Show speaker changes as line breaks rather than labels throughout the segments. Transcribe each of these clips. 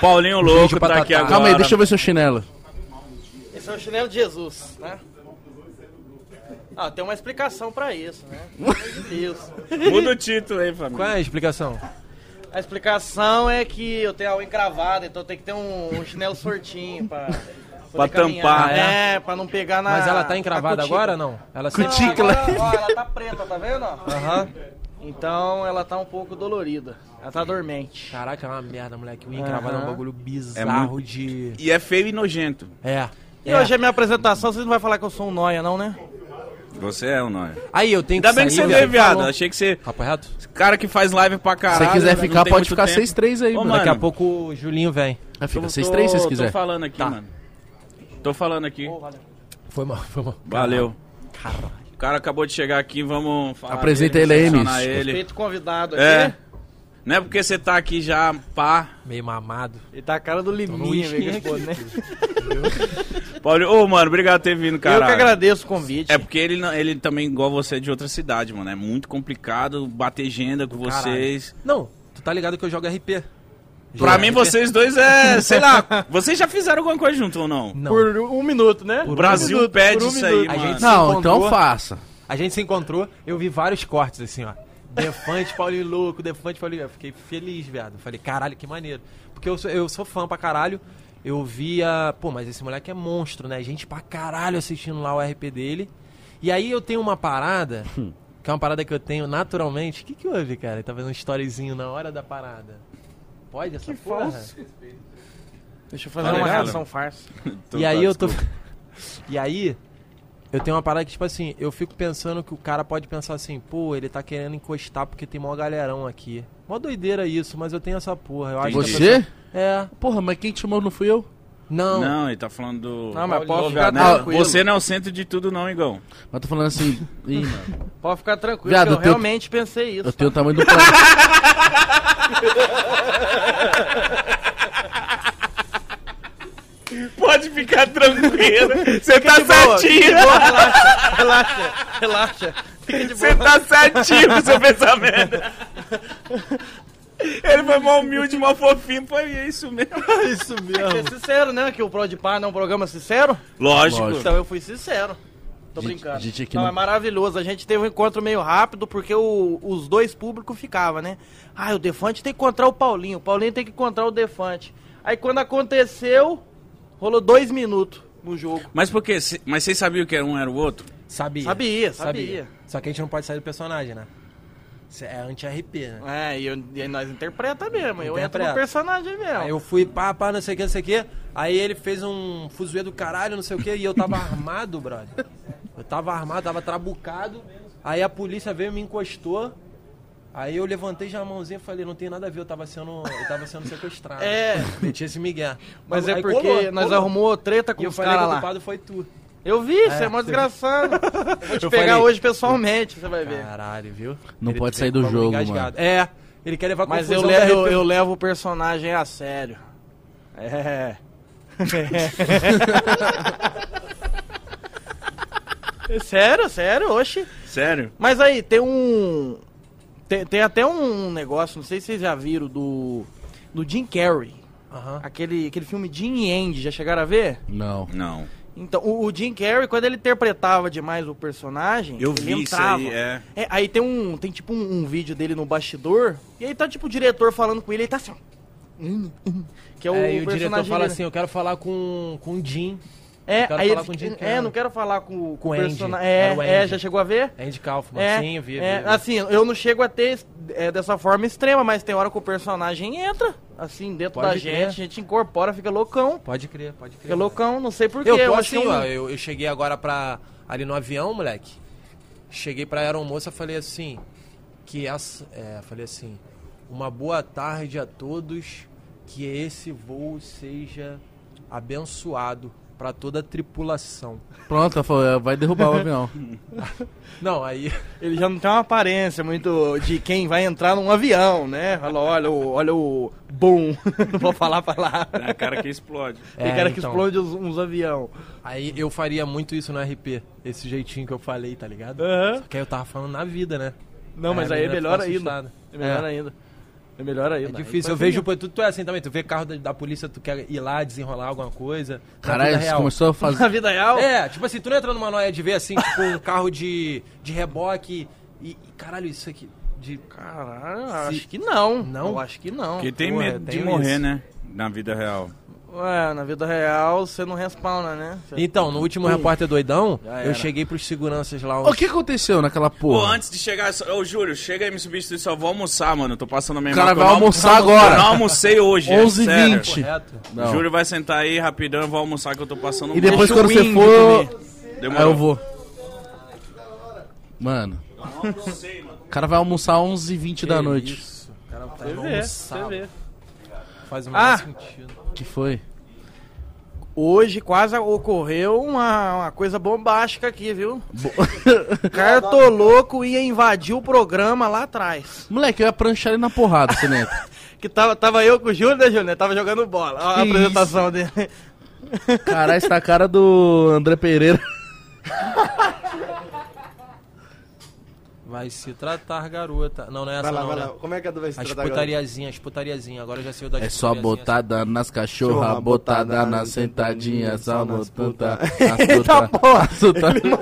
Paulinho Louco tá aqui agora.
ah. Calma aí, deixa eu ver seu chinelo.
Esse é o chinelo de Jesus, né? Ah, tem uma explicação pra isso, né? Pelo amor de Deus.
Muda o título aí, família.
Qual é a explicação?
A explicação é que eu tenho algo encravado, então tem que ter um, um chinelo sortinho pra. poder
tampar, né?
É, pra não pegar na.
Mas
Ah,
ela tá encravada
na
agora ou não? Ela
Não,
sempre-
Cutícula.
agora, ó, ela tá preta, tá vendo? ó?
Aham.
Então ela tá um pouco dolorida. Ela tá dormente.
Caraca, é uma merda, moleque. O encravado é um
Aham.
bagulho bizarro de.
E é feio e nojento.
É.
E
é.
hoje é minha apresentação, vocês não vão falar que eu sou um noia, não, né?
Você é o nóia.
Aí eu tenho
Ainda bem que
sair, Tá
você veio, viado.
Falou.
Achei que você.
Papo reto?
Cara que faz live pra
Se
caralho.
você quiser
não
ficar,
tem muito
pode ficar
tempo.
6-3 aí,
Ô,
mano.
mano.
Daqui a pouco o Julinho vem.
Ah, fica
Tô-
6-3 se
tô-
você quiser. Tá.
Tô falando aqui, mano. Tô falando aqui.
Foi mal, foi mal.
Valeu. O cara acabou de chegar aqui, vamos falar.
Apresenta
dele,
ele aí,
mencionar
Miss.
ele.
Feito convidado aqui.
É. Não é porque você tá aqui já, pá.
Meio mamado.
Ele tá a cara do Liminha,
uísque
velho, que
aqui.
foda, né?
Paulo, ô, mano, obrigado por ter vindo, cara.
Eu que agradeço o convite.
É porque ele, não- ele também, igual você, é de outra cidade, mano. É muito complicado bater agenda com
caralho.
vocês.
Não, tu tá ligado que eu jogo RP.
Pra
Jogo
mim,
RP.
vocês dois é. Sei lá, vocês já fizeram alguma coisa junto ou não?
Não.
Por um minuto, né?
O Brasil pede
por um
isso
minuto.
aí,
A
mano.
gente-
Não,
Se
então
encontrou.
faça.
A gente se encontrou, eu vi vários cortes assim, ó. Defante Paulinho Louco, Defante Paulinho Louco. Eu fiquei feliz, viado. Falei, caralho, que maneiro. Porque eu sou, eu sou fã pra caralho. Eu via. Pô, mas esse moleque é monstro, né? Gente pra caralho assistindo lá o RP dele. E aí eu tenho uma parada, que é uma parada que eu tenho naturalmente. O que, que houve, cara? Tá fazendo um storyzinho na hora da parada. Pode essa porra?
Deixa eu fazer
Tá
uma
ligado?
reação farsa.
Então
e
tá,
aí eu tô.
desculpa.
e aí, eu tenho uma parada que, tipo assim, eu fico pensando que o cara pode pensar assim, pô, ele tá querendo encostar porque tem mó galerão aqui. Mó doideira isso, mas eu tenho essa porra. Eu acho que a
Entendi.
Você?
pessoa- É.
Porra, mas quem te chamou não fui eu?
Não. Ah,
Não, ele tá falando do.
Não, mas
Paulo
pode
Igor
ficar
Gadelha.
tranquilo.
Você não é o centro de tudo, não, Igão.
Mas tô falando assim. ih,
Pode ficar tranquilo,
Viado,
que eu
eu tenho-
realmente pensei isso.
eu tenho o tamanho do planeta.
Pode ficar tranquilo. Você tá
de boa,
certinho.
Relaxa, relaxa, relaxa. Fica de
Você
boa.
tá certinho com seu pensamento. Ele foi mal humilde, mal fofinho. Foi isso mesmo.
É
Isso
Tem que ser sincero, né? Que o Pro de Par não é um programa sincero.
Lógico.
Lógico.
Então eu fui sincero. Tô
Gente-
brincando.
gente aqui
não,
não-
é maravilhoso. A gente teve um encontro meio rápido, porque o- os dois públicos ficavam, né? Ah, o Defante tem que encontrar o Paulinho. O Paulinho tem que encontrar o Defante. Aí quando aconteceu, rolou dois minutos no jogo.
Mas por quê? Cê- Mas vocês sabiam que era um era o outro?
Sabia.
Sabia, sabia.
Só que a gente não pode sair do personagem, né? Isso é anti-RP, né?
É, e, eu- e nós interpreta mesmo. Eu entro
Interpreta.
no personagem mesmo.
Aí eu fui pá, pá, não sei o que, não sei o que. Aí ele fez um fuzuê do caralho, não sei o que, e eu tava armado, brother. Eu tava armado, tava trabucado. Aí a polícia veio, me encostou. Aí eu levantei já a mãozinha e falei, não tem nada a ver, eu tava sendo, eu tava sendo sequestrado.
É.
Meti esse migué.
Mas
Aí
é porque
colou,
nós
colou.
arrumou treta
E
com
eu
os
falei que
caras
o
lá.
culpado foi tu.
Eu vi, você é,
É,
mó
você-
desgraçado. Vou te
Eu
pegar
falei- "Ah,
hoje pessoalmente, você vai ver.
Caralho, viu?
Não
Ele
pode
veio
sair do
com o bagulho
jogo,
engasgado. É, ele quer levar
Mas eu
confusão
levo,
da
eu,
RP.
eu levo o personagem a sério. É. É sério, sério, oxe.
Sério?
Mas aí, tem um. Tem, tem até um negócio, não sei se vocês já viram, do. Do Jim Carrey.
Aham.
Aquele, aquele filme Jim e Andy, já chegaram a ver?
Não.
Não.
Então, o, o Jim Carrey, quando ele interpretava demais o personagem,
Eu
ele
vi isso
entrava.
aí, é.
aí tem um. Tem tipo um, um vídeo dele no bastidor, e aí tá tipo o diretor falando com ele, ele tá assim. ó. Hum, hum, Que é o,
É, e o diretor
personagem
fala
dele.
assim, eu quero falar com, com o Jim.
É,
eu quero
aí
falar
ele
com o
fica,
Jim
é,
Carrey.
não quero falar com,
Com
o
o Andy,
personagem.
era o
É, é,
Andy.
já chegou a ver?
Andy Kaufman,
É,
sim, eu vi,
é,
vi.
assim, eu não chego a ter é, dessa forma extrema, mas tem hora que o personagem entra, assim, dentro
Pode
da
crer.
gente, a gente incorpora, fica loucão.
Pode crer, pode crer.
Fica loucão, não sei porquê.
Eu tô
acho que
assim,
é um-
ó, eu, eu cheguei agora pra. ali no avião, moleque. Cheguei pra aeromoça e falei assim. Que essa. É, falei assim. Uma boa tarde a todos. Que esse voo seja abençoado pra toda a tripulação.
Pronto, ela falou, vai derrubar o avião.
Não, aí.
Ele já não tem uma aparência muito de quem vai entrar num avião, né? Fala, olha o, olha o boom, não vou falar a palavra.
É a cara que explode.
Tem
É,
cara que
então.
explode uns, uns avião.
Aí eu faria muito isso no RP. Esse jeitinho que eu falei, tá ligado?
Aham.
Só que aí eu tava falando na vida, né?
Não, mas
a
aí é
menina
melhor
ficou
ainda.
assustada.
É melhor
É.
ainda. É melhor aí,
É difícil. Eu vejo, pô, tu, tu é assim também. Tu vê carro da, da polícia, tu quer ir lá desenrolar alguma coisa. na
Caralho,
vida
você
real.
começou a
Na
fazer.
vida real?
É, tipo assim, tu não entra numa noia de ver assim, tipo, um carro de, de reboque e, e Caralho, isso aqui. De,
Caralho, acho
Se-
que não.
Não?
Eu acho que não.
Porque tem
Porra,
medo de
tenho
morrer,
isso.
né? Na vida real.
Ué, na vida real você não respawna, né? Você-
Então, no último repórter doidão,
Já era.
eu cheguei pros seguranças lá.
O que aconteceu naquela
Pô,
porra?
antes de chegar, só- ô Júlio, chega aí me substituir, só vou almoçar, mano. eu Tô passando a minha
O cara
marca, eu
vai
não-
almoçar
Eu não
agora.
almocei hoje. é
11 h
sério.
20
Correto.
Não.
Júlio vai sentar aí rapidão, eu vou almoçar que eu tô passando
E
mal.
depois
Deixa
quando
o
você
Wing
for. Aí
Demorou.
eu vou. Mano, o cara vai almoçar 11h20 da
Que
noite.
Isso. O cara
Você
tá
vê, você
almoçado.
vê.
Faz o
Ah!
menor sentido.
Que foi?
Hoje quase ocorreu uma, uma coisa bombástica aqui, viu? O cara tô louco ia invadir o programa lá atrás.
Moleque, eu ia pranchar ele na porrada, você lembra?
Que tava, tava eu com o Júlio, né, Júlio? né? Tava jogando bola. Ó a
Que
apresentação dele.
Caralho, está a cara do André Pereira.
Vai se tratar, garota. Não, não é essa
Vai lá,
não,
vai
né?
lá. Como é que a do vai se
As
tratar agora?
putariazinhas, as putariazinhas. Agora eu já sei o da
É
Assim,
só botada nas cachorra,
Chorra,
botada
botada
na
nas
sentadinha,
sentadinha,
só
só nas
nas puta.
puta.
nas puta,
porra,
nas puta. Não,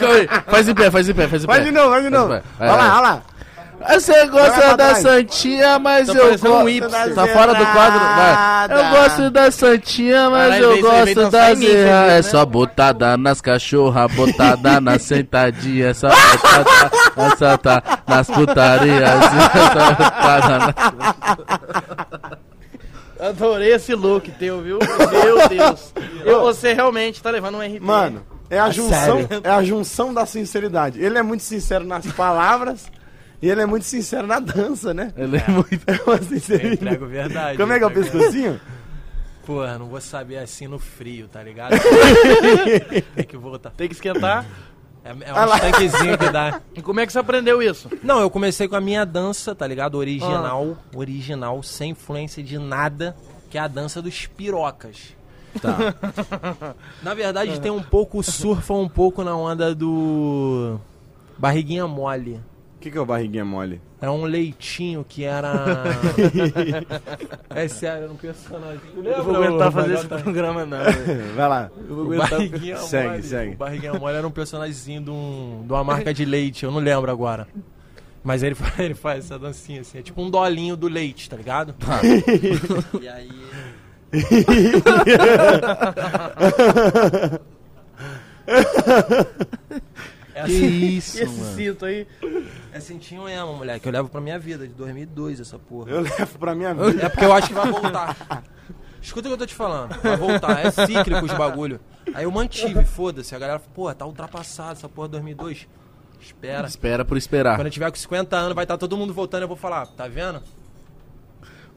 calma aí. Faz em pé, faz em pé, faz em pé.
Vai de novo, vai de
Faz em
novo.
pé. Vai,
Olha lá,
vai.
olha lá.
Você
Vai
gosta
pra
da
trás.
Santinha, mas
Tá
eu
parecendo um
gosto.
hipster.
Tá fora do quadro. Vai. Eu
Zerada.
gosto da Santinha, mas
Caralho,
eu
vem- vem
gosto
dançar
da
em mim, você
Zerra.
viu,
É
né?
só botada nas cachorra, botada na sentadinha, é só botada na santa, nas putarias. é só botada na-
Adorei esse look teu, viu? Meu Deus. Eu, você realmente tá levando um RP.
Mano, é a, junção,
sério.
é a junção da sinceridade. Ele é muito sincero nas palavras e ele é muito sincero na dança, né?
Ele é muito.
É uma
Eu
sinceridade.
entrego verdade.
Como é que é o
entrego-
pescocinho?
Porra, não vou saber assim no frio, tá ligado? Tem que voltar.
Tem que esquentar.
É, é
Ah lá.
um tanquezinho que dá.
tá? E como é que você aprendeu isso?
Não, eu comecei com a minha dança, tá ligado?
Ah.
Original, original, sem influência de nada, que é a dança dos pirocas.
Tá.
Na verdade, tem um pouco, surfa um pouco na onda do barriguinha mole.
O que, que é o barriguinha mole?
É um leitinho que era. é sério, era um personagem. Tu lembra,
Eu vou aguentar
ô,
fazer esse
Marota?
programa, não. velho.
Vai lá.
Eu vou
O
aguentar-
barriguinha Segue,
mole.
segue.
O barriguinha mole era um personagemzinho de, um, de uma marca de leite, eu não lembro agora. Mas ele faz, ele faz essa dancinha assim, é tipo um dolinho do leite, tá ligado? e aí. é
Que
assim,
isso,
Esse
mano.
cinto aí.
é cintinho mesmo, moleque. Eu levo pra minha vida, de 2002 essa porra.
Eu levo pra minha vida.
É porque eu acho que vai voltar. Escuta o que eu tô te falando. Vai voltar. É cíclico os bagulho. Aí eu mantive, foda-se. A galera fala, porra, tá ultrapassado essa porra 2002. Espera.
Espera por
Quando
esperar.
eu tiver com 50 anos, vai estar todo mundo voltando. Eu vou falar, tá vendo?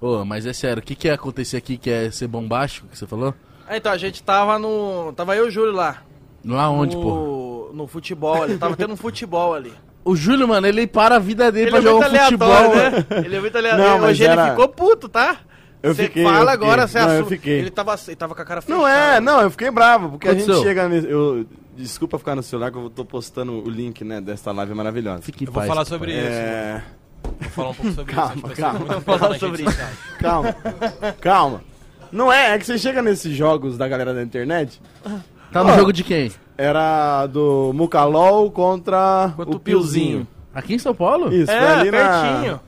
Ô, mas é sério, o que, que ia acontecer aqui que é ser bombástico que você falou?
Ah, então, a gente tava no. Tava eu e o Júlio lá.
Lá onde, pô?
no... no futebol ali. Tava tendo um futebol ali. é
O Júlio, mano, ele para a vida dele pra jogar um futebol.
né? Ele é muito aleatório.
Não, mas
Hoje ele
era-
ficou puto, tá?
Eu
Você
fiquei, eu
fala
fiquei.
agora, você
Não, eu
assume.
fiquei.
Ele tava, ele tava com a cara fechada.
Não é, não, eu fiquei bravo, porque a gente
Aconteceu.
chega nesse. Eu, desculpa ficar no celular que eu tô postando o link, né, dessa live maravilhosa.
Fique em
Eu vou
paz,
falar
papai.
sobre isso.
É.
Vou falar um pouco sobre
Calma,
isso. As pessoas
calma.
muito
Vou falar
nas redes
sobre isso.
sociais.
Calma, calma. Não é, é que você chega nesses jogos da galera da internet.
Tá no
Ó.
jogo de quem?
Era do Mucalol contra,
Contra
o
o Piozinho.
Piozinho.
Aqui em São Paulo?
Isso,
É,
foi ali na-
pertinho.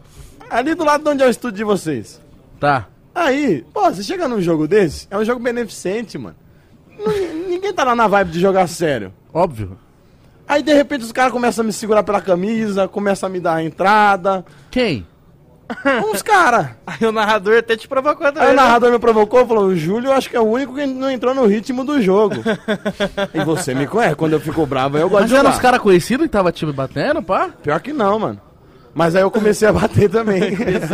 Ali do lado de onde é o estúdio de vocês.
Tá.
Aí, pô, você chega num jogo desse, é um jogo beneficente, mano. Não- Ninguém tá lá na vibe de jogar sério.
Óbvio.
Aí, de repente, os caras começam a me segurar pela camisa, começam a me dar a entrada.
Quem?
Uns caras.
Aí o narrador até te provocou também.
Aí o
né?
narrador me provocou, falou, o Júlio eu acho que é o único que não entrou no ritmo do jogo. e você me conhece, quando eu fico bravo, aí eu gosto
Mas
de
eram
jogar.
os caras conhecidos que tava te batendo, pá?
Pior que não, mano. Mas aí eu comecei a bater também.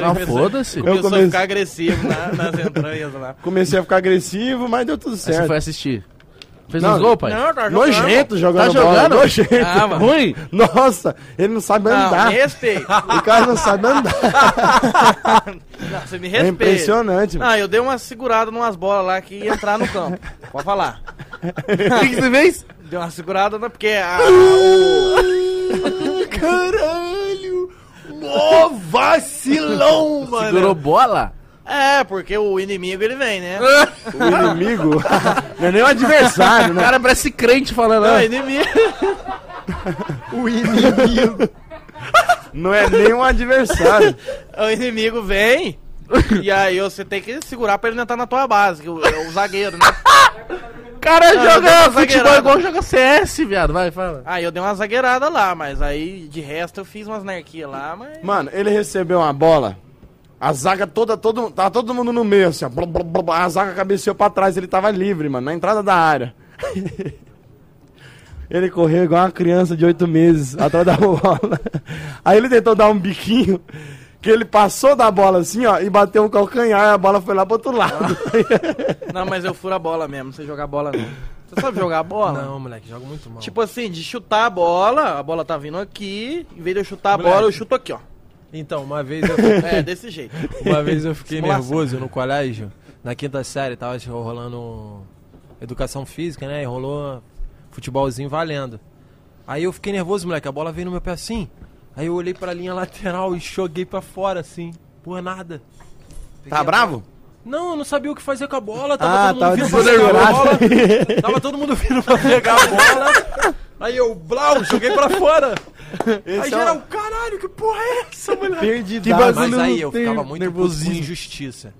Não, foda-se.
Eu
Começou a
comecei-
ficar agressivo na- nas entranhas lá.
comecei a ficar agressivo, mas deu tudo
Aí você
certo.
foi assistir. Fez
Não,
uns gols, pai?
Não, tá jogando.
Nojento jogando,
Tá
bola,
jogando?
nojento.
Ah, mano.
Ruim?
Nossa, ele não sabe
Não,
andar.
me respeita.
O cara não sabe andar.
Não, você me
É
respeita.
impressionante, mano.
Ah, eu dei uma segurada numas bolas lá que ia entrar no campo. Pode falar.
O que, que você fez?
Deu uma segurada, né? Porque a, o-
Caralho! Novaço!
Silão, mano.
Segurou bola?
É, porque o inimigo ele vem, né?
O inimigo não é nem o adversário,
O
né?
cara parece crente falando.
Não,
ah,
inimigo.
O inimigo. Não é nem um adversário.
O inimigo vem. E aí você tem que segurar pra ele não entrar na tua base, que o, é o zagueiro, né?
O cara
Ah, eu
tá
joga
dou uma
futebol
zagueirada.
igual joga CS, viado. Vai, fala.
Aí Ah, eu dei uma zagueirada lá, mas aí de resto eu fiz umas anarquias lá, mas.
Mano, ele recebeu uma bola. A zaga toda, todo, tava todo mundo no meio, assim, ó. Blá, blá, blá, blá. a zaga cabeceou pra trás, ele tava livre, mano, na entrada da área. ele correu igual uma criança de oito meses atrás da bola. Aí ele tentou dar um biquinho, que ele passou da bola assim, ó, e bateu um calcanhar, e a bola foi lá pro outro lado.
Ah,
Não, mas eu furo a bola mesmo, não sei jogar bola não. Você sabe jogar bola?
Não, moleque, jogo muito mal.
Tipo assim, de chutar a bola, a bola tá vindo aqui, em vez de eu chutar a
Moleque.
bola, eu chuto aqui, ó.
Então, uma vez eu,
É, desse jeito.
Uma vez eu fiquei
Simulação.
nervoso no colégio, na quinta série, tava rolando educação física, né? E rolou futebolzinho valendo. Aí eu fiquei nervoso, moleque, a bola veio no meu pé assim. Aí eu olhei pra linha lateral e joguei pra fora, assim, por nada.
Tá bravo?
Não, eu não sabia o que fazer com a bola, tava
Ah,
todo mundo
tava
vindo pra pegar a bola. Tava todo mundo vindo pra pegar a bola. Aí eu, blau, joguei pra fora. Aí um
é o-
geral, caralho, que porra é essa, moleque?
Perdido.
Ah, Mas
não
aí eu
tem
ficava muito puto com
nervosismo.
injustiça.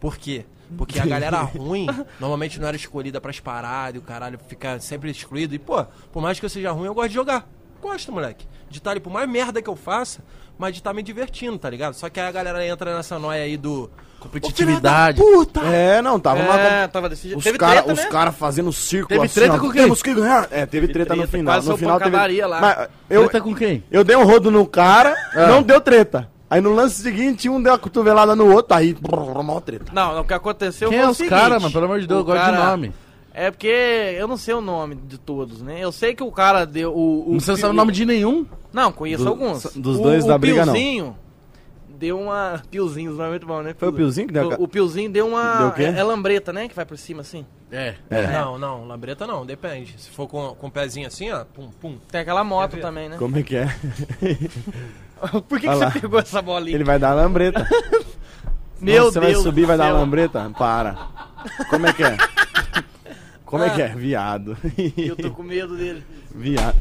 Por quê? Porque a galera ruim normalmente não era escolhida pras paradas, e o caralho fica sempre excluído. E, pô, por mais que eu seja ruim, eu gosto de jogar. Gosto, moleque. De estar ali, por mais merda que eu faça, mas de estar me divertindo, tá ligado? Só que aí a galera entra nessa noia aí do.
Competitividade.
Puta!
É, não, tava uma
É, tava desse jeito.
Os
Teve
caras
treta, né?
fazendo círculo
Teve
assim,
treta
ó,
com quem?
Temos que ganhar. É, teve treta, no
treta,
final.
quase
no
foi
final teve...
pancadaria lá.
Mas, eu,
Treta tá com quem?
eu dei um rodo no cara, não deu treta. Aí no lance seguinte, um deu a cotovelada no outro, aí... brrr, Mó treta.
Não, não, o que aconteceu
Quem
foi
é
o
os
seguinte,
caras, mano? Pelo amor de Deus, eu
o
gosto de
cara-
nome.
É porque eu não sei o nome de todos, né? Eu sei que o cara deu o... o
Não sei se é o nome de nenhum.
Não, conheço alguns.
dos
O-
dois
o
da briga, não.
Piozinho deu uma... Piozinho, não é muito bom, né?
Foi o Piozinho que deu a ca-
O, o Piozinho deu uma...
Deu o quê?
É lambreta, né? Que vai por cima, assim.
É.
Não, não, lambreta não, depende. Se for com, com o pezinho assim, ó, pum, pum.
Tem aquela moto também, né?
Como é que é?
Por que, que
Olha lá.
você pegou essa bolinha?
Ele vai dar a lambreta.
Meu
Você vai
Deus
subir,
do
vai dar a
céu.
lambreta? Para. Como é que é? Como é que é? Viado.
Eu tô com medo dele.
Viado.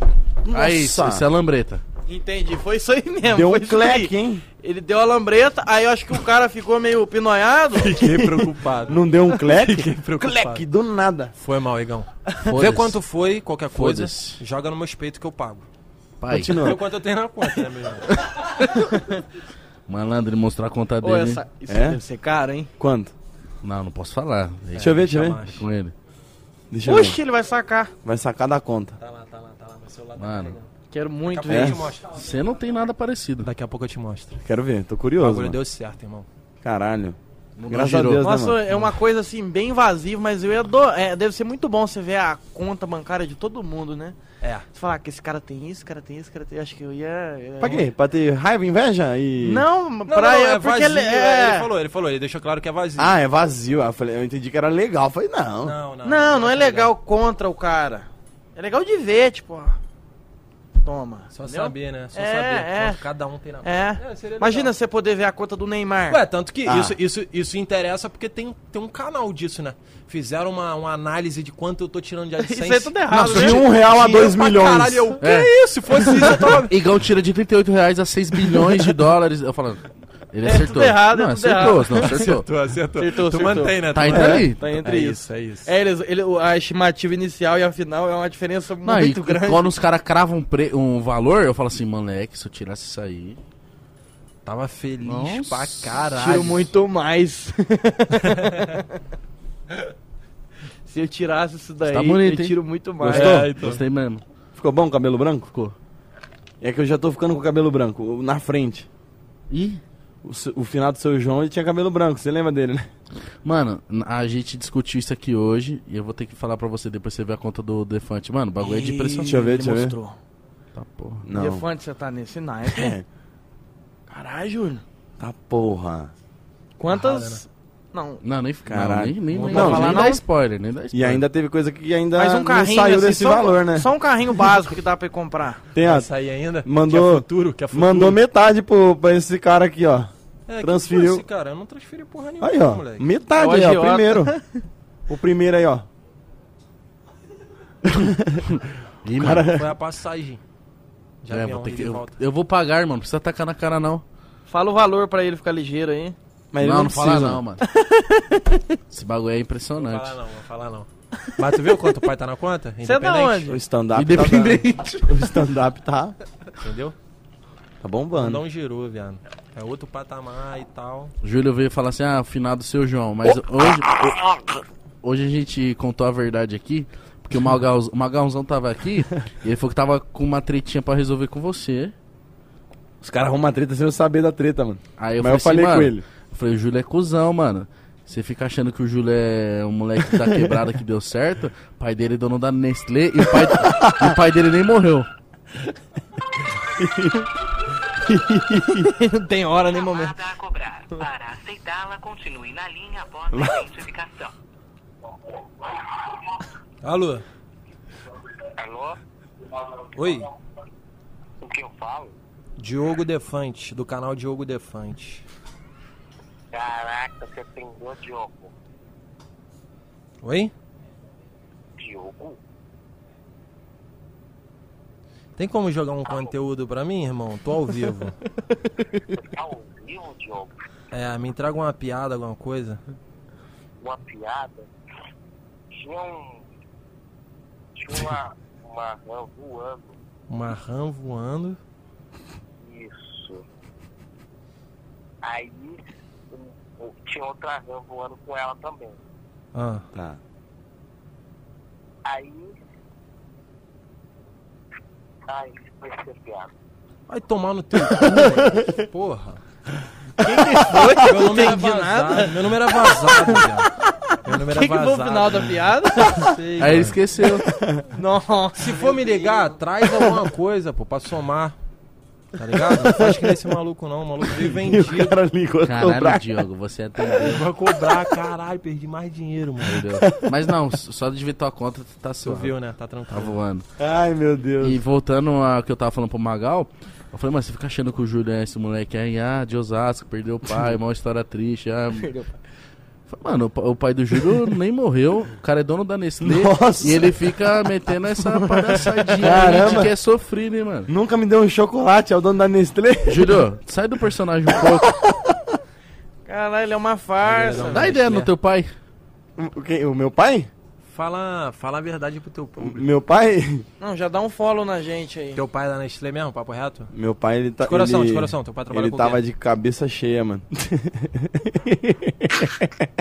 Aí, isso, isso é lambreta.
Entendi, foi isso aí mesmo.
Deu
foi
um
isso aí.
cleque, hein?
Ele deu a lambreta, aí eu acho que o cara ficou meio pinoiado.
Fiquei preocupado.
Não deu um cleque?
preocupado.
Cleque, do nada.
Foi mal, Igão. Vê
Foda-se.
quanto foi, qualquer coisa,
Foda-se.
joga no meu peito que eu pago.
Pai,
Vê
Continua.
quanto eu tenho na conta, né, meu irmão?
malandro, ele mostrou a conta
Ô,
dele. hein?
essa, isso
É?
deve ser caro, hein?
Quanto?
Não, não posso falar. É,
Deixa eu ver, deixa eu ver.
jamais.
Com ele.
Deixa eu ver.
Oxe, ele vai sacar.
Vai sacar da conta.
Tá lá, tá lá, tá lá. Meu celular
Mano,
Quero muito
É?
Daqui a pouco eu
ver.
te mostro.
você não tem nada parecido.
Daqui a pouco eu te mostro.
Quero ver, tô
O
curioso.
bagulho
mano.
deu certo, irmão.
Caralho.
Não
Graças
girou.
a Deus, né,
Nossa,
mano?
é uma coisa assim, bem invasiva, mas eu ia do... é, Deve ser muito bom você ver a conta bancária de todo mundo, né?
É.
Você falar que esse cara tem isso, esse cara tem isso, esse cara tem. Acho que eu ia. ia-
Pra quê? Pra ter raiva, inveja e...
Não, pra é porque ele é.
Ele falou, ele falou, ele deixou claro que é vazio.
Ah, é vazio. Ah, Eu, falei, eu entendi que era legal. Eu falei, não.
Não, não.
Não, não é legal contra o cara. É legal de ver, tipo, ó. Toma.
Só
entendeu?
saber, né? Só
É,
saber.
é.
Quanto cada um tem na
É.
seria legal.
Imagina você poder ver a conta do Neymar.
Ué, tanto que
Ah.
isso, isso, isso interessa porque tem, tem um canal disso, né? Fizeram uma, uma análise de quanto eu tô tirando de AdSense.
Isso aí é tudo errado,
de
né?
um real a
Dinheiro
dois
pra
milhões.
Caralho, eu, que
É.
isso? Se fosse isso, eu tava...
Igão tira de 38 reais a 6 bilhões de dólares. Eu falando, ele
É
acertou.
tudo errado, é
não,
tudo
acertou,
errado.
não, acertou.
acertou.
Acertou,
tu
acertou.
mantém, né?
Tá
tu
entre
mantém.
ali.
Tá
é
entre isso.
isso, é isso.
É, eles, ele- o- a estimativa inicial e a final é uma diferença
Não, e
muito grande.
quando os caras cravam um, pre- um valor, eu falo assim, moleque, se eu tirasse isso aí.
Tava feliz
Nossa.
pra caralho.
Tiro muito mais. Se eu tirasse isso daí,
Tá bonito,
eu
hein?
tiro muito mais.
Gostou?
É,
tá.
então.
Gostei mesmo.
Ficou bom o cabelo branco? Ficou. É que eu já tô ficando com o cabelo branco. o- Na frente.
Ih,
O, se- o final do seu João, ele tinha cabelo branco. Você lembra dele, né?
mano, a gente discutiu isso aqui hoje e eu vou ter que falar pra você depois você ver a conta do Defante. Mano, o bagulho é de impressionante.
Deixa eu ver,
Ele
deixa eu ver.
mostrou.
Tá porra.
Não.
Defante, você tá nesse naipe.
É.
Caralho, Júnior.
Tá porra. né?
Quantas... Não,
Não, nem fica. Não,
Caralho.
nem, nem, nem,
Não,
nem
gente.
dá spoiler, nem dá
E
spoiler.
ainda teve coisa que ainda
mas um
não
carrinho
saiu
assim,
desse
só, um-
valor, né?
Só um carrinho básico que dá pra comprar.
Tem, ó,
Vai sair ainda?
Mandou-
Que é futuro, que é futuro.
mandou metade pro, pra esse cara aqui, ó.
É, que
Transferiu.
fosse, cara, eu não transferi porra nenhuma,
Aí, ó.
moleque.
Metade
É o
aí, ó.
agiota.
Primeiro. O primeiro aí, ó.
Ih, mano.
Cara,
Foi a passagem. Já
É,
é,
vou ter que-
de
eu,
volta.
eu vou pagar, mano. Não precisa tacar na cara, não.
Fala o valor pra ele ficar ligeiro aí.
mas ele
não, não, fala
precisa.
não, mano. Esse bagulho é impressionante.
Falar não, vou falar não. Mas tu viu quanto o pai tá na conta?
Você é da
Independente,
O
onde?
stand-up tá,
Independente.
dando. o stand-up tá,
Entendeu?
tá bombando.
Não girou, viado. É outro patamar e tal.
Júlio veio falar assim, ah, finado seu João. Mas hoje, hoje a gente contou a verdade aqui, porque o, Magalz, o Magalzão tava aqui e ele falou que tava com uma tretinha pra resolver com você.
Os caras arrumam a treta sem eu saber da treta, mano.
Aí eu
mas eu
falei, assim,
falei com
mano,
ele.
Eu falei, o Júlio é cuzão, mano. Você fica achando que o Júlio é um moleque da quebrada que deu certo, o pai dele é dono da Nestlé e o pai, e o pai dele nem morreu.
não tem hora nem momento.
Chamada a cobrar. Para aceitá-la, continue na linha após a identificação.
Alô?
Alô?
Oi?
O que eu falo?
Diogo Defante, do canal Diogo Defante.
Caraca, você prendeu Diogo.
Oi?
Diogo?
Tem como jogar um conteúdo pra mim, irmão? Tô ao vivo.
Você tá ouvindo, Diogo?
É, me entrega uma piada, alguma coisa.
Uma piada? Tinha um... Tinha uma... Uma rã voando.
Uma rã voando.
Isso. Aí... um- um- Tinha outra rã voando com ela também.
Ah,
Tá.
Aí... Ai, esqueci a piada.
vai tomar no teu cu, mano. Porra. Quem que foi? Meu nome era vazado. Meu nome era vazado, viado. Meu nome era
Quem que foi o
vazado.
final da piada?
Sei,
Aí ele
mano.
esqueceu.
Nossa.
Se for me ligar, traz alguma coisa, pô, pra somar. Tá ligado? Não faz que nem esse maluco não, o maluco veio
E
vendido.
o cara ligou a
Caralho,
cobrar.
Diogo, você é atendeu.
Vai cobrar, caralho, perdi mais dinheiro, mano.
Entendeu? Mas não, só de ver tua conta tá
Tu
suave.
viu, né? Tá
Tá
tranquilo.
voando.
Ai, meu Deus.
E voltando ao que eu tava falando pro Magal, eu falei, mas você fica achando que o Júlio é esse moleque aí, ah, de Osasco, perdeu o pai, uma história triste. Ah. Perdeu o pai. Mano, o pa- o pai do Júlio nem morreu, o cara é dono da Nestlé
Nossa.
e ele fica metendo essa palhaçadinha aí de
Caramba.
que é sofrido, hein, mano.
Nunca me deu um chocolate, é o dono da Nestlé.
Júlio, sai do personagem um pouco.
Caralho, ele é uma farsa.
Dá ideia no teu pai.
O, quem? o meu pai?
Fala, fala a verdade pro teu
O
público.
Meu pai?
Não, já dá um follow na gente aí.
Teu pai é da Nestlé mesmo, papo reto?
Meu pai, ele tá.
De coração,
ele,
de coração, teu pai trabalha
Ele
com o
tava
quê?
de cabeça cheia, mano.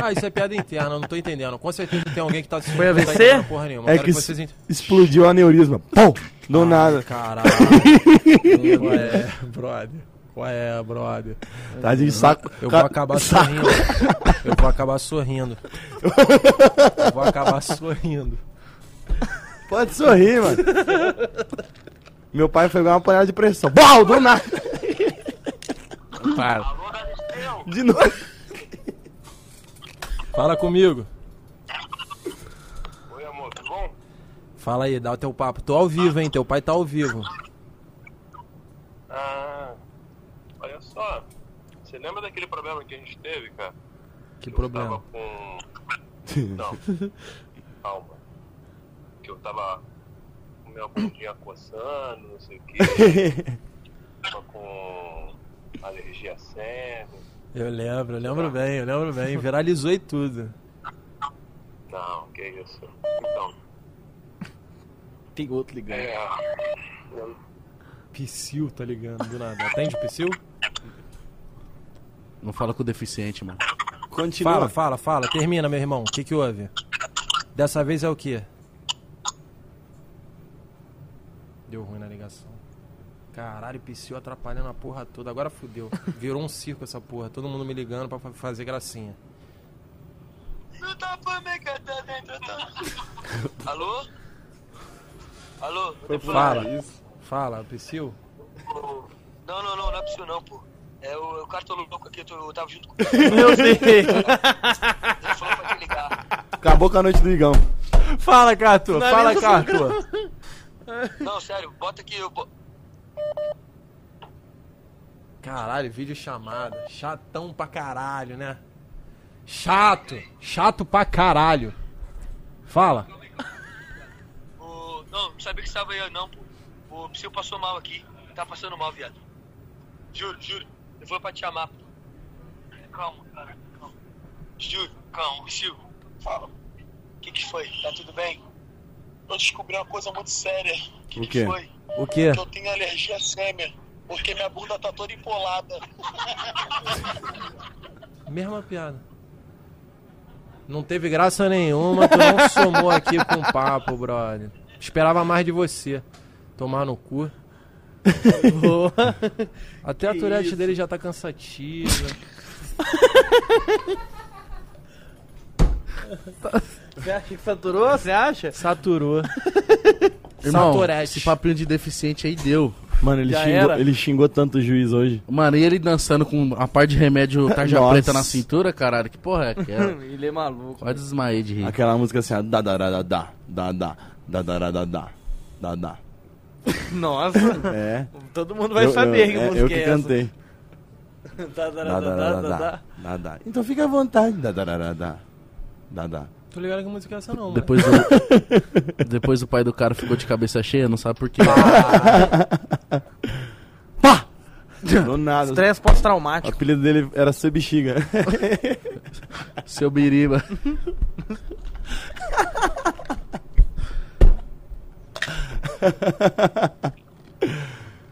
Ah, isso é piada interna, eu não tô entendendo. Com certeza tem alguém que tá se
Foi AVC?
não tá entendendo porra nenhuma.
é
Quero
que
que vocês
es-
ent-
explodiu o aneurisma. Pum! Do nada.
Caralho. Qual é, brother? Qual é, brother?
Tá de saco.
Eu vou
ca-
acabar
saco.
sorrindo. Eu vou acabar sorrindo. Eu vou acabar sorrindo.
Pode sorrir, mano. Meu pai foi igual uma panela de pressão. Bau! Do nada.
Alô, Galisteu?
De novo.
Fala comigo.
Oi, amor, tudo bom?
Fala aí, dá o teu papo. Tô ao vivo, hein? Teu pai tá ao vivo.
Ah, olha só. Você lembra daquele problema que a gente teve, cara?
Que
eu
problema.
Tava com... Não. Calma. Que eu tava com minha bundinha coçando, não sei o quê. tava com alergia a serra.
Eu lembro, eu lembro bem, eu lembro bem. Viralizou e tudo.
Não, que isso. Então,
Tem outro ligado.
é...
Psyu, tá ligando do nada. Atende, Psyu?
Não fala com o deficiente, mano.
Continua.
Fala, fala, fala. Termina, meu irmão. O que que houve? Dessa vez é o quê? Deu ruim na ligação. Caralho, Psyu atrapalhando a porra toda. Agora fudeu. Virou um circo essa porra. Todo mundo me ligando pra fa- fazer gracinha.
Alô? Alô?
Fala. Fala, Psyu.
Não, não, não, não é possível não, pô. É o, o cara todo louco aqui, eu, tô- eu tava junto com
Meu Deus.
ele, falou pra te ligar.
Acabou com a noite do Igão.
Fala, Cato. Fala,
Finaliza o
é Cato.
Não, sério, bota aqui, eu... bo-
Caralho, vídeo chamada. Chatão pra caralho, né? Chato. Chato pra caralho. Fala.
O... Não, não sabia que estava aí, não, pô. O psiu passou mal aqui. Tá passando mal, viado. Juro, juro. Eu vou pra te chamar, pô. Calma, cara. Calma. Juro, calma. Psiu, fala. O que que foi? Tá tudo bem? Eu descobri uma coisa muito séria. O que,
O
que
quê? É.
foi?
O quê?
Que eu tenho alergia à sêmen. Porque minha bunda tá toda empolada.
Mesma piada. Não teve graça nenhuma, tu não somou aqui com o papo, brother. Esperava mais de você. Tomar no cu. Até a turete dele já tá cansativa.
Você acha que saturou? Você acha?
Saturou.
Irmão,
Saturete.
esse papinho de deficiente aí deu.
Mano, ele
Já
xingou,
era?
ele xingou tanto o juiz hoje.
Mano, e ele dançando com a parte de remédio tarja
Nossa.
preta na cintura, caralho? Que porra é aquela?
Ele é maluco.
Quase desmaiei de rir.
Aquela música assim, ó, da da da da da da da da da da da da da.
Nossa.
É.
Todo mundo vai
Eu- eu-
saber que
é,
música
Eu que
é essa.
cantei.
Tá, tá,
Da
tá, tá,
da da
tá,
da
tá.
da da da. Então fica à vontade. Da da da da da da da.
Tô ligado que música é essa não, mano.
Depois o, depois o pai do cara ficou de cabeça cheia, não sabe por quê.
Ah.
Pá! Do nada.
Estresse
O
pós-traumático.
apelido dele era Seu Bexiga.
Seu biriba.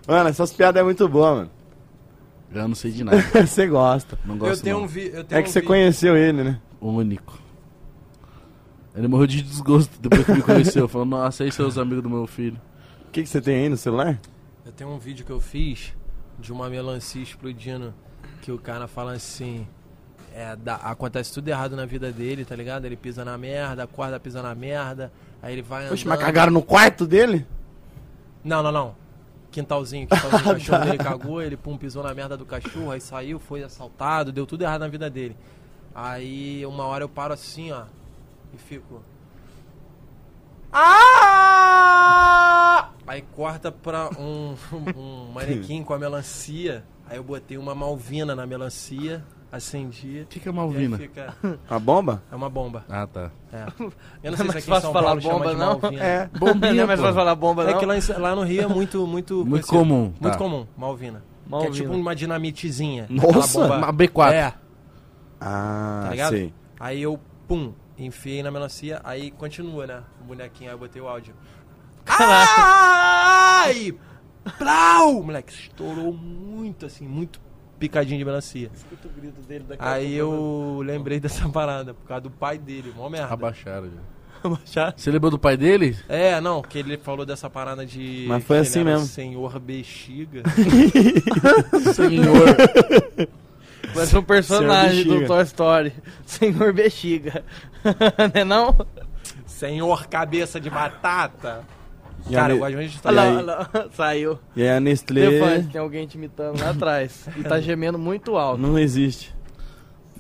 Mano, essas piadas é muito boa, mano.
Eu não sei de nada.
Você gosta.
Não
Eu
gosto
tenho
não.
um vídeo.
É que você conheceu ele, né?
Único. Ele morreu de desgosto depois que me conheceu. Falou, nossa, aí seus amigos do meu filho.
O que, que você tem aí no celular?
Eu tenho um vídeo que eu fiz de uma melancia explodindo que o cara fala assim. é, dá- acontece tudo errado na vida dele, tá ligado? Ele pisa na merda, acorda, pisa na merda, aí ele vai andando...
Oxe, mas cagaram no quarto dele?
Não, não, não. Quintalzinho, quintalzinho,
Ah,
o cachorro
tá.
dele cagou, ele pum, pisou na merda do cachorro, aí saiu, foi assaltado, deu tudo errado na vida dele. Aí uma hora eu paro assim, ó, e fico. Ah! Aí corta pra um, um manequim com a melancia. Aí eu botei uma malvina na melancia, acendi.
O que, que é
E
Malvina?
aí fica.
A bomba?
É uma bomba.
Ah, tá.
É. Eu não sei se
mais
aqui em
fácil
São
falar
Paulo chama
bomba,
de
não?
malvina.
É.
Não
Bombinha,
é mais fácil
pô.
falar bomba,
É
não.
que lá, em- lá no Rio é muito, muito.
Muito
conhecido.
comum,
Muito
tá.
comum, Malvina. Que é
Malvina.
tipo uma dinamitezinha.
Nossa,
aquela
Uma B4.
É,
Ah,
tá ligado?
sei.
Aí eu, pum, enfiei na melancia, aí continua, né? O bonequinho, aí eu botei o áudio. Ai! Plau! Moleque, estourou muito, assim, muito picadinho de melancia.
Escuta o grito dele daqui a
Aí
pouco.
eu lembrei dessa parada, por causa do pai dele, mó merda.
Abaixaram já.
Abaixar.
Você lembrou do pai dele?
É, não, que ele falou dessa parada de.
Mas foi
que ele
assim
era
mesmo.
Senhor bexiga.
Senhor.
Parece um personagem
Senhor
do
Bexiga.
Toy Story. Senhor Bexiga. Né não?
Senhor cabeça de batata.
E
Cara,
a
eu
Ne-
gosto muito de
Olha lá,
aí?
olha lá. Saiu.
E aí a
Defante,
Nestlé
tem alguém te imitando lá atrás. E tá gemendo muito alto.
não existe.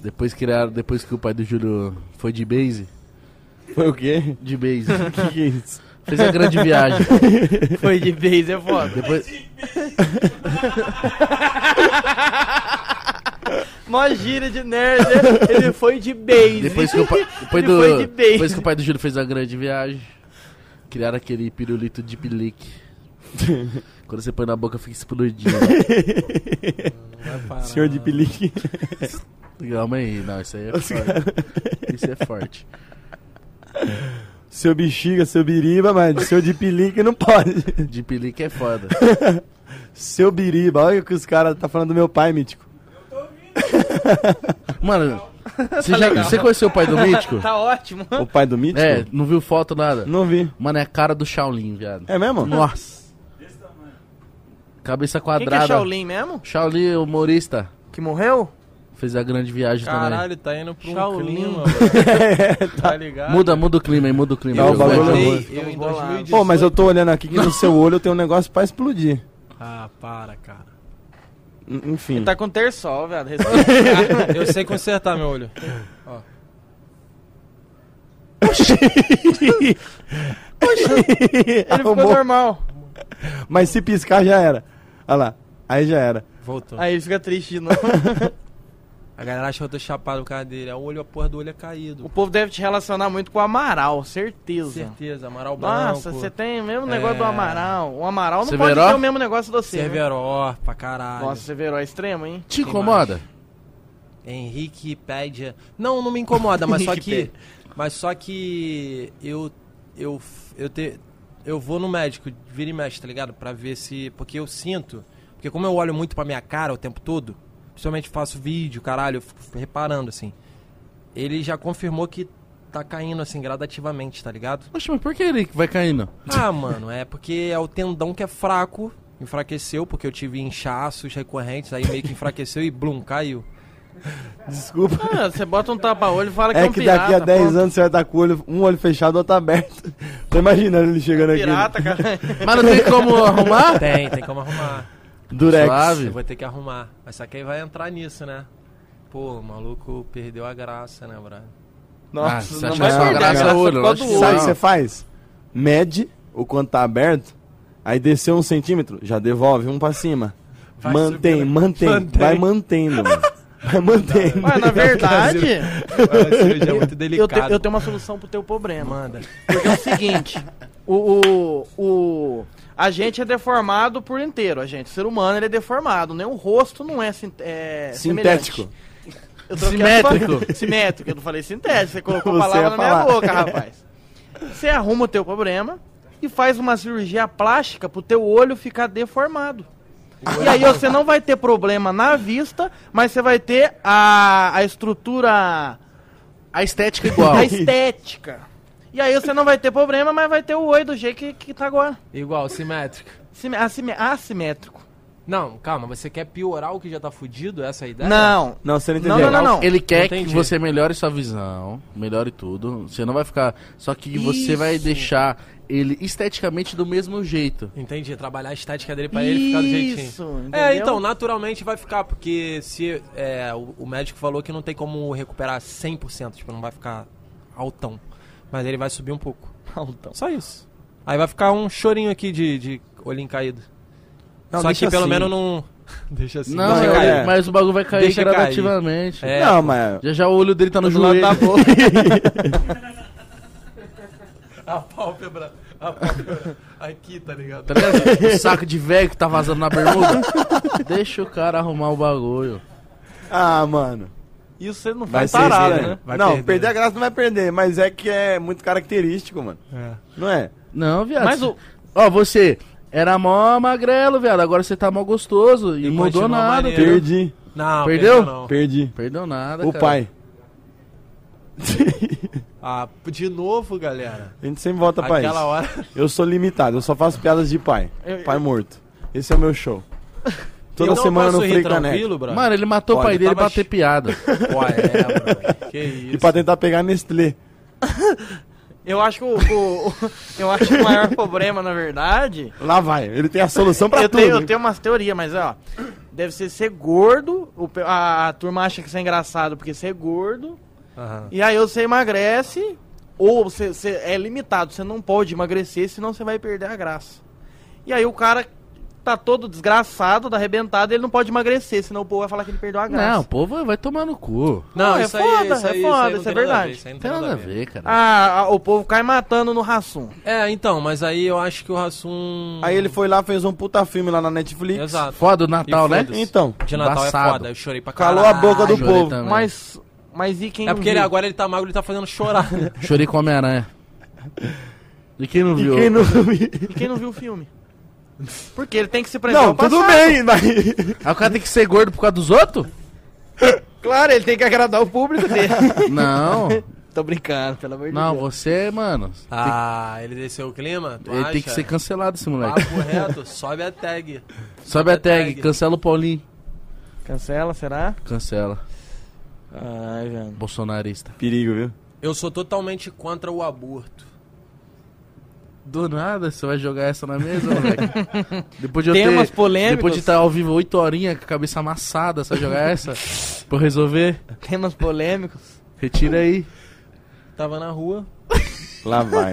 Depois criaram, depois que o pai do Júlio foi de base,
Foi o quê?
de base.
O que, que é isso?
Fez a grande viagem.
Foi de vez, é foda.
Depois,
Mó gíria de nerd, né? ele foi de base.
depois que o pai, depois
Ele foi de
do,
base.
depois que o pai do Júlio fez a grande viagem, criaram aquele pirulito de pilique. Quando você põe na boca fica explodindo.
Senhor de pelique.
Calma aí, não, isso aí é forte. Isso é forte.
Seu bexiga, seu biriba, mas seu de pelique não pode.
De pilique é foda.
Seu biriba, olha o que os caras tá falando do meu pai, mítico.
Mano, você, já, você conheceu o pai do Mítico?
Tá ótimo.
O pai do mítico?
É, não viu foto, nada.
Não vi.
Mano, é a cara do Shaolin, viado.
É mesmo?
Nossa. Cabeça
Quem que é
quadrada.
Shaolin mesmo?
Shaolin, humorista.
Que morreu?
Fez a grande viagem também.
Caralho, tá indo pra um
Shaolin.
clima, mano. Tá ligado?
Muda, muda o clima aí, muda o clima.
Dá o
Eu-
Eu
bagulho
eu-
é
voltei,
louco.
eu em
Ficamos bolados.
2018.
Pô, mas eu tô olhando aqui que no seu olho tem um negócio pra explodir.
Ah, para, cara.
N- Enfim.
Ele tá com terçol, velho. Respeita.
Eu sei consertar meu olho.
Ele ficou
Arrumou.
normal.
Mas se piscar já era. Olha lá. Aí já era.
Voltou.
Aí ele fica triste de novo.
A galera achou que eu tô chapado o cara dele. Aí o olho, a porra do olho é caído.
o povo deve te relacionar muito com o Amaral, certeza.
Certeza, Amaral Branco.
Nossa, você tem o mesmo negócio
É.
do Amaral. O Amaral não
Severo?
pode ter o mesmo negócio do você. né?
Cerveró, pra caralho.
Nossa, Severo é extremo, hein?
Te incomoda?
Henrique Pédia. Não, não me incomoda, mas só que. Mas só que eu. Eu. Eu, te, eu vou no médico, vira e mexe, tá ligado? Pra ver se. Porque eu sinto. Porque como eu olho muito pra minha cara o tempo todo, principalmente faço vídeo, caralho, eu fico reparando assim. Ele já confirmou que tá caindo assim, gradativamente, tá ligado?
Poxa, mas por que ele vai caindo?
Ah, mano, é porque é o tendão que é fraco, enfraqueceu, porque eu tive inchaços recorrentes, aí meio que enfraqueceu e blum, caiu.
Desculpa.
Ah, você bota um tapa-olho e fala que é
É
um
que
pirata.
daqui a 10
pronto.
anos você vai estar com o olho, um olho fechado e outro aberto. Tô imaginando ele chegando aqui.
Pirata, cara.
Mas não tem como arrumar?
Tem, tem como arrumar.
Durex.
Eu
Suave.
vou ter que arrumar. Mas só que aí vai entrar nisso, né? Pô, o maluco perdeu a graça, né, brother?
Ah,
Nossa,
você
não
acha
vai
que só
perder.
graça é
Graça
olho?
por causa
Lógico
do
que
Sabe o
não.
que você faz? Mede o quanto tá aberto, aí desceu um centímetro, já devolve um pra cima.
Vai
mantém,
subindo.
mantém,
Mantém.
vai mantendo, mano. Vai mantendo.
Mas na verdade,
A cirurgia é muito
eu, te-
delicado.
eu tenho uma solução pro teu problema.
Manda.
Porque é o seguinte, o, o, o- a gente é deformado por inteiro, a gente. O ser humano ele é deformado, nem o rosto não é, sin- é
Sintético.
semelhante. Eu troquei a
Simétrico.
palavra- simétrico, eu não falei sintético, você colocou a
Você
palavra na
ia
minha
falar.
boca, rapaz. Você arruma o teu problema e faz uma cirurgia plástica pro teu olho ficar deformado. E aí você não vai ter problema na vista, mas você vai ter a, a estrutura
A estética é igual.
a estética. E aí você não vai ter problema, mas vai ter o oi do jeito que, que tá agora.
Igual, simétrico.
Sime- assime- assimétrico.
Não, calma, você quer piorar o que já tá fudido? Essa é a ideia?
Não.
Não, você não
Não,
entendeu.
não, não, não.
Ele quer
Entendi.
que você melhore sua visão, melhore tudo. Você não vai ficar. Só que você vai deixar ele esteticamente do mesmo jeito.
Entendi, trabalhar a estética dele pra ele ficar do jeitinho.
Isso,
É,
entendeu?
então, naturalmente vai ficar, porque se é, o, o médico falou que não tem como recuperar 100%, tipo, não vai ficar altão. Mas ele vai subir um pouco. Altão. Só isso. Aí vai ficar um chorinho aqui de, de olhinho caído.
Não,
Só
deixa
que pelo
assim.
menos não. Deixa assim.
Não,
deixa
é-
cair.
mas o bagulho vai cair
Deixa cair.
gradativamente.
É,
Não, mas...
Já já o olho dele tá no
Do lado
joelho.
da boca.
A pálpebra. A pálpebra. Aqui, tá ligado?
Tá ligado? O saco de velho que tá vazando na bermuda. Deixa o cara arrumar o bagulho.
Ah, mano.
Isso você não
Vai
faz
ser
tarado,
estranho.
né?
Vai
não,
perder.
perder a graça não vai perder, mas é que é muito característico, mano. Não é?
Não, viado.
Mas o-
Ó, você era mó magrelo, viado. Agora você tá mó gostoso. E,
E
mudou
continua
nada.
maneiro.
Perdeu,
Perdi,
Não,
Perdeu?
perdeu não. Tá
perdi.
perdeu nada.
O
cara.
pai.
Ah, de novo, galera.
A gente sempre volta pra isso.
Aquela hora.
Eu sou limitado, eu só faço piadas de pai.
Eu- eu-
Pai morto. Esse é o meu show. Toda
Eu não
semana no
posso rir
Frei Caneca.
tranquilo, brother?
Mano, ele matou
Olha,
o pai dele
tava
pra ter
chi-
piada.
Pô, é, brother. Que isso.
E pra tentar pegar Nestlé.
Eu acho que o, o- o- eu acho que o maior problema, na verdade.
Lá vai, ele tem a solução pra
Eu
tudo.
tenho, eu tenho umas teorias, mas ó. Deve ser ser gordo. o pe- a, a turma acha que isso é engraçado porque ser gordo.
Aham.
E aí você emagrece, ou você, você é limitado, você não pode emagrecer, senão você vai perder a graça. E aí o cara tá todo desgraçado, tá arrebentado, ele não pode emagrecer, senão o povo vai falar que ele perdeu a graça.
Não, o povo vai tomar no cu.
Não,
Não, é
isso aí,
foda,
isso
é
aí,
foda,
aí não
isso é
tem nada a
verdade.
ver, isso aí
Não tem nada a ver, cara.
Ah, ah, o povo cai matando no Rassum.
É, então, mas aí eu acho que o Rassum.
Aí ele foi lá, fez um puta filme lá na Netflix.
Exato.
Foda o Natal,
E
né?
foda-se.
Então,
De Natal é
Embaçado.
foda, eu chorei pra caralho.
calou a boca do
Ai, chorei
povo.
também.
Mas. Mas e quem.
É porque ele,
viu?
agora ele tá magro, ele tá fazendo chorar. né?
Chorei com Homem-Aranha. E quem não
E
viu?
quem não...
E quem não viu o filme? Porque ele tem que se preservar.
não,
o passado.
tudo bem, mas...
Aí Ah, o cara tem que ser gordo por causa dos outros?
Claro, ele tem que agradar o público dele.
Não.
Tô brincando, pelo amor de
Não,
Deus.
você, mano.
Ah, ele desceu o clima? Tu
Ele tem que
acha?
ser cancelado, esse moleque.
Papo reto, sobe a tag.
Sobe a tag,
tag.
cancela o Paulinho.
Cancela, será?
Cancela.
Ai, velho.
Bolsonarista.
Perigo, viu?
Eu sou totalmente contra o aborto.
Do nada, você vai jogar essa na mesa, moleque? Depois de eu
Temas
ter,
polêmicos.
Depois de estar ao vivo 8 horinhas com a cabeça amassada, você vai jogar essa? pra eu resolver?
Temas polêmicos.
Retira aí.
Tava na rua.
Lá vai.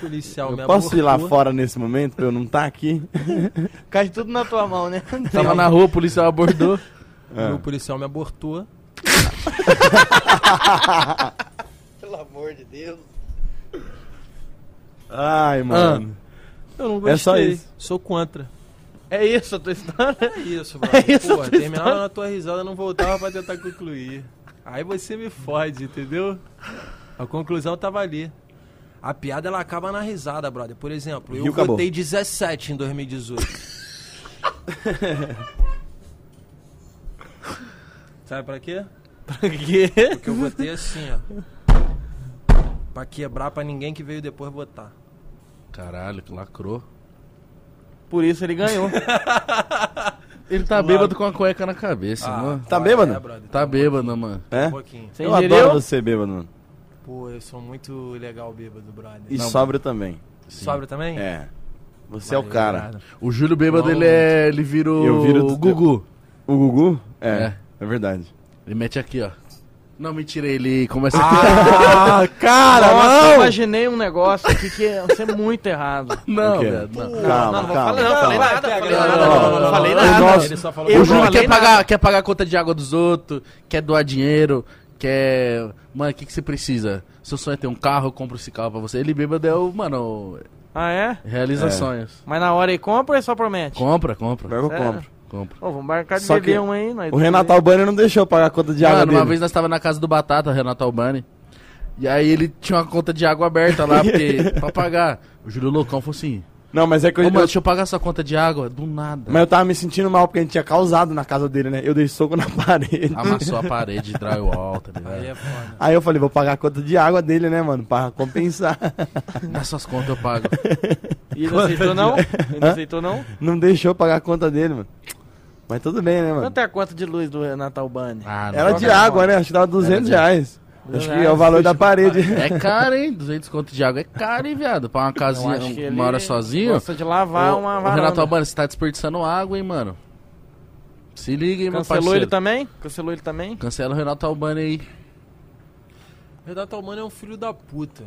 policial me
Eu posso ir lá
abordou.
fora nesse momento pra eu não estar aqui?
Cai tudo na tua mão, né?
Tava na rua, o policial abordou.
Ah.
O policial me abortou.
Pelo amor de Deus.
Ai, mano.
Eu não gostei.
É só isso.
Sou contra.
É isso a tua história?
É isso, brother.
É isso a
Porra,
tua
terminava
história?
na tua risada, eu não voltava pra tentar concluir. Aí você me fode, entendeu? A conclusão tava ali. A piada ela acaba na risada, brother. Por exemplo, eu
Rio acabou.
votei 17 em 2018. Sabe pra quê?
Pra quê?
Porque eu votei assim, ó. Pra quebrar pra ninguém que veio depois votar.
Tá
Caralho, que lacrou.
Por isso ele ganhou.
Ele tá bêbado com a cueca na cabeça, mano.
tá
qual
bêbado?
brother?
Tá bêbado, mano.
É?
Um pouquinho.
Você
Eu
ingeriu?
adoro você bêbado, mano.
Pô, eu sou muito legal bêbado, brother.
E sóbrio também.
Sobra também?
É. Você é o cara.
O Júlio bêbado, ele é. Ele vira o.
Eu viro-
o Gugu.
O Gugu? É.
É.
É verdade.
Ele mete aqui, ó. Não, mentira, ele começa
Ah, cara,
Nossa, eu imaginei um negócio aqui que ia ser muito errado.
aqui. Não,
O quê?
velho. Não.
Calma, calma.
Não, falei
calma.
nada, falei
Não,
nada,
não, não,
não,
não,
não,
não,
falei
não,
nada.
nossa.
Ele só falou
O
Eu
que
juro.
Júlio
falei
quer
nada.
pagar, quer pagar a conta de água dos outros, quer doar dinheiro, quer. Mano, o que, que você precisa? Seu sonho é ter um carro, eu compro esse carro pra você. Ele bêbado é o. Mano,
Ah, é?
realiza
É.
sonhos.
Mas na hora ele compra ou ele só promete?
Compra, compra.
Agora eu
Sério?
compro.
Compra.
Ô, vamos marcar de
Só
beber
que
um aí. nós
O
dois.
Renato Albani não deixou eu pagar a conta de água
Mano, uma
dele.
vez nós tava na casa do Batata, Renato Albani. E aí ele tinha uma conta de água aberta lá, porque, pra pagar. O Júlio Loucão falou assim:
Não, mas é que
Ô,
eu,
mano,
eu-
deixa eu pagar essa conta de água. Do nada.
Mas eu tava me sentindo mal porque a gente tinha causado na casa dele, né? Eu dei soco na parede.
Amassou a parede, drywall, tá
Aí
ligado?
é foda.
Aí eu falei, vou pagar a conta de água dele, né, mano? Pra compensar.
Dá suas contas, eu pago.
E ele não aceitou, não? Ele não aceitou, não?
não deixou eu pagar a conta dele, mano. Mas tudo bem, né, mano?
Quanto é a conta de luz do Renato Albani?
Ah, não.
Era de água, né? Acho que dava 200 reais. Acho que é o valor da parede.
É caro, hein? 200 conto de água é caro, hein, viado? Pra uma
Eu
casinha,
acho que ele
uma hora sozinho.
Gosta de lavar
Ô,
uma
ô,
varanda.
Renato Albano, você tá desperdiçando água, hein, mano? Se liga, hein, meu
Cancelou ele tá-
parceiro.
também? Cancelou ele também?
Cancela o Renato Albani aí.
Renato Almano é um filho da puta.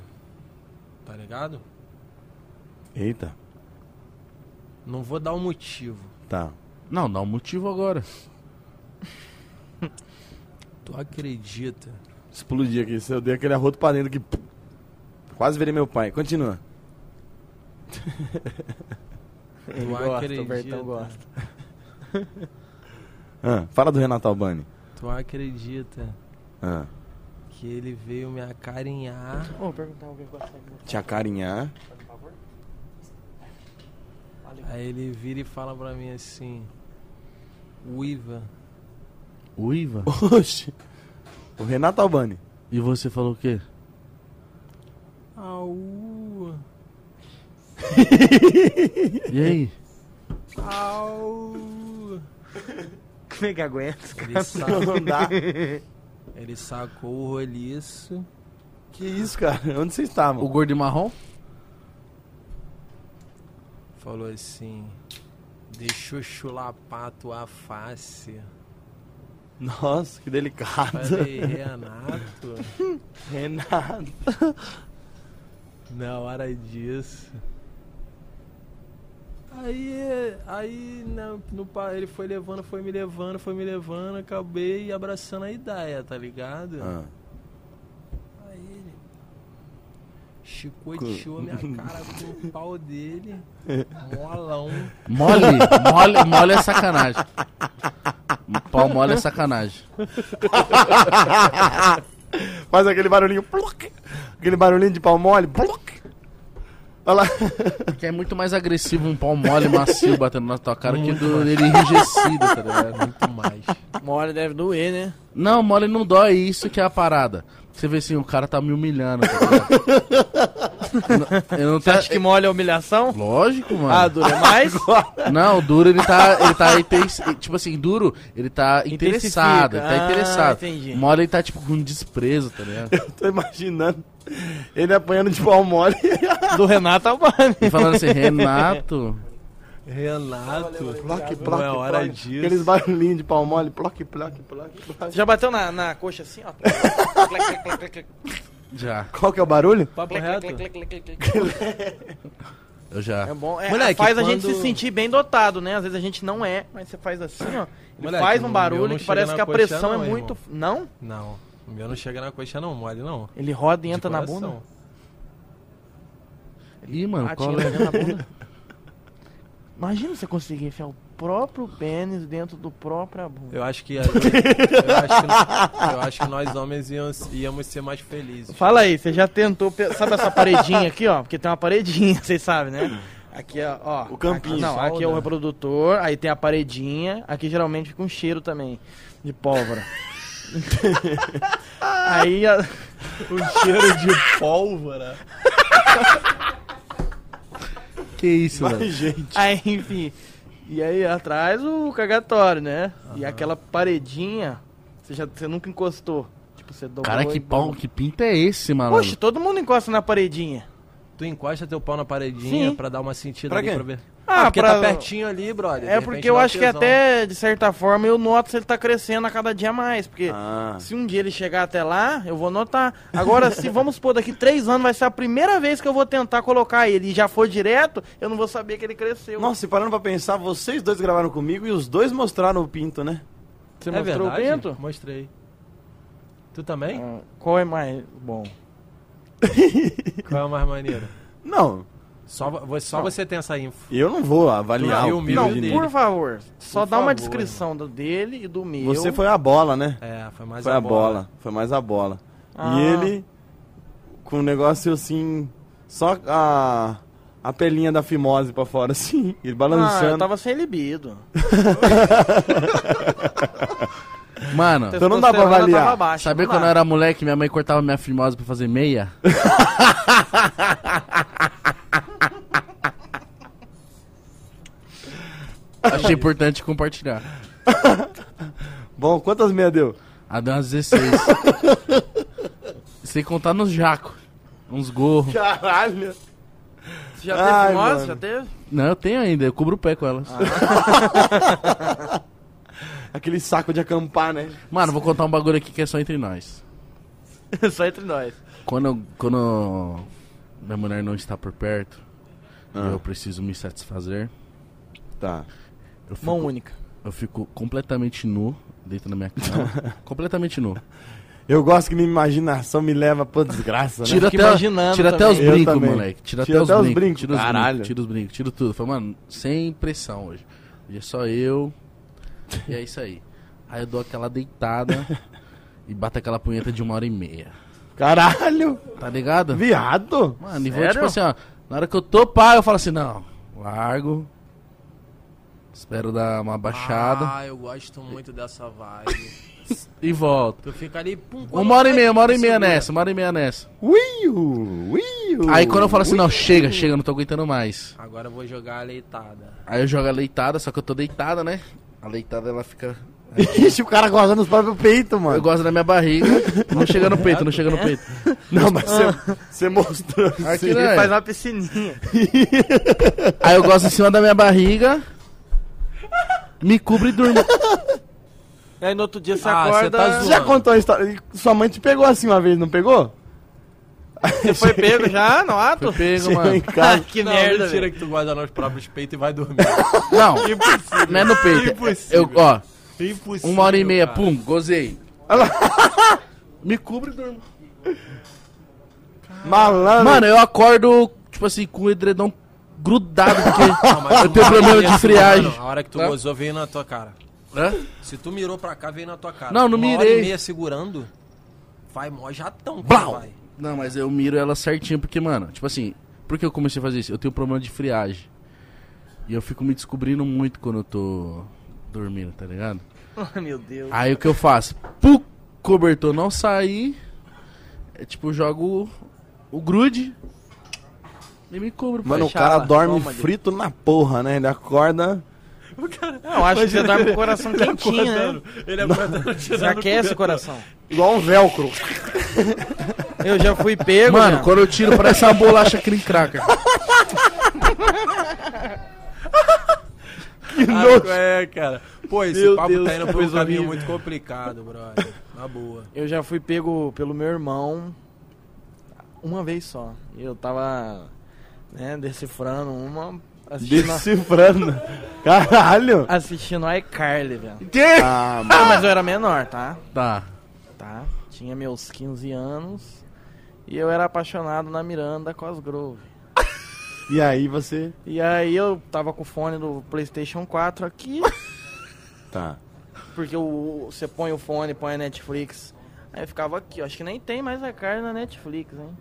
Tá ligado?
Eita,
Não vou dar um motivo.
tá.
Não, dá um motivo agora.
Tu acredita?
Explodi aqui, eu dei aquele arroto pra dentro que. Quase virei meu pai. Continua.
Tu acredita?
Ah, fala do Renato Albani.
Tu acredita
Ah,
que ele veio me acarinhar?
Vou perguntar alguém que gosta de
te acarinhar.
Aí ele vira e fala pra mim assim: Uiva,
Uiva.
Oxi. O Renato Albani.
E você falou o quê?
au,
E aí?
au.
Como é que aguenta?
Ele, sa-
Não dá.
ele sacou o roliço.
Que isso, cara? Onde você está,
O
mano?
gordo e marrom?
Falou assim: Deixa eu chulapar tua face.
Nossa, que delicado.
Falei, Renato,
Renato.
na hora disso. Aí, aí na- no, pa- ele foi levando, foi me levando, foi me levando, acabei abraçando a ideia, tá ligado?
Ah.
Aí ele chicoteou a minha cara com o pau dele, um molão.
Mole? Mole, mole é sacanagem. Pau mole é sacanagem.
Faz aquele barulhinho. pluc. Aquele barulhinho de pau mole. pluc. Olha lá.
Que é muito mais agressivo um pau mole macio batendo na tua cara que do, ele enrijecido, tá ligado?
Muito mais.
Uma hora deve doer, né?
Não, mole não dói, isso que é a parada. Você vê assim, o cara tá me humilhando. Tá ligado? Não, eu não
Você
tá-
acha que mole é humilhação?
Lógico, mano.
Ah, dura mais?
Não, o duro ele tá. Ele tá inten- tipo assim, duro, ele tá interessado. Ele tá
Intensifica. Ah,
interessado.
entendi.
Mole ele tá tipo com desprezo, tá ligado?
Tô imaginando. Ele apanhando de pau mole.
Do Renato Albani.
E falando assim, Renato.
Renato,
Ploc, ploc,
não é hora
ploc.
disso.
Aqueles barulhinhos de pau mole. Ploc, ploc, ploc, ploc.
Já bateu na, na coxa assim, ó?
Já,
Qual que é o barulho?
Papo
Clic,
reto.
clic, clic, clic, clic, clic, clic.
eu já.
É bom, é,
Moleque,
faz a gente
quando-
se sentir bem dotado, né? Às vezes a gente não é, mas você faz assim, ó. Ele
Moleque,
faz
o
um
meu
barulho
não
que parece
chega
que
na
a pressão
coxa, não,
é muito.
irmão.
Não?
Não. O meu não chega na coxa não, mole não.
Ele roda e
De
entra na
coração.
bunda.
Ih, mano,
Ah, tinha
qual é?
entra na bunda. Imagina você conseguir enfiar o próprio pênis dentro do próprio bunda.
Eu acho que a- eu, acho que eu acho que nós homens íamos, íamos ser mais felizes.
Fala aí, você já tentou. pe- Sabe essa paredinha aqui, ó? Porque tem uma paredinha, vocês sabem, né? Aqui, ó, ó.
O campinho.
Aqui, não, aqui é o reprodutor, aí tem a paredinha. Aqui geralmente fica um cheiro também de pólvora. aí a-
Cheiro de pólvora.
Que isso, mano?
gente.
Aí, enfim. E aí atrás o cagatório, né? E aquela paredinha, você, já, você nunca encostou. Tipo, você dobrou.
Cara,
e
que
dobrou.
pau, que pinta é esse, malandro?
Poxa, todo mundo encosta na paredinha.
Tu encosta teu pau na paredinha
Sim.
pra dar uma sentida
Pra
ali
quê?
pra ver.
Ah,
porque
pra-
tá pertinho ali, brother. De
É
repente
porque eu
dá um
acho que
tesão.
até, de certa forma, eu noto se ele tá crescendo a cada dia mais. Porque
Ah.
se um dia ele chegar até lá, eu vou notar. Agora, se vamos supor, daqui três anos vai ser a primeira vez que eu vou tentar colocar ele e já for direto, eu não vou saber que ele cresceu.
Nossa, e parando pra pensar, vocês dois gravaram comigo e os dois mostraram o pinto, né?
você
é
mostrou
verdade?
o pinto?
Mostrei. Tu também?
Ah, Qual é mais bom?
Qual é a mais maneira?
Não,
Só, vo- só você tem essa info.
eu não vou
Tu
avaliar
viu
o
o
pinto
meu
Não,
de
dele?
ninguém.
por favor, só
Por
dá uma
favor,
descrição do dele e do meu.
Você foi a bola, né?
É, foi mais
Foi a bola. Foi mais a bola.
Ah.
E ele, com um negócio assim, só a, a pelinha da fimose pra fora, assim, ele
Ah, eu
balançando.
tava sem libido.
Mano,
tá
Então não dá pra
Testosterona
avaliar.
tava baixa,
sabia
não
quando
dá.
eu era moleque, minha mãe cortava minha fimose pra fazer meia? Achei importante compartilhar.
Bom, quantas meias deu?
A deu umas 16. Sem contar nos jacos. Uns gorros.
Caralho!
Você já teve
Ai,
fimose?
mano.
Já teve?
Não, eu tenho ainda, eu cubro o pé com elas.
Aquele saco de acampar, né?
Mano, vou contar um bagulho aqui que é só entre nós.
só entre nós.
Quando, quando minha mulher não está por perto, eu preciso me satisfazer.
Tá.
Eu fico,
Mão única.
eu fico completamente nu, deito na minha cama. completamente nu.
Eu gosto que minha imaginação me leva pra desgraça, né?
Tira
fico
até,
imaginando
tira até
também.
os
Eu
brincos,
também.
moleque. Tira, até, os brincos. Tira os
caralho.
brincos, tira os brincos, tira tudo. Falei, mano, sem pressão hoje. Hoje é só eu. E é isso aí. Aí eu dou aquela deitada e bato aquela punheta de uma hora e meia.
Caralho!
Tá ligado?
Viado!
Mano, e vou
Sério?
tipo assim, ó. Na hora que eu topar, eu falo assim, não. Largo. Espero dar uma baixada.
Ah, eu gosto muito dessa vibe.
E volto.
tu fica ali... Pum,
Uma hora e meia, uma hora e meia nessa, uma hora e meia nessa.
Uiu! Uiu!
Aí quando eu falo assim, não, chega, chega, não tô aguentando mais.
Agora eu vou jogar a leitada.
Aí eu jogo a leitada, só que eu tô deitada, né? A leitada ela fica.
Ixi, o cara gosta nos próprios peitos, mano.
Eu gosto da minha barriga. Não chega no peito, não chega no peito.
Não, mas
Ah.
você- você mostrou.
Aqui,
assim.
né?
Ele
É.
faz uma piscininha.
Aí eu gosto em cima da minha barriga. Me cubro e durmo.
Aí no outro dia você
Ah,
acorda.
você tá
Você já contou a história? Sua mãe te pegou assim uma vez, não pegou?
Você foi pego já no ato?
Foi pego,
Chegou em
mano.
Ah,
casa.
que
não,
merda,
mentira
velho.
que tu guarda nos próprios peitos e vai dormir.
Não, não é no peito. Eu, ó,
Impossível.
uma hora e meia,
cara.
pum, gozei. Me cubro e durmo.
um Malandro.
Mano, eu acordo, tipo assim, com o edredom grudado,
Não, mas
porque eu
tu
tenho
não
problema de
conhece,
friagem.
mano. A hora que tu
Tá?
gozou veio na tua cara.
Hã?
Se tu mirou pra cá, veio na tua cara.
Não, não
Uma hora
mirei.
e meia segurando, vai mó jatão. que
Blau!
Vai.
Não, mas eu miro ela certinho, porque, mano, tipo assim, por que eu comecei a fazer isso? Eu tenho problema de friagem. E eu fico me descobrindo muito quando eu tô dormindo, tá ligado?
Ai, meu Deus.
Aí o que eu faço? Pro cobertor não sair, é tipo, jogo o, o grude e me cubro.
Mano, o
pai.
cara
Chala,
dorme
toma,
frito na porra, né? Ele acorda.
Não, acho que você dorme com o coração quentinho, né?
Ele acordando, tirando
Você aquece o coração.
Igual um velcro.
Eu já fui pego,
Mano,
já.
quando eu tiro, parece uma bolacha cream cracker.
Ah, é, cara. Pô, esse
Meu
papo
Deus,
tá indo
que
pra um
coisa
caminho
horrível.
muito complicado, brother. Na boa.
Eu já fui pego pelo meu irmão uma vez só. E eu tava, né, decifrando uma. Assistindo,
Decifrando. Caralho.
assistindo a iCarly, velho.
Que?
Ah,
Ah, mas eu era menor, tá?
tá.
Tá? Tinha meus 15 anos. E eu era apaixonado na Miranda Cosgrove.
E aí você...
E aí eu tava com o fone do PlayStation 4 aqui.
Tá.
Porque o, você põe o fone, põe a Netflix. Aí eu ficava aqui, ó, acho que nem tem mais a cara na Netflix, hein?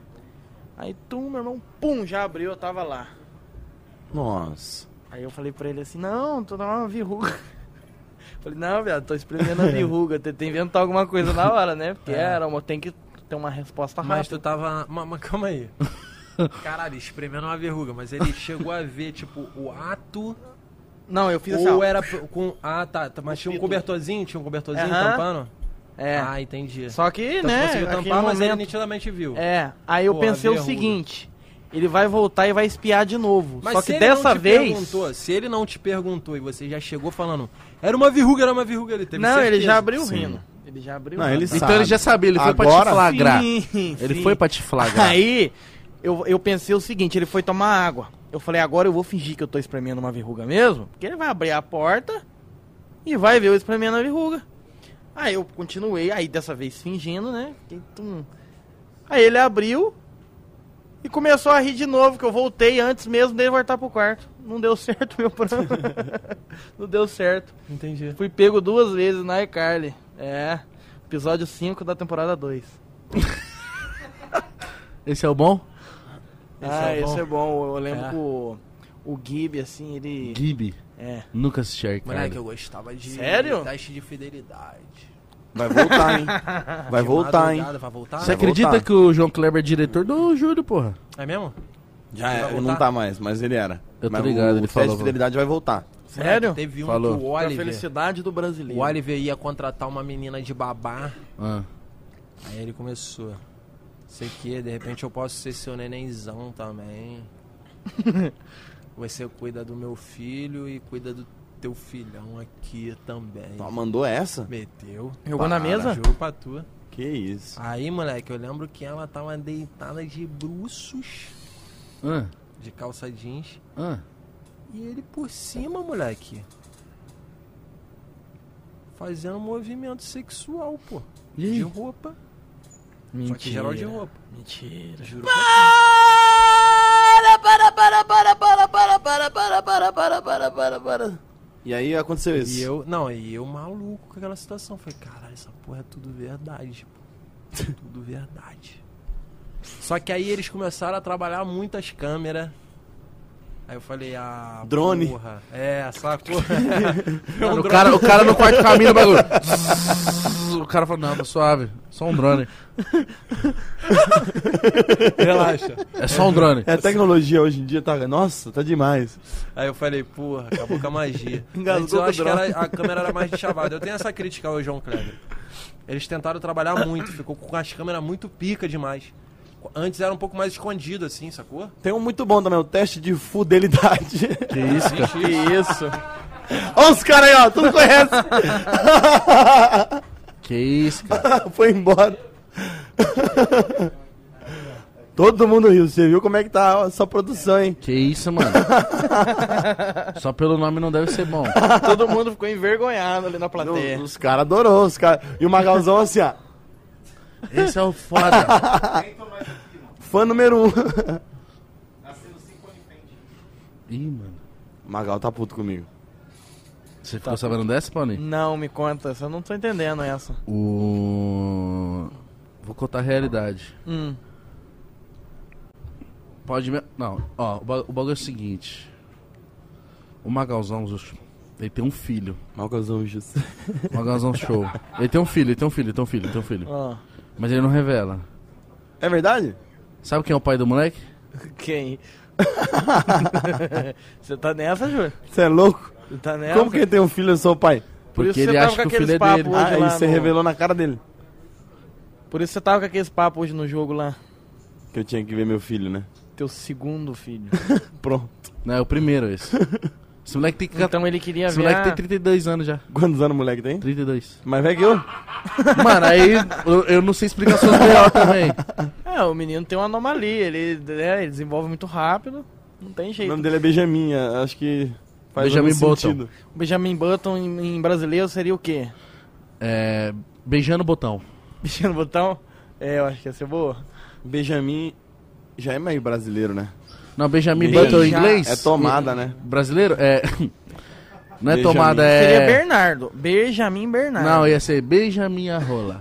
Aí tu, meu irmão, pum, já abriu, eu tava lá.
Nossa.
Aí eu falei pra ele assim, não, tô dando uma verruga. Falei, não, viado, tô espremendo a verruga, tentei inventar alguma coisa na hora, né? Porque era uma, tem que ter uma resposta
Mas tu
rápida.
tava. Mas, mas calma aí. Caralho, espremendo uma verruga, mas ele chegou a ver, tipo, o ato.
Não, eu fiz assim,
ou
ó.
era p- com. Ah, tá. tá, Mas tinha um
Pito.
cobertorzinho, tinha um cobertorzinho
Aham.
tampando?
É,
Ah, entendi.
só que,
então
né,
tu conseguiu
aquele
tampar, mas ele
momento-
nitidamente viu.
É, aí eu
Pô, a
pensei o
verruga.
seguinte, ele vai voltar e vai espiar de novo.
Mas
só
se
que
ele não
dessa
te
vez...
perguntou- se ele não te perguntou e você já chegou falando, era uma verruga, era uma verruga, ele teve
Não, ele
certeza.
já abriu
Sim.
rindo. Ele já abriu
Não,
rindo.
ele
Tá.
sabe.
Então ele já sabia, ele foi pra te
Agora-
flagrar.
Sim,
Ele
sim.
foi pra te flagrar.
Aí, eu, eu pensei o seguinte, ele foi tomar água. Eu falei, agora eu vou fingir que eu tô espremendo uma verruga mesmo, porque ele vai abrir a porta e vai ver eu espremendo a verruga. Aí eu continuei, aí dessa vez fingindo, né? Fiquei tum. Aí ele abriu e começou a rir de novo, que eu voltei antes mesmo dele voltar pro quarto. Não deu certo meu plano. Não deu certo.
Entendi.
Fui pego duas vezes na iCarly. É, episódio 5 da temporada 2.
Esse é o bom?
ah,
é bom.
esse é bom. Eu lembro
É.
que o, o Gibi, assim, ele.
Gibi.
É.
Nunca assisti a Arcane.
Moleque, eu gostava de
Sério?
teste de fidelidade.
Vai voltar, hein? Vai
De
voltar, hein?
madrugada, Vai voltar?
Você
Vai
acredita
voltar.
que o João Kleber é diretor do Júlio, porra?
É mesmo?
Já
Vai
é,
voltar?
não tá mais, mas ele era.
Eu tô
Mas
ligado,
o
ele
teste
falou.
de fidelidade vai voltar.
Sério?
Teve um
Falou.
que o
Pra
Oliver...
felicidade do brasileiro.
O Oliver ia contratar uma menina de babá.
Ah.
Aí ele começou. Sei que, de repente eu posso ser seu nenenzão também. Você cuida do meu filho e cuida do teu filhão aqui também.
Ó, mandou essa?
Meteu.
Jogou na mesa?
Jogo pra tu.
Que isso.
Aí, moleque, eu lembro que ela tava deitada de bruços,
Ah.
de calça jeans.
Ah.
E ele por cima, moleque. Fazendo movimento sexual, pô.
E aí?
De roupa. Só que geral de roupa.
Mentira.
Juro.
Para, para, para, para, para, para, para, para, para, para, para, para, para. E aí aconteceu isso.
E eu, não, e eu maluco com aquela situação. Falei, caralho, essa porra é tudo verdade. pô. É tudo verdade. Só que aí eles começaram a trabalhar muitas câmeras. Aí eu falei, ah.
Drone. É um
Porra. É, sacou? É um
Mano, o, cara, o cara no quarto caminho do bagulho. Zzz, o cara falou, não, tá suave. Só um drone.
Relaxa.
É só um drone.
É, a tecnologia hoje em dia tá... Nossa, tá demais.
Aí eu falei, porra, acabou com a magia.
Engasgou
Antes eu
com o
acho que
drone.
era- a câmera era mais de chavada. Eu tenho essa crítica ao João Kleber. Eles tentaram trabalhar muito, ficou com as câmeras muito pica demais. Antes era um pouco mais escondido, assim, sacou?
Tem um muito bom também, o teste de fidelidade.
Que isso, cara.
Que isso?
Olha os caras aí, ó, tu não conhece.
Que isso, cara.
Foi embora. Todo mundo riu, você viu como é que tá essa produção, hein?
Que isso, mano. Só pelo nome não deve ser bom.
Todo mundo ficou envergonhado ali na plateia.
Os caras adorou, os caras. E o Magalzão assim, ó,
Esse é o foda.
fã número um.
Ih, mano.
Magal tá puto comigo.
Você ficou sabendo dessa, Paulinho?
Não, me conta, eu não tô entendendo essa.
O... Vou contar a realidade.
Hum.
Pode me... Não, ó, o ba- o bagulho é o seguinte. O Magalzão, Zuxo, ele tem um filho.
Magalzão justo.
O Magalzão Show. Ele tem um filho, ele tem um filho, ele tem um filho, ele tem um filho.
ó.
Mas ele não revela.
É verdade?
Sabe quem é o pai do moleque?
Quem? Você tá nessa, Júlio?
Você é louco?
Você tá nessa?
Como quem tem um filho, eu sou o pai.
Por
Porque
isso você
ele
tava
acha
com
que o filho é
aqueles papo
dele.
hoje.
Ah,
lá
aí você
no-
revelou na cara dele.
Por isso você tava com aqueles papos hoje no jogo lá.
Que eu tinha que ver meu filho, né?
Teu segundo filho.
Pronto.
Não, é o primeiro esse. Esse moleque tem, que
Então ele queria
esse
ver.
moleque tem
a-
32 anos já.
Quantos anos o moleque tem?
32.
Mais velho que um. eu?
Mano, aí eu, eu não sei explicar suas B.O. também.
É, É, o menino tem uma anomalia, ele, né, ele desenvolve muito rápido, não tem
O
jeito.
nome dele é Benjamin, a- acho que faz
Benjamin
algum
Button.
sentido.
O Benjamin Button em, em brasileiro seria o quê?
É, beijando o botão.
Bichinho no botão? É, eu acho que ia ser boa.
Benjamin já é meio brasileiro, né?
Não, Benjamin
Beija-
Button em inglês?
É tomada, né?
Brasileiro? É. Não é
Benjamin.
tomada, é.
Seria Bernardo. Benjamin Bernardo.
Não, ia ser beija minha rola.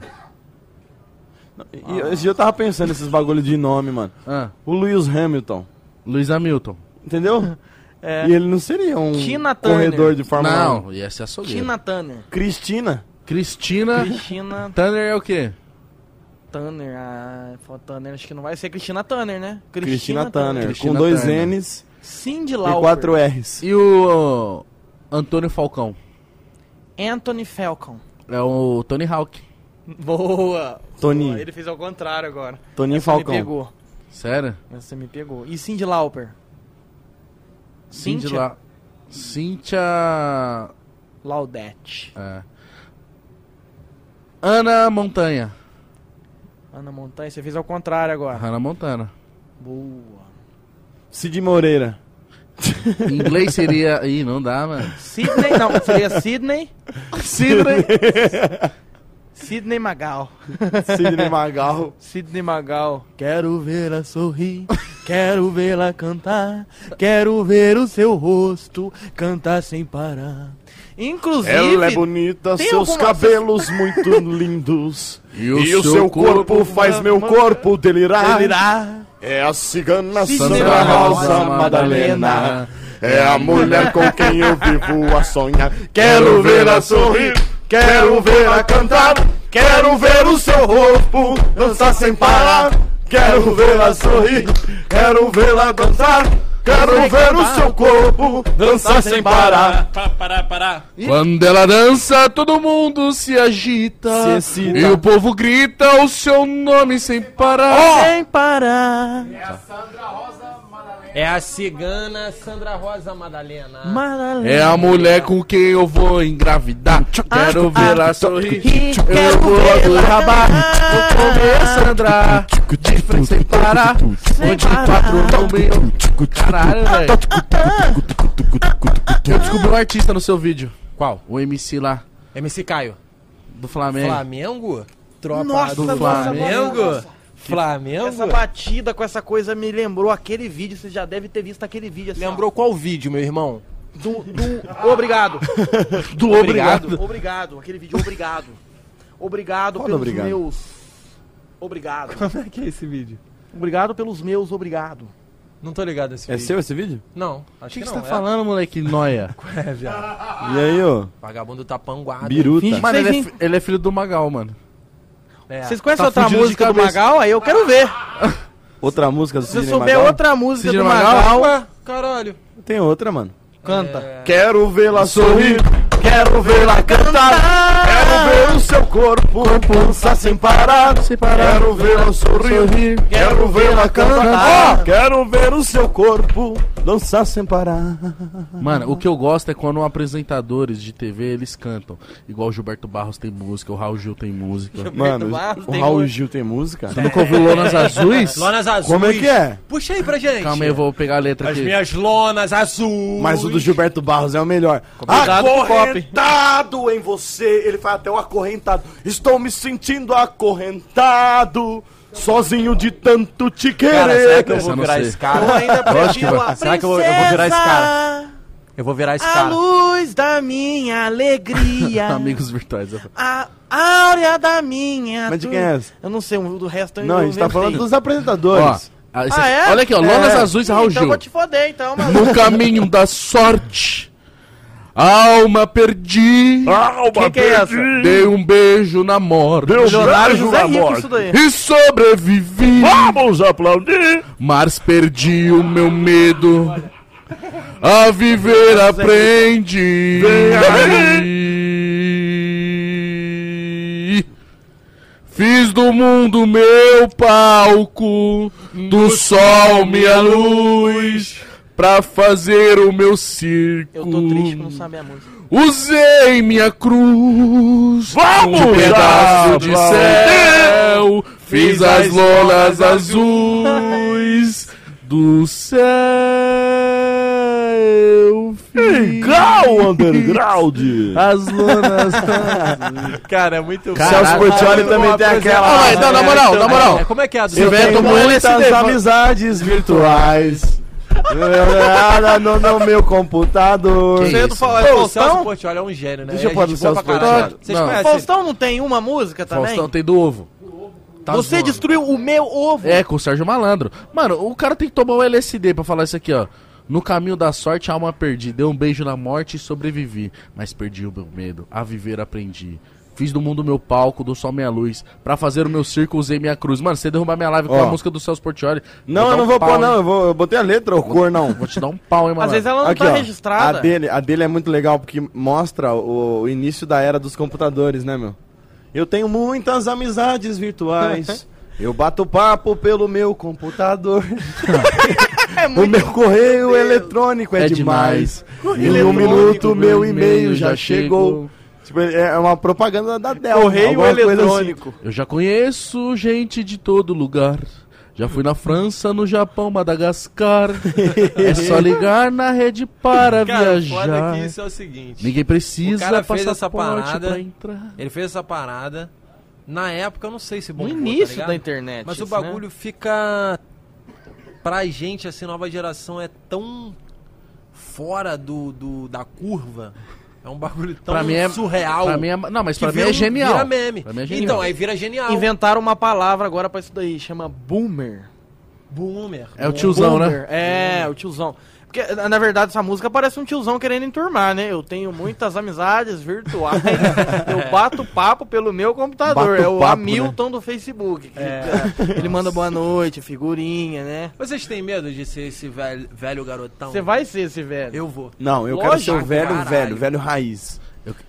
E esse dia eu tava pensando nesses bagulho de nome, mano.
Ah,
O Lewis Hamilton,
Luiz Hamilton.
entendeu?
É.
E ele não seria um
Tina Turner.
corredor de Fórmula 1.
Não, ia ser açougueiro.
Tina Turner.
Cristina.
Cristina
Cristina
Tanner é o quê?
Turner. Ah, falou Turner, acho que não vai ser Cristina Turner, né?
Cristina, Tanner.
Cristina
com dois
Turner.
N's
Cindy
e
Lauper.
quatro R's.
E o uh, Antônio Falcão?
Anthony Falcon.
É o Tony Hawk.
Boa.
Toninho.
Boa, Ele fez ao contrário agora.
Toninho
Você Me
Falcão.
pegou.
Sério?
Você me pegou. E Cindy Lauper.
Cintia.
Cíntia?
La... Cíntia...
Laudete.
é. Ana Montanha.
Ana Montanha, você fez ao contrário agora.
Hannah Montana.
Boa.
Cid Moreira.
Em inglês seria... Ih, não dá, mano.
Sidney, não, seria Sidney.
Sidney.
Sidney Magal.
Sidney Magal.
Sidney Magal. Quero vê-la sorrir, quero vê-la cantar, quero ver o seu rosto cantar sem parar. Inclusive,
Ela é bonita,
tem
seus
alguma-
cabelos muito lindos.
E
E o seu corpo faz meu corpo delirar.
ele irá.
É a cigana
Sidney
Sandra Rosa
Rosa
Madalena. É a mulher com quem eu vivo a sonhar. Quero vê-la sorrir, quero vê-la cantar. Quero ver o seu corpo dançar sem parar. Quero vê-la sorrir, quero vê-la cantar. Quero ver o seu corpo dançar sem parar.
Pará, pará, pará.
Quando ela dança, todo mundo se agita.
Se excita.
e o povo grita o seu nome sem parar.
Sem parar.
É a cigana Sandra Rosa Madalena.
Madalena.
É a mulher com quem eu vou engravidar. Quero ver ela sorrir. Eu vou adorar. Vou comer Sandra. De frente sem parar. Onde quatro não meu. Caralho, velho. Eu descobri um artista no seu vídeo. Qual? O MC lá.
MC Caio.
Do Flamengo.
Flamengo? Tropa
Nossa,
do
nossa,
Flamengo?
nossa.
Flamengo?
Essa batida com essa coisa me lembrou aquele vídeo, você já deve ter visto aquele vídeo. assim, ó.
Lembrou qual vídeo, meu irmão?
Do, do- Obrigado.
Do
Obrigado. Obrigado. Aquele vídeo, obrigado. Obrigado
Qual
pelos
obrigado?
meus. Obrigado.
Como é que é esse vídeo?
Obrigado pelos meus, obrigado.
Não tô ligado nesse vídeo.
É esse vídeo?
Não,
O
acho
que,
que,
que você
não.
tá
é.
falando, moleque? Noia.
É, viado.
E aí, ô?
Vagabundo tá panguado.
Biruta.
Mano,
Vocês
ele é,
vêm-
fi- ele é filho do Magal, mano.
É.
Vocês conhecem
tá
outra
fudido de
música do
cabeça.
Magal? Aí eu quero ver.
Outra música do
Se eu
Sidney
souber
Magal?
outra música
Sidney
do
Magal?
Magal,
Ué, caralho.
Tem outra, mano.
canta.
Quero vê-la sorrir, quero vê-la cantar, quero ver o seu corpo dançar sem parar,
Sem parar.
quero vê-la sorrir,
Sorrir.
quero vê-la cantar,
Cantar.
quero ver o seu corpo dançar sem parar.
Mano, o que eu gosto é quando apresentadores de TV eles cantam. Igual o Gilberto Barros tem música, o Raul Gil tem música.
Mano,
Barros
o
tem
Raul
música.
Gil tem música?
Você nunca ouviu Lonas Azuis?
Lonas azuis.
Como é que é?
Puxa aí pra gente.
Calma aí, eu vou pegar a letra
As
aqui.
minhas lonas azuis.
Mas o um do Gilberto Barros é o melhor.
Complicado pro pop.
Acorrentado em você, ele faz até o acorrentado. Estou me sentindo acorrentado, sozinho de tanto te
Cara, será
querer.
que eu vou
Essa eu não
virar
sei.
esse cara?
Lógico que vai.
Será que eu vou- eu vou virar esse cara?
Princesa,
Eu vou virar esse
A
cara.
luz da minha alegria.
Amigos virtuais. eu falo.
A áurea da minha.
Mas de quem é essa?
Eu não sei, o do resto eu
Não, a gente tá
inventei.
falando dos
Ó,
apresentadores.
a- esse
Ah,
aqui-
é?
Olha aqui, ó. Lonas Azuis e Raul
Então eu
Gil.
vou te foder, então, mano.
No caminho da sorte, alma perdi.
Alma,
Que que é essa?
Dei um beijo na morte.
um
Milionário José Rico, isso daí.
E sobrevivi.
Vamos aplaudir!
Mas perdi o meu medo. A
é
viver aprendi. Fiz do mundo meu palco, do sol minha luz. pra fazer o meu circo.
Eu tô triste
Hum.
que não sabe a música.
Usei minha cruz.
Vamos!
Um pedaço de
Vamos!
céu. Fiz as lolas azuis do céu. fiz
Legal, underground!
As lolas
Cara, é muito
Celso Portioli também tem aquela.
Ah, mas não, na moral, na moral.
É, como é que é a do
Eu
Silvestre
tenho um
tomou
muitas
LSD, mano.
amizades virtuais. Nada no, no meu computador.
Você não fala,
Pô,
pô, o Celso
então-
Portioli é um gênio, né?
Deixa eu
É
falar do
gente boa
Celso
pra caralho.
Portiolli.
Vocês
Não. tá
conhecem?
Faustão não tem uma música também?
Faustão tem do ovo. Tá
Você
zoando.
destruiu o meu ovo.
É, com o Sérgio Malandro. Mano, o cara tem que tomar um o LSD pra falar isso aqui, ó. No caminho da sorte, a alma perdi. Dei um beijo na morte e sobrevivi. Mas perdi o meu medo. A viver aprendi. Fiz do mundo meu palco, do sol minha luz. Pra fazer o meu circo, usei minha cruz. Mano, se você derrubar minha live com
Ó.
a música do Celso Portioli...
Não, eu
dar
não
um
vou
pau,
pôr,
hein?
não. Eu, vou, eu botei a letra, o cor, não.
Vou te dar um pau, hein, mano.
Às vezes ela não
Aqui,
tá
ó,
registrada.
A dele, a dele é muito legal porque mostra o, o início da era dos computadores, né, meu? Eu tenho muitas amizades virtuais. Eu bato papo pelo meu computador.
É
o
muito...
meu correio eletrônico é,
É
demais.
demais.
Em um minuto, meu e-mail já chegou. Tipo, é é uma propaganda da Dell.
Correio
alguma coisa assim.
eletrônico.
Eu já conheço gente de todo lugar. Já fui na França, no Japão, Madagascar. é só ligar na rede para
Cara, foda
viajar.
que isso é o seguinte.
Ninguém precisa
O cara fez
passar
essa parada.
pra entrar.
Ele fez essa parada. Na época, eu não sei se bom.
No início da
internet.
internet.
Mas o
isso, né?
bagulho fica. Pra gente, assim, nova geração é tão fora do, do- da curva. É um bagulho tão
Pra mim é-
surreal.
Pra mim é, não, mas
que
pra mim
vira
é
um-
genial.
Vira meme.
Pra mim é genial.
então, aí vira genial.
Inventaram uma palavra agora pra isso daí, chama boomer.
Boomer.
É o tiozão, né?
Boomer, É, o tiozão. Porque, na verdade, essa música parece um tiozão querendo enturmar, né? Eu tenho muitas amizades virtuais. eu bato papo pelo meu computador.
Bato
é o
papo,
Hamilton
né?
do Facebook. que
É.
fica- Ele manda boa noite, figurinha, né?
Vocês têm medo de ser esse velho, velho garotão?
Você vai ser esse velho.
Eu vou.
Não, eu quero
Lógico,
ser o velho,
caralho.
velho, velho raiz.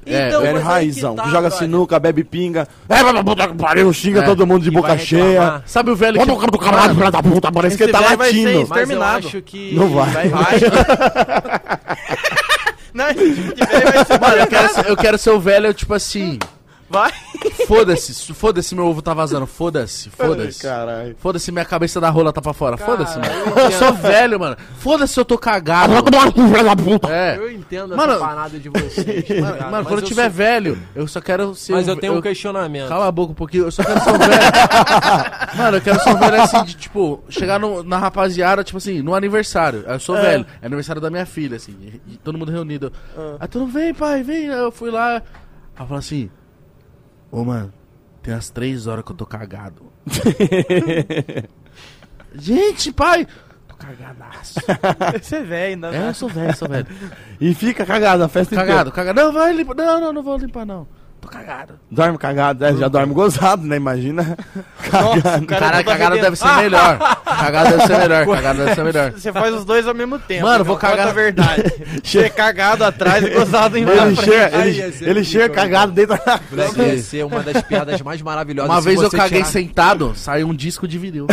É,
Então,
velho
mas aí que
raizão. Que,
tá,
joga
brother.
sinuca, bebe pinga. É, vai pra puta que pariu, xinga
É.
todo mundo de
E
boca
vai
cheia.
reclamar.
Sabe o velho
Olha o cara do camarada, filha da puta, parece que ele
Esse
tá
velho vai ser
latindo.
isso.
Mas eu
Terminado.
acho que.
Não vai.
Não, esse tipo de velho vai ser
Mano, eu quero, ser, eu quero ser o velho, tipo assim.
Vai.
Foda-se, su- foda-se, meu ovo tá vazando. Foda-se, foda-se.
Caralho.
Foda-se, minha cabeça da rola tá pra fora. Foda-se, mano. Eu sou velho, mano. Foda-se, eu tô cagado. É.
Eu entendo
Mano-
essa parada de vocês.
Mano, mano,
cara, mas
quando eu tiver
sou-
velho, eu só quero ser.
Mas
um-
eu tenho um questionamento.
Cala a boca um pouquinho, eu só quero ser um velho. Mano, eu quero ser um velho assim, de tipo, chegar no- na rapaziada, tipo assim, no aniversário. Eu sou velho, é aniversário da minha filha, assim, e, e todo mundo reunido.
Ah.
Aí todo mundo, vem, pai, vem. Aí eu fui lá. Ela falou assim: Ô, mano, tem umas três horas que eu tô cagado.
É.
Gente, pai, tô cagadaço.
Você é velho ainda.
É, eu sou velho, eu sou velho.
E fica cagado a festa inteira.
Cagado, cagado. Não, vai limpar. Não, não, não vou limpar, não. Tô cagado.
Dorme cagado, é, já dorme gozado, né? Imagina. Cagado.
Caralho, cagada deve ser melhor. Cagada deve ser melhor, cagada deve ser melhor.
Você faz os dois ao mesmo tempo.
Mano, vou
meu, conta
cagar-
a verdade. Você é cagado atrás e gozado em
Ele chega,
Aí é
ele,
ia ser
ele chega
ridículo,
cagado dentro da.
Deve ser uma das piadas mais maravilhosas.
Uma
se
vez eu
você
caguei
tirar-
sentado, saiu um disco de vinil.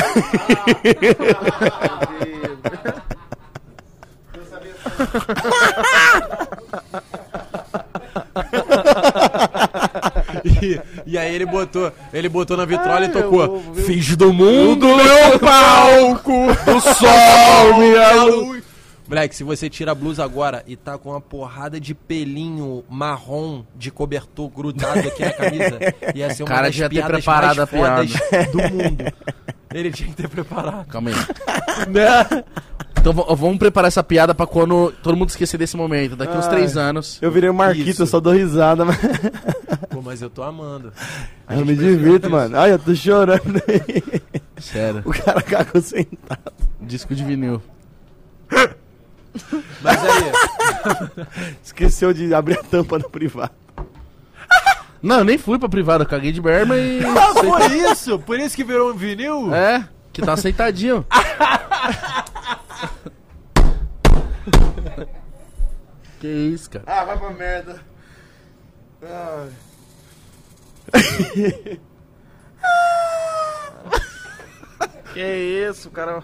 E, e aí ele botou, ele botou na vitrola e tocou. Fiz do
Mundo meu palco, o sol, minha luz.
luz. Moleque, se você tira a blusa agora e tá com uma porrada de pelinho marrom de cobertor grudado aqui na camisa, ia ser uma
Cara,
das
já ter
piadas
preparado
mais
a piada.
fodas do mundo. Ele tinha que ter preparado.
Calma aí. Então v- vamos preparar essa piada pra quando todo mundo esquecer desse momento. Daqui uns três anos.
Eu virei o Marquito,
Isso.
eu só dou risada, mas
Pô, mas eu tô amando.
eu me divirto, mano. Ai, eu tô chorando.
Sério.
o cara cagou sentado.
Disco de vinil.
Mas aí,
Esqueceu de abrir a tampa no privado.
Não, eu nem fui pra privada, eu caguei de berma e.
ah, por isso? Por isso que virou um vinil?
É, que tá sentadinho. que isso, cara.
Ah, vai pra merda.
Tá
Que isso, cara.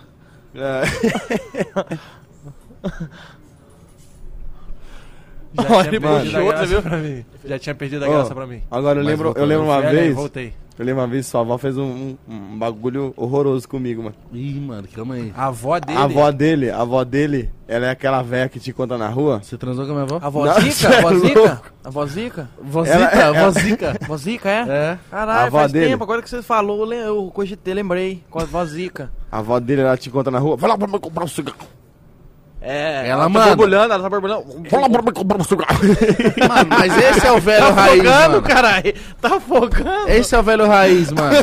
É.
Já tinha
mano.
perdido a graça pra mim. Já tinha perdido a
Ó,
graça pra mim.
Agora eu
Mas
lembro,
voltou,
eu lembro
né?
uma
Fui além,
vez.
Voltei.
Eu lembro uma vez, sua avó fez um, um- um bagulho horroroso comigo, mano.
Ih, mano, calma aí.
A avó dele.
A avó dele, a avó dele, ela é aquela véia que te conta na rua.
Você transou com a minha avó? é
A vó
Não,
zica?
cê
A vó
é
zica?
louco.
A vó zica?
Vozita,
Ela- ela-
vozica.
Vó zica, é?
É.
A
Caralho,
avó
faz
dele.
tempo. Agora que você falou, eu lem- eu cogitei, lembrei. Com a vó zica.
A avó dele, ela te conta na rua. Vai lá pra me comprar um cigarro.
É.
Ela
tá
manda.
borbulhando, ela tá borbulhando.
Vai lá pra me comprar um cigarro.
Mano, mas esse é o velho
Tá
raiz,
afogando,
mano.
caralho. Tá afogando.
Esse é o velho raiz, mano.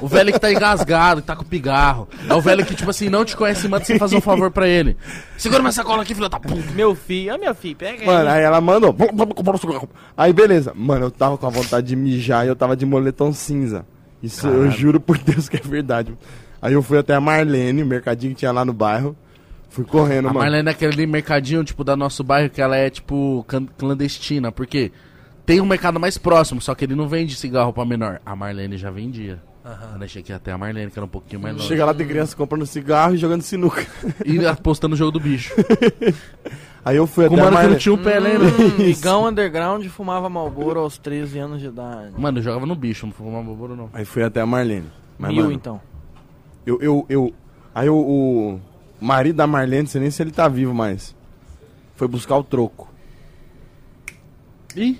O velho que tá engasgado, que tá com pigarro. É o velho que, tipo assim, não te conhece e manda você fazer um favor pra ele. Segura minha sacola aqui, filha da puta.
Meu filho, ah, meu filho, pega
Mano,
aí.
aí ela mandou. Vai lá pra me comprar um cigarro. Aí beleza. Mano, eu tava com a vontade de mijar e eu tava de moletom cinza. Isso eu juro por Deus que é verdade. Aí eu fui até a Marlene, o mercadinho que tinha lá no bairro. Fui
A
correndo, mano.
Marlene é aquele mercadinho, tipo, da nosso bairro, que ela é, tipo, can- clandestina. Porque tem um mercado mais próximo, só que ele não vende cigarro pra menor. A Marlene já vendia. Eu deixei aqui até a Marlene, que era um pouquinho mais longe.
Chega lá, tem criança comprando cigarro e jogando sinuca.
E apostando no jogo do bicho.
Aí eu fui
Com
até a
mano que não
Marlene.
tinha um pé, lembra?
Migão underground fumava Malboro aos 13 anos de idade.
Mano, eu jogava no bicho, não fumava boboro, não.
Aí fui até a Marlene. Mas,
Mil,
mano,
então.
Eu, eu, eu. Aí o, o marido da Marlene, não sei nem se ele tá vivo mais. Foi buscar o troco.
Ih,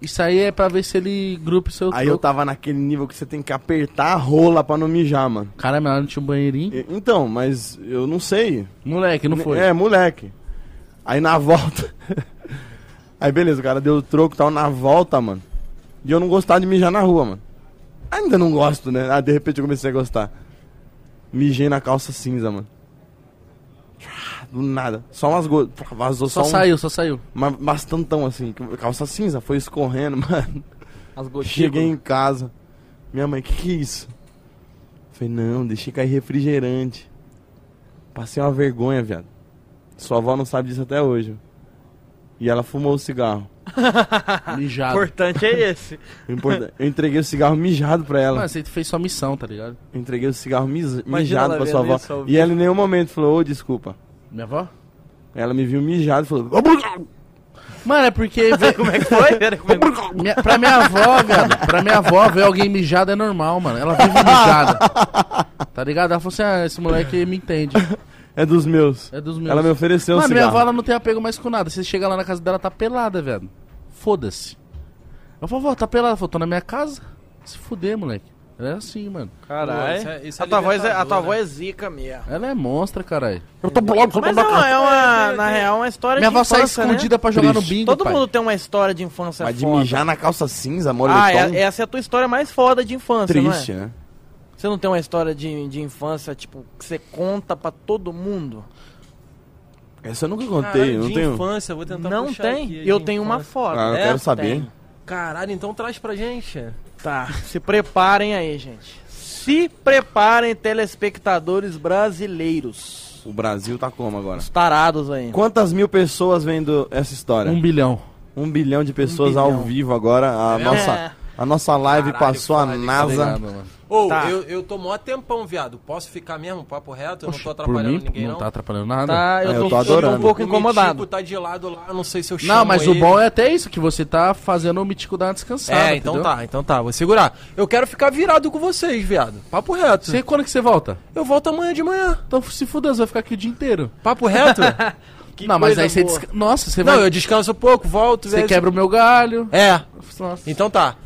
isso aí é pra ver se ele grupa o seu
Aí eu
troco.
tava naquele nível que você tem que apertar a rola pra não mijar, mano.
Caramba, ela não tinha um banheirinho.
E- então, mas eu não sei.
Moleque, não foi.
É, moleque. Aí na volta. Aí beleza, o cara deu o troco e tal na volta, mano. E eu não gostava de mijar na rua, mano. Ainda não gosto, né? Ah, de repente eu comecei a gostar. Mijei na calça cinza, mano. Ah, Do nada. Só umas gotas. Vazou
Só
só, um-
saiu, só saiu.
Mas bastantão assim, que- calça cinza, foi escorrendo, mano.
As gotinhas.
Cheguei em casa. Minha mãe, que que é isso? Falei, não, deixei cair refrigerante. Passei uma vergonha, viado. Sua avó não sabe disso até hoje. E ela fumou o cigarro.
O
Ah,
Mijado.
importante é esse.
O importa- Eu entreguei o cigarro mijado pra ela.
Mano, você fez sua missão, tá ligado?
Eu Entreguei o cigarro mis-
Imagina ela
mijado pra sua
vendo
avó.
isso ao
E ela em nenhum momento falou, ô, desculpa.
Minha avó?
Ela me viu mijado e falou, "Obrigado."
Mano, é porque... vê-
Como é que foi? Era como é que-
Minha, pra minha avó, velho, pra minha avó ver alguém mijado é normal, mano. Ela vive mijada. Tá ligado? Ela falou assim: ah, esse moleque me entende.
é dos meus.
É dos meus.
Ela me ofereceu o
Mano, minha
cigarro.
avó ela não tem apego mais com nada. Você chega lá na casa dela, tá pelada, velho. Foda-se. Eu falo, vó, tá pelada. Ela falou, tô na minha casa. Se fuder, moleque. Ela é assim, mano.
Pô,
Caralho.
isso é- isso é
a tua, voz é, a tua
libertador,
voz é zica mesmo.
Ela é monstra, caralho.
Eu tô bolado, só
Mas
pra-
é uma, é uma- na real, uma história
Minha
de
avó sai
infância, né?
escondida pra jogar no
Triste.
bingo,
Todo
pai.
mundo tem uma história de infância
Mas de
é foda.
mijar na calça cinza, moletom.
Ah, é- essa é a tua história mais foda de infância,
triste,
não é?
né?
Você não tem uma história de, de infância, tipo, que você conta pra todo mundo?
Essa eu nunca
né? Caralho,
contei, eu não
de
tenho.
infância, eu vou tentar
não
puxar
tem?
aqui, de
eu tenho uma
infância.
foda.
Ah, eu
É,
quero saber.
tem.
Caralho, então traz pra gente.
Tá, se preparem aí, gente. Se preparem, telespectadores brasileiros.
O Brasil tá como agora?
Os tarados aí.
Quantas mil pessoas vendo essa história?
Um
Um,
bilhão.
bilhão de pessoas
bilhão.
ao vivo agora. A
É.
nossa, a nossa live
Caralho,
passou a
foda, é hein,
NASA.
Obrigado, mano.
Ô,
Tá.
eu, eu tô mó tempão, viado. Posso ficar mesmo, papo reto? Eu não tô
Por
atrapalhando
mim,
ninguém,
não
não.
tá atrapalhando nada.
Tá, eu,
É,
tô,
eu tô
eu tô
adorando.
um pouco
O
incomodado.
Mitico tá de lado lá, não sei se eu chamo
Não, mas
ele.
o bom é até isso, que você tá fazendo o mítico dar uma descansada.
É, então
entendeu?
tá, então tá, vou segurar. Eu quero ficar virado com vocês, viado. Papo reto.
Você, quando que você volta?
Eu volto amanhã de manhã.
Então se fuda, você vai ficar aqui o dia inteiro.
Papo reto?
não, mas
coisa
aí você
boa.
desca... Nossa, você
não,
vai.
eu descanso um pouco, volto.
Você
vejo-
quebra o meu galho.
É,
Nossa.
então tá.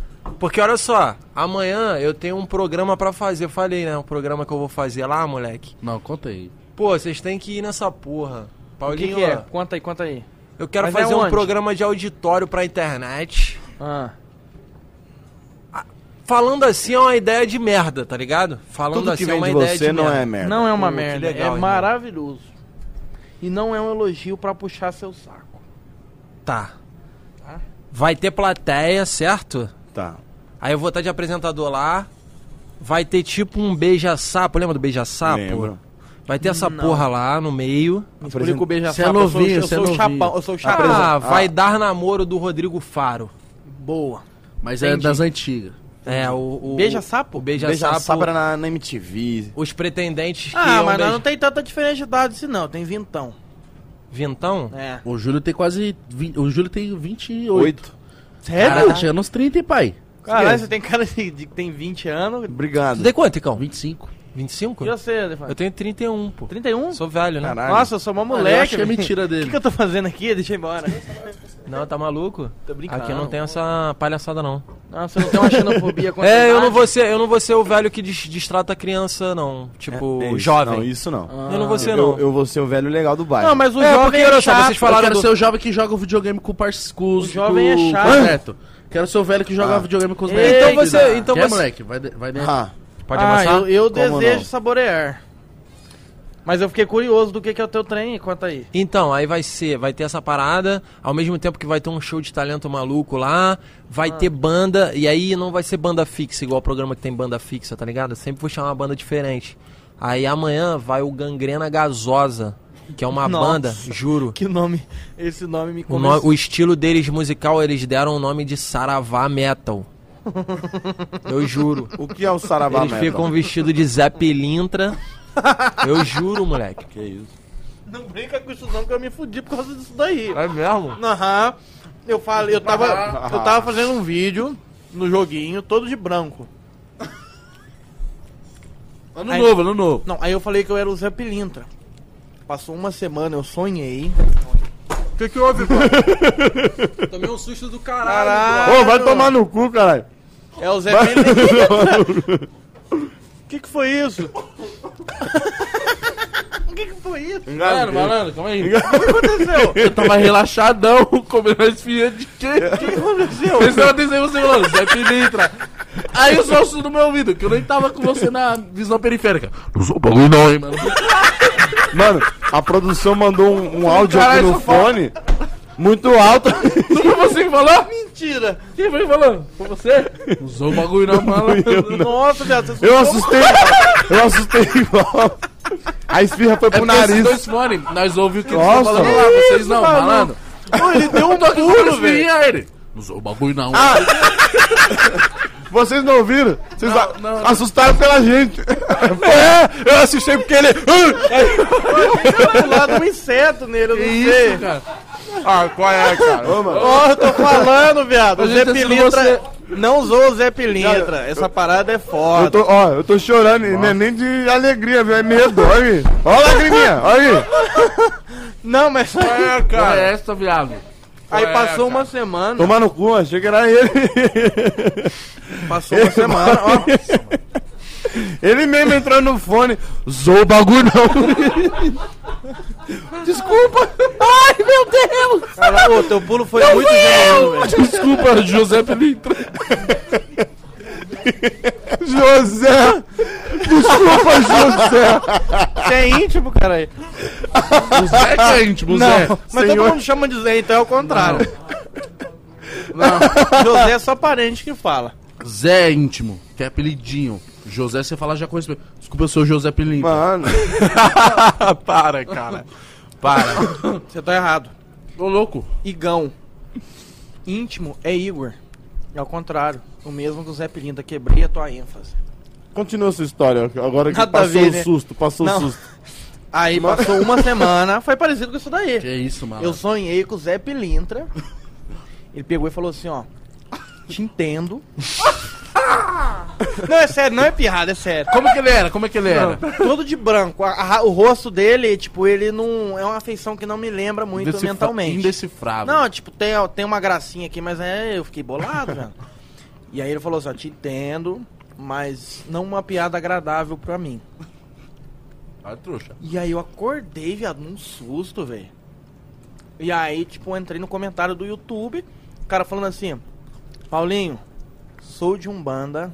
Porque olha só, amanhã eu tenho um programa pra fazer. Eu falei, né? Um programa que eu vou fazer lá, moleque.
Não, conta aí.
Pô, vocês têm que ir nessa porra.
O que,
Paulinho,
que é?
ó,
Conta aí, conta aí.
eu quero
Mas é
fazer um
onde?
programa de auditório pra internet.
Ah,
Falando assim é uma ideia de merda, tá ligado? Falando
Tudo
assim
que
é
vem
uma
de
ideia
você
de
não
merda.
é merda.
não é uma
Pô, que
merda,
legal,
é
irmão.
maravilhoso. E não é um elogio pra puxar seu saco.
Tá. Vai ter plateia, certo?
Tá.
Aí eu vou estar de apresentador lá. Vai ter tipo um beija-sapo, lembra do beija-sapo?
Lembro.
Vai ter essa porra lá no meio.
Me
Apresenta-
Explica o beija
Você é novinho,
eu
você é
sou, eu sou o
novinho.
chapão, eu sou o chapão.
Ah, vai dar namoro do Rodrigo Faro.
boa.
Mas é das antigas.
É, o. o-
Beija-sapo?
O beija-sapo.
Beija sabra na, na MTV.
Os pretendentes que.
Ah,
iam
mas nós
beij-
não tem tanta diferença de idade assim não, tem vintão.
Vintão?
É.
O Júlio tem quase. 20, o Júlio tem 28.
Oito.
Cara,
Sério?
tá chegando uns 30, hein, pai?
Caralho, você tem cara de de que tem 20 anos.
Tu
Obrigado.
tem quanto, Ticão?
25.
25?
E você, Defante?
Eu tenho 31, pô.
31?
Sou velho, né?
Caralho.
Nossa, eu sou uma
eu
moleque.
acho que é
velho.
mentira
O que,
dele.
que eu tô fazendo aqui? Deixa eu ir embora.
Não, tá maluco?
Tô brincando.
Aqui não tem essa palhaçada, não.
Nossa, eu não tenho uma xenofobia contra
É, eu
nada.
não vou ser, eu não vou ser o velho que dis- distrata a criança, não. Tipo,
É isso.
jovem.
Não, isso não.
Eu não vou ser,
eu,
não.
eu vou ser o velho legal do bairro.
Não, mas o
É, porque
jovem
olha
é
só,
chato.
vocês
Eu
falaram
quero
do...
ser o jovem que joga videogame com, parce... com os.
O jovem
com...
é chato.
com o neto. Quero ser o velho que joga videogame com os
Ei,
netos.
Então
que
você-
dá.
então-
Quer,
você-
moleque? Vai, de- vai dentro.
Ah,
Pode
ah,
amassar?
eu, eu
Como
desejo
não?
saborear. Mas eu fiquei curioso do que, que é o teu trem, conta aí.
Então, aí vai ser, vai ter essa parada, ao mesmo tempo que vai ter um show de talento maluco lá,
Ah.
vai ter banda, e aí não vai ser banda fixa, igual o programa que tem banda fixa, tá ligado? Eu sempre vou chamar uma banda diferente. Aí amanhã vai o Gangrena Gasosa, que é uma
Nossa.
banda, juro.
Que nome, esse nome me
O,
assim?
começou.
no- o estilo deles musical, eles deram o nome de Saravá Metal. Eu juro.
o que é o Saravá
Eles
Metal?
ficam vestidos de Zé Pelintra. Eu juro, moleque.
Que isso.
Não brinca com isso não, que eu me fudi por causa disso daí.
É mesmo? Ah.
Aham. Eu falei, eu tava, eu tava fazendo um vídeo no joguinho, todo de branco.
Ano
Aí-
novo, ano novo.
Não, aí eu falei que eu era o Zé Pilintra. Passou uma semana, eu sonhei.
O que, que houve, mano? Tomei um susto do caralho.
Ô, vai tomar no cu, caralho.
É o Zé Pilintra. O que que foi isso? O que que foi isso? O
Malandro, malandro, calma aí.
que aconteceu?
Eu tava relaxadão, comendo uma esfirra de
O
queijo.
que que
é
aconteceu?
Mas eu atenção você falando, Zé Pilintra. Aí o som no meu ouvido, que eu nem tava com você na visão periférica. Não sou bagulho não, hein, mano.
Mano, a produção mandou um, um áudio
Caralho,
aqui no
essa foto.
fone muito alto.
Não foi você que falou?
Mentira!
Quem foi que falou? Foi você? Não sou bagulho não, mano.
Nossa, viado, você
Eu assustei. Eu assustei igual. A esfirra foi pro
É porque esses
nariz.
dois fone, nós ouvimos o que eles
Nossa.
estão falando lá,
Que
vocês
isso,
não,
maluco?
malandro.
Ô, Ele deu um bagulho, velho.
Esfirrinha, ele. Não sou bagulho não.
Vocês não ouviram? Vocês
Não,
a-
não, não.
assustaram pela gente. é, eu assustei porque ele.
Pulado um inseto nele, eu não sei.
isso, cara.
ah, qual é, cara? Ô, mano.
Ó, eu tô falando, viado. O
Mas
Zé
ele tá sendo
Pilintra. Não usou o Zé Pilintra. Essa parada é
Eu
foda.
tô, ó, eu tô chorando, e não é nem de alegria, viu? É medo, olha aí. Ó a lagriminha, olha aí.
Não, mas aí,
Cara, é essa, viado.
aí
é,
passou uma semana.
Tomar no cu, achei que era ele.
Passou uma semana. Ó,
Ele mesmo entrando no fone. Zou o bagulho não. Desculpa. Ai, meu Deus.
caralho, ô, teu pulo foi muito generoso, velho.
Desculpa, José Pelintra. José. Desculpa, José.
Você é íntimo, caralho.
O Zé que é íntimo,
Não,
Zé.
mas tá todo mundo chama de Zé, então é o contrário. José é só parente que fala.
Zé é íntimo, que é apelidinho. José, você fala já com respeito. Desculpa, eu sou o José Pelintra.
Mano,
Para, cara. Para.
Você tá errado.
Ô, louco.
Igão. Íntimo é Igor. É o contrário. O mesmo que o Zé Pilintra. Quebrei a tua ênfase.
continua sua história. Agora que
Nada a
passou
ver,
o
né?
susto, passou
Não.
o susto.
Aí passou uma semana, foi parecido com isso daí.
Que isso, mano.
Eu sonhei com o Zé Pilintra. Ele pegou e falou assim, ó. Te entendo. não, é sério, não é pirrada, é sério.
Como que ele era? Como é que ele era?
Todo de branco. a- a- o rosto dele, tipo, ele não. É uma afeição que não me lembra muito
Indecifra-
mentalmente.
Indecifrável.
Não, tipo, tem, tem uma gracinha aqui, mas é, eu fiquei bolado, velho. E aí ele falou assim, ó, te entendo, mas não uma piada agradável pra mim.
Ah, trouxa.
E aí eu acordei, viado, num susto, velho. E aí, tipo, eu entrei no comentário do YouTube, o cara falando assim, Paulinho, sou de Umbanda,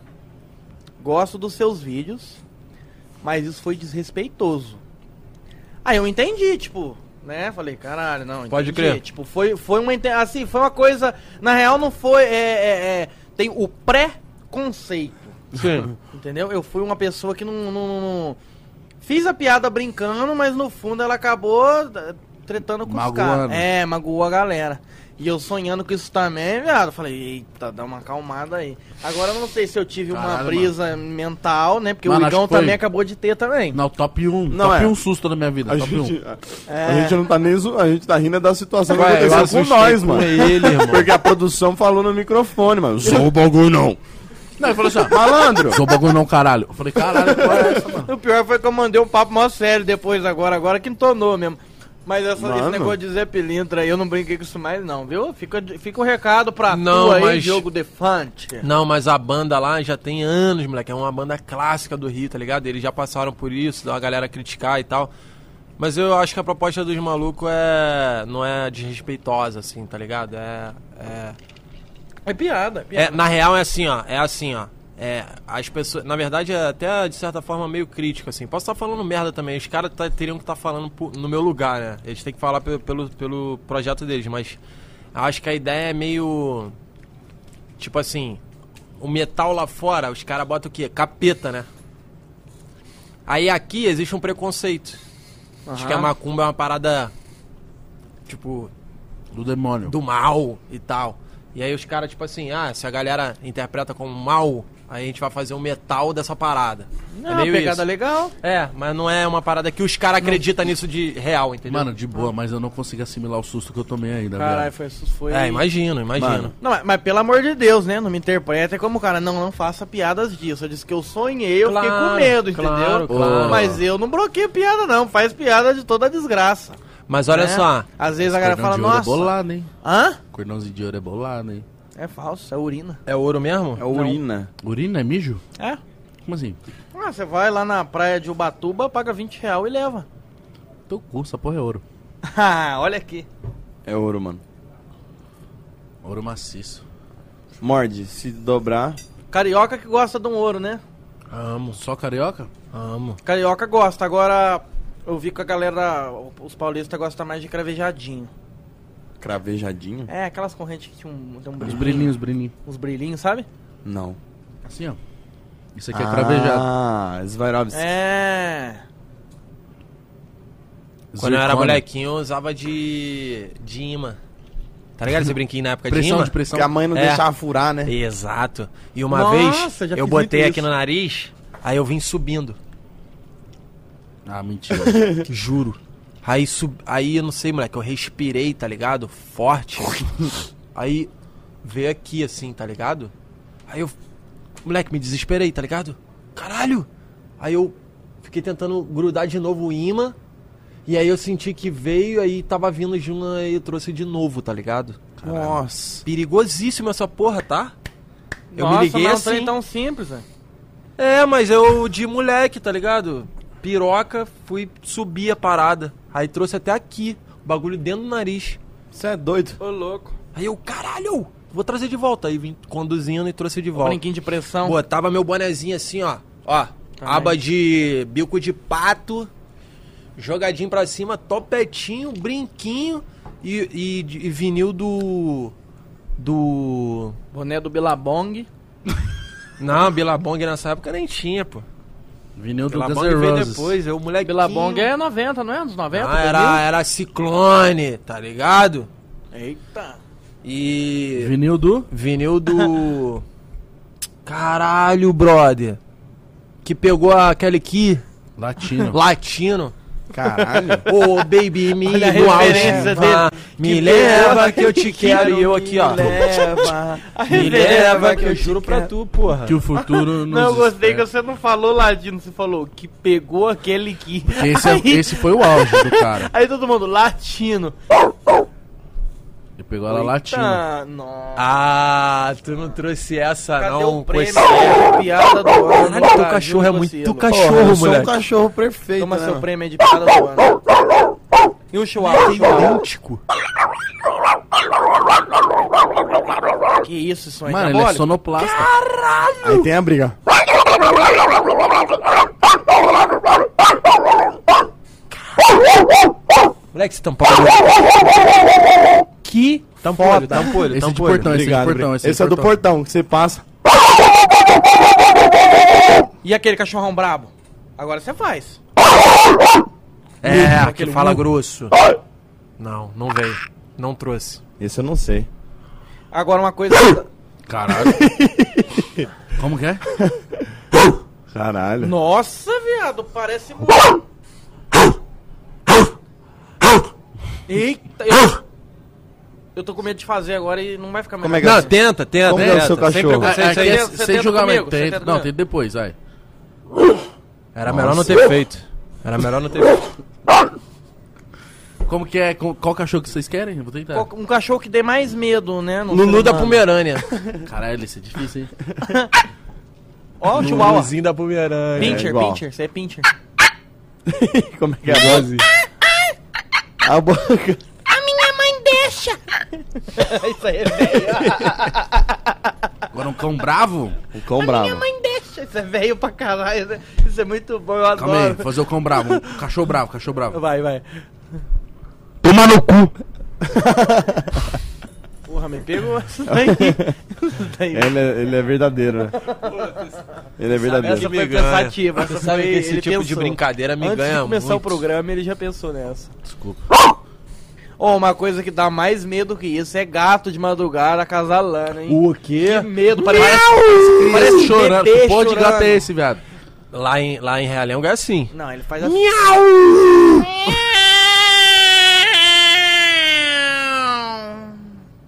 gosto dos seus vídeos, mas isso foi desrespeitoso. Aí eu entendi, tipo, né? Falei, caralho, não, entendi.
Pode crer.
Tipo, foi, foi uma inte- assim, foi uma coisa. Na real, não foi. É, é- é, tem o pré-conceito.
Sim.
Entendeu? Eu fui uma pessoa que não, não- não- não- Fiz a piada brincando, mas no fundo ela acabou eh, tretando com os
Magoando.
caras. É, magoou a galera. E eu sonhando com isso também, viado. Eu Falei, eita, dá uma acalmada aí. Agora eu não sei se eu tive uma
Caralho,
brisa mental, né? Porque
Mano,
o
acho
Igão
que foi-
também acabou de ter também.
Não, top 1.
Não,
top
é.
1 susto da minha vida.
A
top um.
gente, a, a
Tá É.
gente não tá nem zo... A gente tá rindo é da situação que
Ué, eu
aconteceu com
assustei
nós,
com
mano.
ele, irmão.
Porque a produção falou no microfone, mano. Sou o bagulho não.
1. Não, ele falou assim, ó.
Malandro!
Sou bagulho não, caralho. Eu falei, caralho, qual é essa, mano?
O pior foi que eu mandei um papo mó sério depois, agora, agora que entonou mesmo. Mas essa,
Mano.
esse negócio de Zé Pilintra aí, eu não brinquei com isso mais não, viu? Fica, de- fica o recado pra
Não,
tu aí,
mas-
Diogo Defante.
Não, mas a banda lá já tem anos, moleque. É uma banda clássica do Rio, tá ligado? Eles já passaram por isso, dá uma galera criticar e tal. Mas eu acho que a proposta dos malucos é. não é desrespeitosa, assim, tá ligado? É. é-
É piada, é
é,
piada.
na real é assim, ó. É assim, ó. É, as pessoas. Na verdade, é até de certa forma meio crítico, assim. Posso estar falando merda também. Os caras tá- teriam que estar falando pu- no meu lugar, né? Eles têm que falar pe- pelo, pelo projeto deles, mas acho que a ideia é meio. Tipo assim, o metal lá fora, os caras botam o quê? Capeta, né? Aí aqui existe um preconceito. Acho que a macumba é uma parada. Tipo,
Do demônio.
do mal e tal. E aí os caras, tipo assim, ah, se a galera interpreta como mal, aí a gente vai fazer um metal dessa parada.
Não,
é meio
pegada
isso.
legal.
É, mas não é uma parada que os caras acreditam nisso de real, entendeu?
Mano, de boa, mas eu não consegui assimilar o susto que eu tomei ainda,
Caralho,
velho.
foi, foi...
é, imagino, imagino.
Mano.
Não, mas, mas pelo amor de Deus, né? Não me interpreta como cara, não, não faça piadas disso. Eu disse que eu sonhei, eu fiquei com
Claro,
medo, entendeu?
claro, claro.
Mas eu não bloqueio piada não, faz piada de toda a desgraça.
Mas olha
né?
só,
Às vezes a galera fala,
de ouro é
nossa...
bolado, hein?
Hã?
Cordãozinho de ouro é bolado, hein?
É falso, é urina.
é ouro mesmo?
É urina.
Urina é mijo?
É?
Como assim?
Ah, você vai lá na praia de Ubatuba, paga 20 real e leva.
Teu cu, essa porra é ouro.
Ah, olha aqui.
É ouro, mano.
Ouro maciço.
Morde, se dobrar.
Carioca que gosta de um ouro, né?
Amo,
Só carioca?
amo.
Carioca gosta. Agora, eu vi que a galera, os paulistas gostam mais de cravejadinho.
Cravejadinho?
É, aquelas correntes que tinha um, tem um
Os
brilhinho.
brilhinhos, os brilhinhos.
Os brilhinhos, sabe?
Não.
Assim, ó. Isso aqui é cravejado.
Ah, Swarovski.
É.
Quando eu era
Zircônia.
molequinho, eu usava de. de imã. Tá ligado esse brinquinho na
é
época de
Pressão
imã?
de pressão.
Que a mãe não
É.
deixava furar, né?
Exato. E uma
Nossa,
vez,
já fiz
eu
muito
botei aqui
isso.
no nariz, aí eu vim subindo.
Ah, mentira.
Juro. Aí, sub... aí eu não sei, moleque, eu respirei, tá ligado? Forte. aí veio aqui assim, tá ligado? Aí eu. Moleque, me desesperei, tá ligado? Caralho! Aí eu fiquei tentando grudar de novo o imã. E aí eu senti que veio, aí tava vindo de uma e eu trouxe de novo, tá ligado?
Nossa.
Perigosíssimo essa porra, tá? Eu me liguei
mas
assim.
é tão simples, né?
É, mas eu de moleque, tá ligado? Piroca, fui subir a parada. Aí trouxe até aqui, o bagulho dentro do nariz.
Você é doido?
Ô, louco.
Aí eu, caralho, vou trazer de volta. Aí vim conduzindo e trouxe de volta.
Brinquinho de pressão.
Botava meu bonezinho assim, ó. Ó,
Caralho.
aba de bico de pato, jogadinho pra cima, topetinho, brinquinho e, e- e vinil do. Do.
Boné do Bilabong.
Não, Bilabong nessa época nem tinha, pô.
Vinil do Guns
Bilabong
N'
veio
Roses.
depois, eu moleque.
Bilabong é 90, não é? Anos 90?
Ah, era,
2000?
era ciclone, tá ligado?
Eita.
E.
Vinil do...
Vinil do. Caralho, brother. Que pegou a Kelly Key,
Latino.
latino.
Caralho.
Ô, baby, me
Olha a
no auge,
referência
vá. Me leva que eu te quero. E eu aqui, ó.
Me leva.
Me leva que eu juro pra tu, porra.
Que o futuro
Não, eu
nos
gostei
espera.
que você não falou ladino, você falou que pegou aquele que.
Porque Esse, é-
aí,
esse foi o auge do cara.
aí todo mundo, latino.
Ele pegou ela latina.
Tá, nossa.
Ah, tu não trouxe essa,
Cadê
não,
o prêmio?
coceiro.
de piada do ano. tá,
Caralho, teu
Brasil,
cachorro é
Cocielo?
muito
Porra,
cachorro,
eu sou um
moleque.
cachorro perfeito,
Toma
né,
seu
mano?
prêmio de piada do ano. E o chihuahua? chihuahua?
idêntico.
Que isso, isso aí.
Mano, ele é sonoplasta.
Aí tem a briga.
Moleque, esse tampolho. Que tampolho, tampolho,
Esse de
tampolho.
portão, esse de portão.
Esse, é do portão, que você passa.
E aquele cachorrão brabo? Agora você faz.
É, que fala grosso. Não, não veio. Não trouxe.
Esse eu não sei.
Agora uma coisa.
Caralho. Como que é?
Caralho.
Nossa, viado, parece. um- mu- Eita, eu... eu tô com medo de fazer agora e não vai ficar melhor.
Como é que é?
Não, tenta, tenta.
Como é o seu
tenta. Sem
cachorro?
Ah,
preconceito,
é
isso
que
aí
é
é-
você
sem
tenta
julgamento.
comigo? Você
Tenta,
tenta
não,
comigo?
tem depois, vai.
Era melhor não ter feito. Era melhor não ter feito.
Como que é? Com- Qual cachorro que vocês querem? Eu Vou tentar.
Qual- Um cachorro que dê mais medo, né? no ser
Lulu da
humano.
Pomerânia.
Caralho, isso é difícil, hein?
Ó, o Chihuahua.
da Pomerânia.
É,
Pincher,
igual.
Pincher, você é Pincher.
Como é que é a dose? A boca.
Isso aí é velho.
Agora um cão bravo?
O cão bravo.
Deixa, isso é velho pra caralho. né? Isso é muito bom, eu
Calma aí,
adoro.
vou fazer o cão bravo. Um cachorro bravo, cachorro bravo.
Vai, vai.
Toma no cu!
Porra, me pegou. Isso daí. Isso daí.
Ele é, ele é verdadeiro, né? Ele é
Essa
verdadeiro.
me
foi
ganha.
pensativa. Essa
Você sabe
foi,
que esse
ele
tipo de
pensou.
brincadeira me
Antes
ganha
de começar
muito.
o programa, ele já pensou nessa.
Desculpa.
Ó, uma coisa que dá mais medo que isso é gato de madrugada casalando, hein?
O quê?
Que medo, parece,
Parece chorando.
parece chorando.
Que porra de gato é esse, viado?
Lá em, lá em Realengo é assim.
Não, ele faz assim.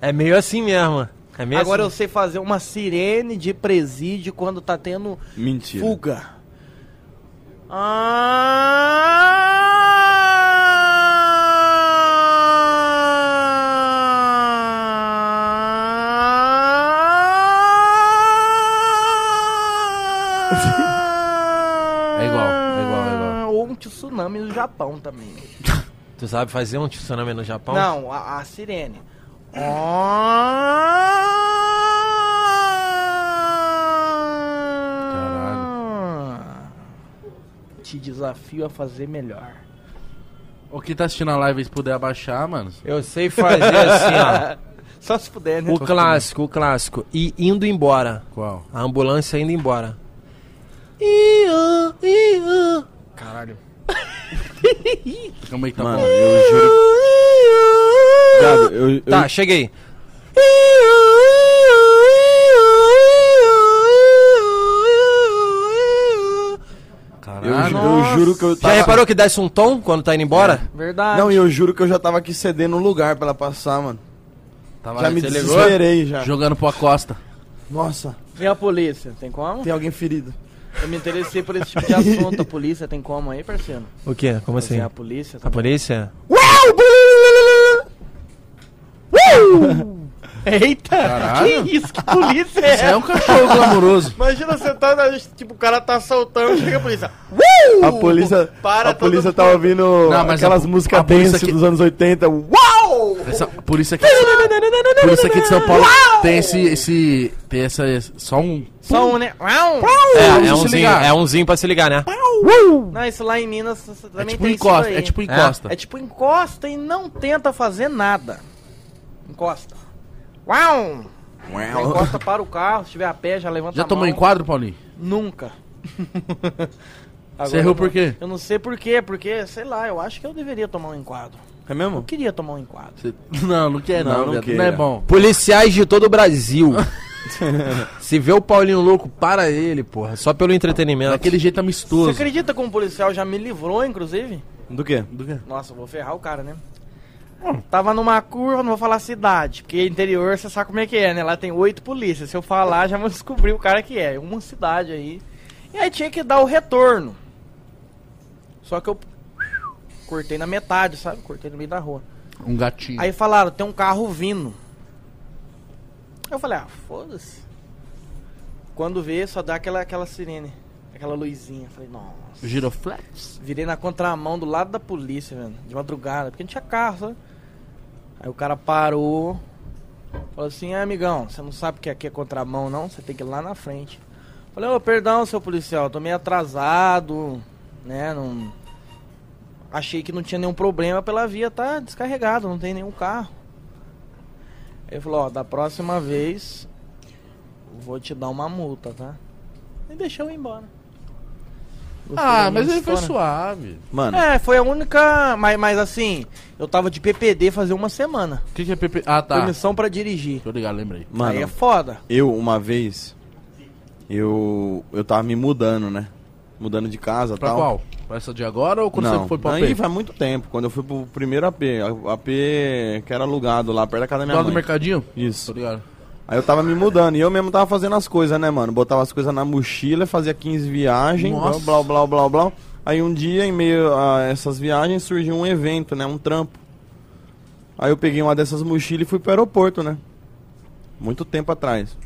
É meio assim mesmo. É meio
Agora eu
assim.
sei fazer uma sirene de presídio quando tá tendo
Mentira.
fuga. Ah! É
igual, é igual, é igual.
Ou um tsunami no Japão também.
Tu sabe fazer um tsunami no Japão?
Não, a, a sirene. Ah! Te desafio a fazer melhor.
O que tá assistindo a live, aí, se puder abaixar, mano.
Eu sei fazer assim,
Só se puder, né?
ó. O clássico, o clássico. E indo embora.
Qual?
A ambulância indo embora. Iã, iã. Caralho.
Calma aí, tá
Mano,
bom.
Ah, eu juro. Viado, eu, eu,
Tá, cheguei.
eu, eu
Caralho.
juro que eu
Já
tava.
reparou que desce um tom quando tá indo embora?
Verdade.
Não, e eu juro que eu já tava aqui cedendo um lugar pra ela passar, mano.
Tava
já me
você
desesperei já.
Jogando pro Acosta.
Nossa,
E a polícia, tem como?
tem alguém ferido.
Eu me interessei por esse tipo de assunto. A polícia tem como aí, parceiro?
O quê? Como assim?
Assim, a polícia.
A polícia?
Eita!
Caralho.
Que isso? Que polícia é
É
essa?
um cachorro glamouroso.
Imagina você tá na. Tipo, o cara tá assaltando, chega a polícia.
A polícia,
Para,
a
todo
polícia
mundo-
tá ouvindo
Não, mas
aquelas
a- a
músicas
polícia
dance
que-
dos anos 80. Uau!
Essa, por isso aqui, por isso aqui de São Paulo tem esse, esse, tem essa, só um...
Só um, né?
É,
se
é umzinho,
ligar.
é umzinho pra se ligar, né?
Não, isso lá em Minas c- c-
É
também
tipo
tem
encosta,
isso
é
daí.
tipo encosta.
É tipo encosta e não tenta fazer nada. Encosta. Uau! Já encosta para o carro, se tiver a pé, já levanta
Já
a
tomou
mão.
enquadro, Paulinho?
Nunca.
Você errou por quê?
Eu não sei por quê, porque, sei lá, eu acho que eu deveria tomar um enquadro.
É
Eu
mesmo?
queria tomar um enquadro.
Você- Não, não quer
Não,
não,
não
viado, não,
queira.
é bom.
Policiais de todo o Brasil. Se vê o Paulinho louco, para ele, porra. Só pelo entretenimento.
Daquele jeito
Você
amistoso.
acredita que um policial já me livrou, inclusive?
Do quê?
Nossa, eu vou ferrar o cara, né? Tava numa curva, não vou falar cidade, porque interior você sabe como é que é, né? Lá tem oito polícias. Se eu falar, já vou descobrir o cara que é. Uma cidade aí. E aí tinha que dar o retorno. Só que eu cortei na metade, sabe? Cortei no meio da rua.
Um gatinho.
Aí falaram, tem um carro vindo. Eu falei, ah, foda-se. Quando vê, só dá aquela, aquela sirene, aquela luzinha. Eu falei, nossa.
Giroflex.
Virei na contramão do lado da polícia, velho. De madrugada, porque não tinha carro, sabe? Aí o cara parou. Falou assim, ah, amigão, você não sabe que aqui é contramão, não? Você tem que ir lá na frente. Falei, ô, perdão, seu policial, tô meio atrasado, né? Não... Achei que não tinha nenhum problema pela via, tá descarregado, não tem nenhum carro. Ele falou, ó, da próxima vez, vou te dar uma multa, tá? E deixou eu ir embora.
Ah, mas
ele
ele foi suave.
Mano,
É, foi a única. Mas, mas assim, eu tava de PPD fazer uma semana.
O que, que é PP? Ah, tá.
Permissão pra dirigir.
Tô ligado, lembrei.
Mano,
Aí é foda.
eu uma vez. Eu. Eu tava me mudando, né? Mudando de casa e
Pra
tal.
qual? Pra essa de agora ou quando
não,
você foi pro
aí
AP?
faz muito tempo, quando eu fui pro primeiro AP, a- AP que era alugado lá perto da casa da
Do
minha
lado do
mãe.
mercadinho?
é. Isso.
Tô ligado.
Aí eu tava me mudando e eu mesmo tava fazendo as coisas, né, mano? Botava as coisas na mochila, fazia 15 viagens, blá,
Nossa.
blá, blá, blá, blá. Aí um dia, em meio a essas viagens, surgiu um evento, né? Um trampo. Aí eu peguei uma dessas mochilas e fui pro aeroporto, né? Muito tempo atrás.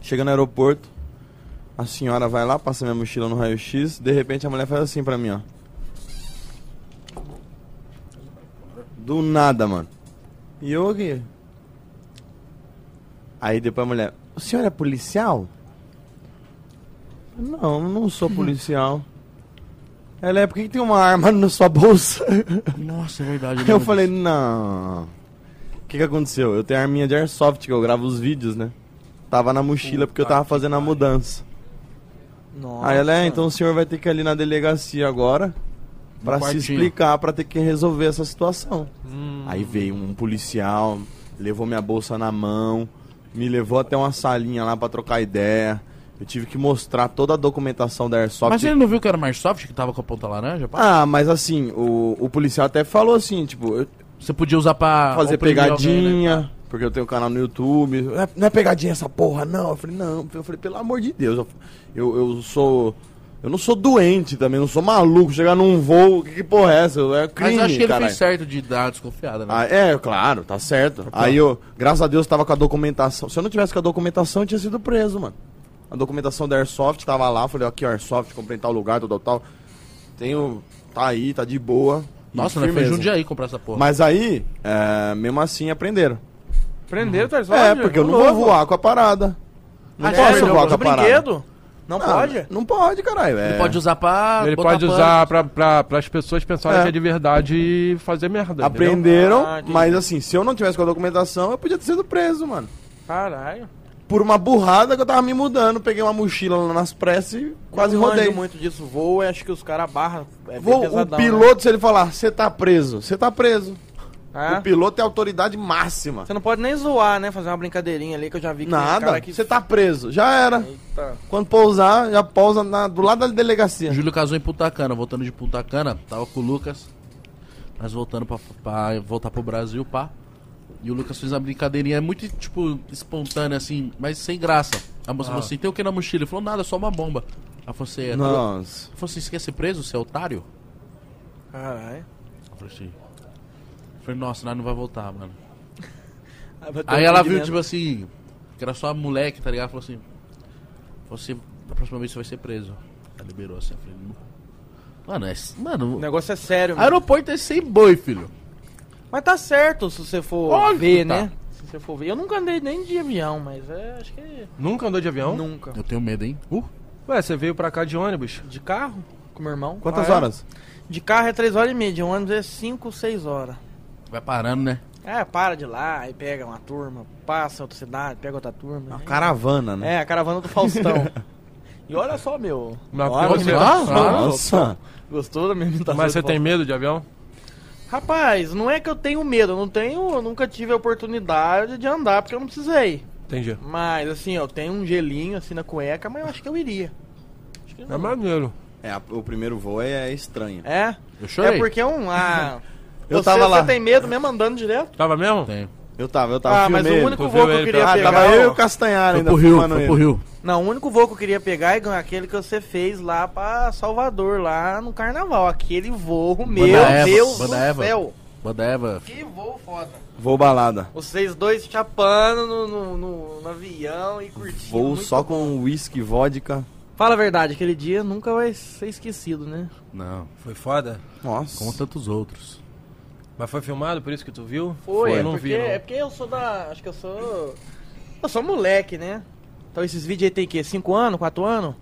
Chega no aeroporto, a senhora vai lá, passa minha mochila no raio-x, de repente a mulher faz assim pra mim, ó. Do nada, mano. E eu aqui. Aí depois a mulher, o senhor é policial? Não, não sou policial. Ela é, por que, que tem uma arma na sua bolsa?
Nossa, é verdade.
Eu
lembro
falei,
disso.
não. O que, que aconteceu? Eu tenho a arminha de airsoft que eu gravo os vídeos, né? Tava na mochila porque eu tava fazendo a mudança.
Nossa.
Aí ela é, então o senhor vai ter que ir ali na delegacia agora pra se
quartinho.
explicar, pra ter que resolver essa situação.
Hum.
Aí veio um policial, levou minha bolsa na mão, me levou até uma salinha lá pra trocar ideia. Eu tive que mostrar toda a documentação da Airsoft.
Mas ele não viu que era mais soft, que tava com a ponta laranja? pá?
Ah, mas assim, o, o policial até falou assim, tipo, eu
Você podia usar pra.
fazer
oprimir alguém, né?
pegadinha, porque eu tenho um canal no YouTube. Não é, não é pegadinha essa porra, não. Eu falei, não. Eu falei, pelo amor de Deus. Eu, eu sou... Eu não sou doente também, eu não sou maluco. Chegar num voo, que, que porra é essa? É crime,
Mas eu acho que ele
caralho.
fez certo de dar uma desconfiada, né?
Ah, é, claro, tá certo. Aí eu, graças a Deus, tava com a documentação. Se eu não tivesse com a documentação, eu tinha sido preso, mano. A documentação da Airsoft tava lá, falei, ó, aqui, ó, Airsoft, comprei em tal lugar, tal, tal, tal. Tenho. Tá aí, tá de boa. E
Nossa, né?
firmeza.
Fez um dia aí comprar essa porra.
Mas aí, é, mesmo assim, aprenderam.
Prenderam tá, o Tarzan?
É, porque eu não vou voar com a parada. Não
Ah,
posso
sério?
voar com
Do
a parada.
brinquedo? Não,
Não,
pode?
Não pode, caralho.
Ele
é.
pode usar
Ah,
pra.
Ele
botar
pode
pano.
usar pra, pra, pras pessoas pensarem
É.
que é de verdade e fazer merda. entendeu?
Aprenderam,
Ah, entendi.
mas assim, se eu não tivesse com a documentação, eu podia ter sido preso, mano.
Caralho.
por uma burrada que eu tava me mudando, peguei uma mochila lá nas pressas e quase
Eu não
rodei.
manjo muito disso. Voo, acho que os caras barra. É bem
Vou, o
pesadão,
piloto, se ele falar, você tá preso, você tá preso.
né?
O
É.
piloto é autoridade máxima.
Você não pode nem zoar, né? Fazer uma brincadeirinha ali que eu já vi que tem
Nada,
cara que... É.
você tá preso, já era.
Eita.
Quando pousar, já pousa na- do lado da delegacia.
Júlio casou em Punta Cana, voltando de Punta Cana, tava com o Lucas. Nós voltando pra, pra voltar pro Brasil, pá. E o Lucas fez uma brincadeirinha muito, tipo, espontânea, assim, mas sem graça. A moça falou assim: tem o que na mochila? Ele falou: nada, só uma bomba. Ela falou assim: é. tá louco?"
Nossa.
Ela falou assim: você quer ser preso, seu otário?
Caralho.
Eu falei assim. Eu falei, nossa, nós não vai voltar, mano.
um
Aí ela viu, tipo assim, que era só moleque, tá ligado? Falou assim, você, da próxima vez você vai ser preso. Ela liberou assim, eu falei, "Não." mano, é, mano,
O negócio é sério, mano.
aeroporto é sem boi, filho.
Mas tá certo se você for
Óbvio
ver,
que tá.
né? Se você for ver. Eu nunca andei nem de avião, mas é, acho que.
Nunca andou de avião?
Nunca.
Eu tenho medo, hein? Uh,
Ué, você veio pra cá de ônibus?
De carro? Com meu irmão.
Quantas
Ah, é?
horas?
De carro é 3 horas e meia, de ônibus é 5, 6 horas.
Vai parando, né?
É, para de lá, aí pega uma turma, passa outra cidade, pega outra turma.
Ah,
né?
Caravana, né?
É, a caravana do Faustão. e olha só, meu.
Mas
Olha,
você-
meu,
Ah,
Nossa.
Gostou da minha imitação?
Mas você
do
tem
Faustão?
medo de avião?
Rapaz, não é que eu tenho medo, eu não tenho, eu nunca tive a oportunidade de andar, porque eu não precisei.
Entendi.
Mas assim, ó, eu tenho um gelinho assim na cueca, mas eu acho que eu iria. Acho que
É
não.
maneiro.
É, a- o primeiro voo é estranho.
É?
Eu chorei.
É porque é um. Ah,
Eu
você,
tava lá.
Você tem medo mesmo andando direto?
Tava mesmo?
Tenho.
Eu tava, eu tava.
Ah, mas o
Tá, filmei.
único
Tu
voo que
viu
eu
ele
queria
Ah,
pegar.
tava eu e o
ó.
Castanhar
Foi
ainda
pro Rio,
filmando
foi
ele.
pro Rio.
Não, o único voo que eu queria pegar é aquele que você fez lá pra Salvador, lá no carnaval. Aquele voo, meu
Eva,
Deus
Banda
do
Eva.
céu.
Banda Eva.
Que voo foda.
Voo balada.
Vocês dois chapando no, no, no- no avião e curtindo.
Voo
muito
só com whisky, vodka.
Fala a verdade, aquele dia nunca vai ser esquecido, né?
Não,
Foi foda.
Nossa.
como tantos outros.
Mas foi filmado, por isso que tu viu?
Foi,
Eu
é
não
porque,
vi, não.
é porque eu sou da. Acho que eu sou. Eu sou moleque, né? Então esses vídeos aí tem o quê? 5 anos? 4 anos?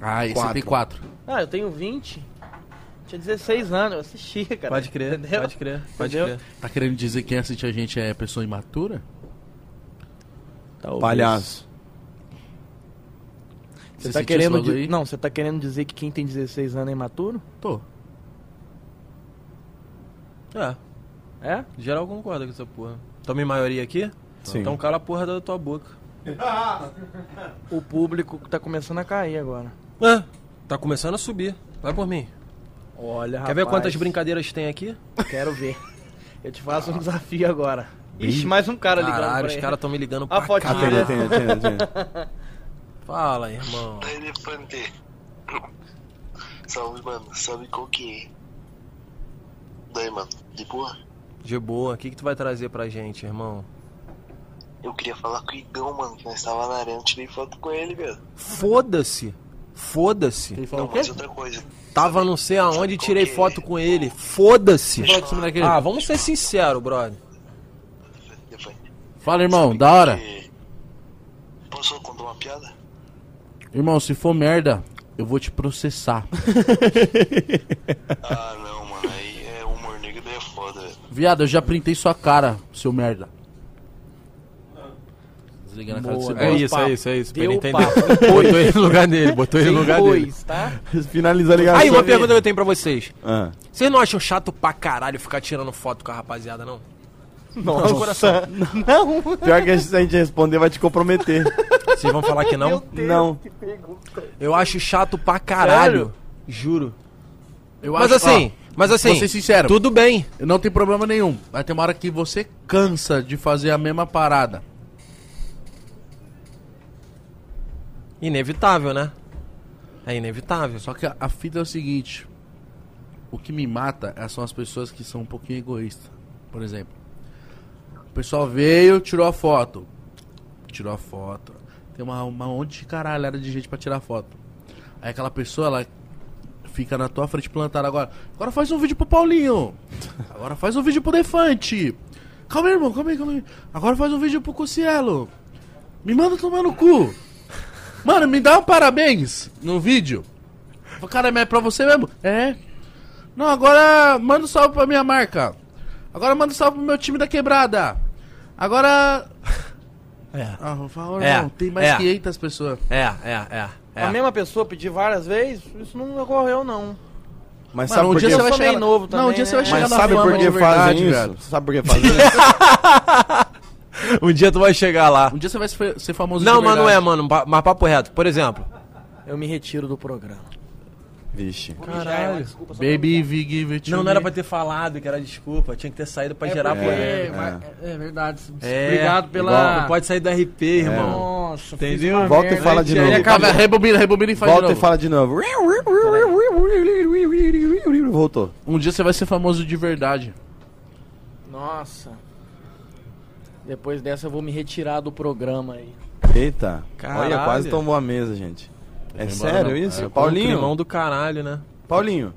Ah, esse
Quatro.
tem quatro.
Ah, eu tenho 20. Tinha 16 anos, eu assistia, cara.
Pode crer,
entendeu?
pode crer, pode
Entendeu?
crer.
Tá querendo dizer que quem assiste a gente é pessoa
Tá
imatura?
Palhaço.
Você
Você tá
sentiu
querendo
esse bagulho
di-
aí?
Não, você tá querendo dizer que quem tem 16 anos é imaturo?
Tô.
É,
É?
geral concorda com essa porra. Toma em maioria aqui?
Sim.
Então cala a porra da tua boca.
O público tá começando a cair agora.
É, tá começando a subir. Vai por mim.
Olha,
Quer ver quantas brincadeiras tem aqui?
Quero ver. Eu te faço um desafio agora. Ixi, mais um cara ligando
Caralho, os
pra Ah,
caras tão me ligando
A
pra
Ah,
fotinha.
Atende,
caralho.
atende, atende, atende.
Fala, irmão.
Elefante. Salve, mano. Sabe qual que é? Daí, mano. De boa?
De boa, o que, que tu vai trazer pra gente, irmão?
Eu queria falar com o Igão, mano. Que nós tava na arena. Eu tirei foto com ele, velho.
Foda-se. Foda-se.
Não, mas outra coisa.
Tava não sei aonde e tirei foto com ele. Foda-se.
Fala com esse moleque aí.
Ah, vamos ser sinceros, brother.
Elefante.
Fala, irmão,
Sabe
da hora.
que- Posso contar uma piada?
Irmão, se for merda, eu vou te processar.
Ah, não, mano. Aí é humor negro daí é foda, velho.
Viado, eu já printei sua cara, seu merda. Desliga na cara
Boa,
desse
né?
bosta.
isso, é
isso, é isso.
pra ele entender.
Botou ele no lugar dele, botou ele no lugar dele.
Depois, tá?
Finaliza a ligação.
Aí, uma pergunta que eu tenho pra vocês.
Ah.
Vocês não acham chato pra caralho ficar tirando foto com a rapaziada, não?
Nossa. Não. Pior que se a gente responder vai te comprometer.
Vocês vão falar que não?
Não.
Eu acho chato pra caralho. Juro.
Eu
Mas
acho-
assim, mas assim,
Vou ser sincero.
tudo bem.
ó, não tem problema nenhum. Vai ter uma hora que você cansa de fazer a mesma parada.
Inevitável, né? É inevitável.
Só que a, a fita é o seguinte: o que me mata é- são as pessoas que são um pouquinho egoístas. Por exemplo, o pessoal veio, tirou a foto. Tirou a foto. Tem uma, uma monte de caralhada de gente pra tirar foto. Aí aquela pessoa, ela fica na tua frente plantada agora. Agora faz um vídeo pro Paulinho. Agora faz um vídeo pro Defante. Calma aí, irmão, calma aí, calma aí. Agora faz um vídeo pro Cocielo. Me manda tomar no cu. Mano, me dá um parabéns no vídeo. Falei, Cara, mas é pra você mesmo? É. Não, agora manda um salve pra minha marca. Agora manda um salve pro meu time da quebrada. Agora.
É.
Ah, por favor,
É,
não, tem mais
é.
500 pessoas.
É, é, é.
A mesma pessoa pedir várias vezes, isso não ocorreu, não.
Mas
Mano,
sabe
um
por
dia
quê?
você
Eu
vai
sou meio
chegar. na-
novo
não,
também,
um dia você
né?
vai chegar
Mas
na
sabe
fama
por que
de verdade,
fazem
velho.
isso? Sabe por que fazem isso?
Um dia tu vai chegar lá.
Um dia você vai ser ser famoso
Não,
de
mas
verdade.
não é, mano. Pa- Mas papo reto, por exemplo.
Eu me retiro do programa.
Vixe.
é
Caralho.
Baby, we give it to
Não, não era
me.
pra ter falado, que era desculpa. Tinha que ter saído pra gerar
porque-
polêmica.
É, mas-
verdade.
É, igual- Não pode sair do RP, irmão.
Nossa,
Entendeu? uma
Volta e fala de novo.
Acaba, Tá, rebobina, rebobina e faz
Volta
de
e
novo.
fala de novo. Voltou.
Um dia você vai ser famoso de verdade.
Nossa. Depois dessa eu vou me retirar do programa aí.
Eita.
Caralho.
Olha, quase tomou a mesa, gente. É
Não foi embora,
sério
não.
isso?
É,
Paulinho.
Paulinho,
um Climão do caralho, né?
Paulinho,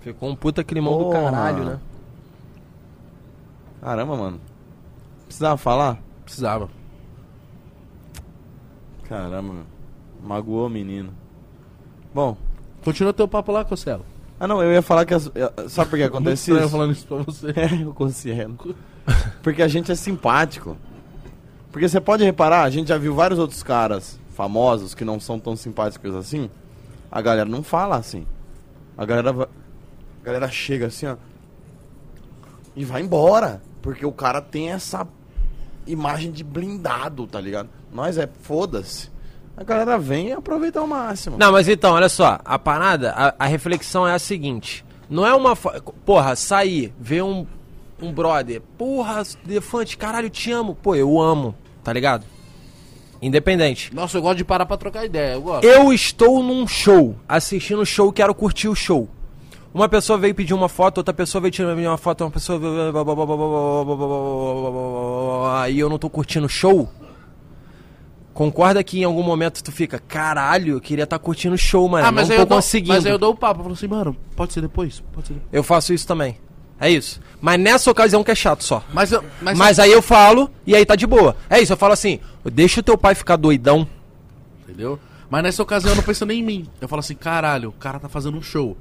Ficou um puta climão do
Porra.
caralho, né?
caramba, mano. Precisava falar?
Precisava.
Caramba, meu. Magoou o menino. Bom,
Continua teu papo lá, Cocelo.
ah não, eu ia falar que. As, eh, sabe por que
Muito
acontece
estranho
isso?
falando isso pra você.
É, eu considero. Porque a gente é simpático. Porque você pode reparar, a gente já viu vários outros caras famosos que não são tão simpáticos assim. A galera não fala assim. A galera, va- a galera chega assim, ó. E vai embora. Porque o cara tem essa imagem de blindado, tá ligado? Nós é foda-se. A galera vem e aproveita ao máximo.
Não, mas então, olha só, a parada, a, a reflexão é a seguinte. Não é uma. fa- Porra, sair, ver um, um brother. Porra, Defante, caralho, te amo. Pô, eu amo, tá ligado? Independente.
Nossa, eu gosto de parar pra trocar ideia. Eu gosto.
Eu estou num show, assistindo o show, quero curtir o show. Uma pessoa veio pedir uma foto, outra pessoa veio tirar uma foto, uma pessoa. E eu não tô curtindo o show. Concorda que em algum momento tu fica, caralho, eu queria estar curtindo o show, mano.
ah, mas
não
aí,
tô
eu dou,
conseguindo.
mas aí eu
eu,
dou o papo. Eu falo assim, mano, pode ser depois? Pode ser depois.
faço isso também. É isso. Mas nessa ocasião que é chato só.
Mas, eu, mas,
Mas, aí eu falo e aí tá de boa. É isso, eu falo assim, deixa o teu pai ficar doidão.
Entendeu? Mas nessa ocasião eu não penso nem em mim. Eu falo assim, caralho, o cara tá fazendo um show.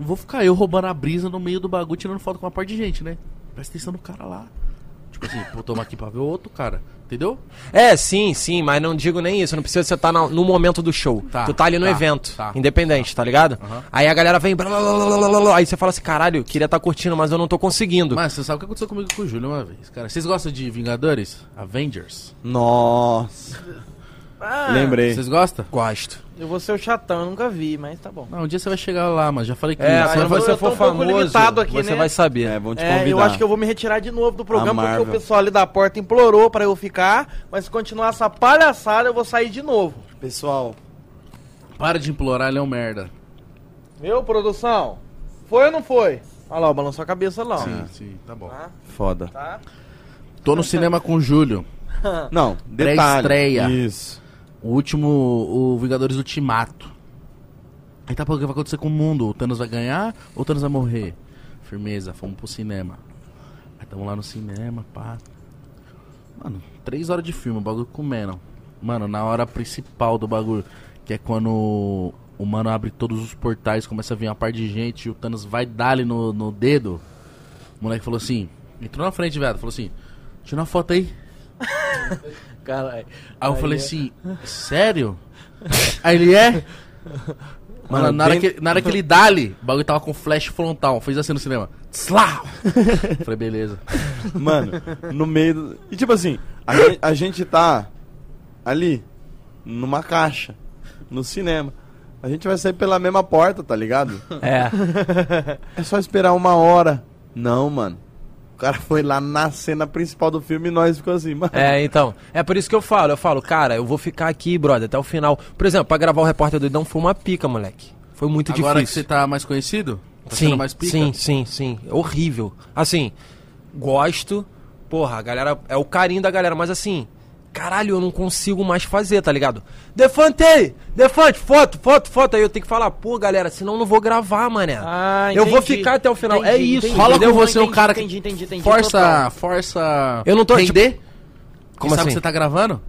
Não vou ficar eu roubando a brisa no meio do bagulho, tirando foto com uma parte de gente, né? Presta atenção no cara lá. Tipo assim, pô, toma aqui pra ver o outro cara. Entendeu?
É, sim, sim, mas não digo nem isso. Não precisa você estar no momento do show.
Tá,
tu tá ali no
tá,
evento,
tá.
independente, tá, ligado?
Aham.
Aí a galera vem. blá, blá, blá, blá, blá, blá, aí você fala assim: caralho, queria estar curtindo, mas eu não tô conseguindo.
Mas você sabe o que aconteceu comigo e com o Júlio uma vez, cara. Vocês gostam de Vingadores? Avengers?
Nossa.
Ah,
Lembrei.
Vocês gostam?
Gosto.
Eu vou ser o chatão, eu nunca vi, mas tá bom.
Não, um dia você vai chegar lá, mano. Já falei que
É,
isso.
eu
quando
tô-
você
eu tô
for
um pouco
famoso,
limitado aqui,
você
né?
vai saber.
É, vão te
É,
convidar.
eu acho que eu vou me retirar de novo do programa,
A
porque o
Marvel.
pessoal ali da porta implorou pra eu ficar, mas se continuar essa palhaçada, eu vou sair de novo.
Pessoal,
Para de implorar, ele é um merda.
Viu, produção? Foi ou não foi? Olha lá, balançou a cabeça lá. ó.
Sim, sim, tá bom.
Tá?
foda.
Tá?
Tô no cinema com o Júlio.
Não, detalhe.
Pré-estreia.
Isso.
O último, o Vingadores Ultimato. Aí tá, pô, o que vai acontecer com o mundo? O Thanos vai ganhar ou o Thanos vai morrer? Firmeza, fomos pro cinema. Aí tamo lá no cinema, pá. Mano, três horas de filme, o bagulho comendo. Mano, na hora principal do bagulho, que é quando o mano abre todos os portais, começa a vir uma par de gente e o Thanos vai dar-lhe no, no dedo. O moleque falou assim, entrou na frente, velho, falou assim, tira uma foto aí.
Caralho.
Aí eu falei assim, sério? Aí ele é? Mano, na, hora que, na hora que ele dá ali, o bagulho tava com flash frontal, fez assim no cinema. Slá! falei, beleza.
Mano, no meio. do- E tipo assim, a, gen- a gente tá ali, numa caixa, no cinema. A gente vai sair pela mesma porta, tá ligado?
É.
É só esperar uma hora. Não, mano. O cara foi lá na cena principal do filme e nós ficamos assim, mano.
É, então. É por isso que eu falo. Eu falo, cara, eu vou ficar aqui, brother, até o final. Por exemplo, pra gravar o Repórter Doidão foi uma pica, moleque. Foi muito
Agora que
difícil.
você tá mais conhecido? Tá
sim,
sendo mais pica?
sim, sim, sim. É Horrível. Assim, gosto. Porra, a galera. É o carinho da galera, mas assim. Caralho, eu não consigo mais fazer, tá ligado? Defante! Defante! Foto, foto, foto! Aí eu tenho que falar, pô, galera, senão eu não vou gravar, mané.
Ah,
eu vou
entendi.
ficar até o final. é
Entendi,
isso.
entendi.
Rola
entendeu?
com você
Entendi,
um cara
entendi,
que
entendi, entendi,
força,
total.
força...
Eu não tô, tipo,
Render? Quem
Como
sabe
assim?
que você tá gravando?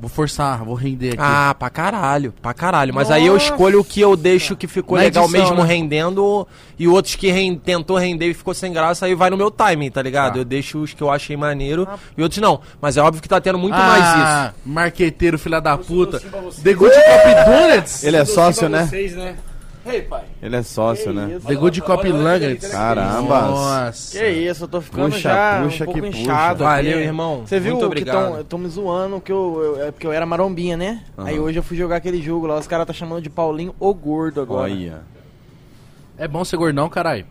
Vou forçar, vou render aqui.
Ah, pra caralho, pra caralho. Mas aí eu escolho o que eu deixo que ficou
Na
legal
edição,
mesmo
né?
rendendo e outros que ren- tentou render e ficou sem graça, aí vai no meu timing, tá ligado?
Tá.
Eu deixo os que eu achei maneiro
Ah.
e outros não. Mas é óbvio que tá tendo muito
Ah,
mais isso.
marqueteiro, filha da puta. The Good Cop Donuts?
Ele é sócio, né?
Vocês, né? Ei, pai.
Ele é sócio, né?
The Good Cop Nuggets.
Caramba.
Nossa.
Que isso, eu tô ficando
Puxa,
já
puxa
um pouco
que puxa.
inchado. aqui.
Valeu, irmão.
Você viu
Muito
que
obrigado.
tão, tão me zoando, que eu, eu- é porque eu era marombinha, né? Aí hoje eu fui jogar aquele jogo lá, os caras tá chamando de Paulinho o Gordo agora.
Olha.
É bom ser gordão, caralho.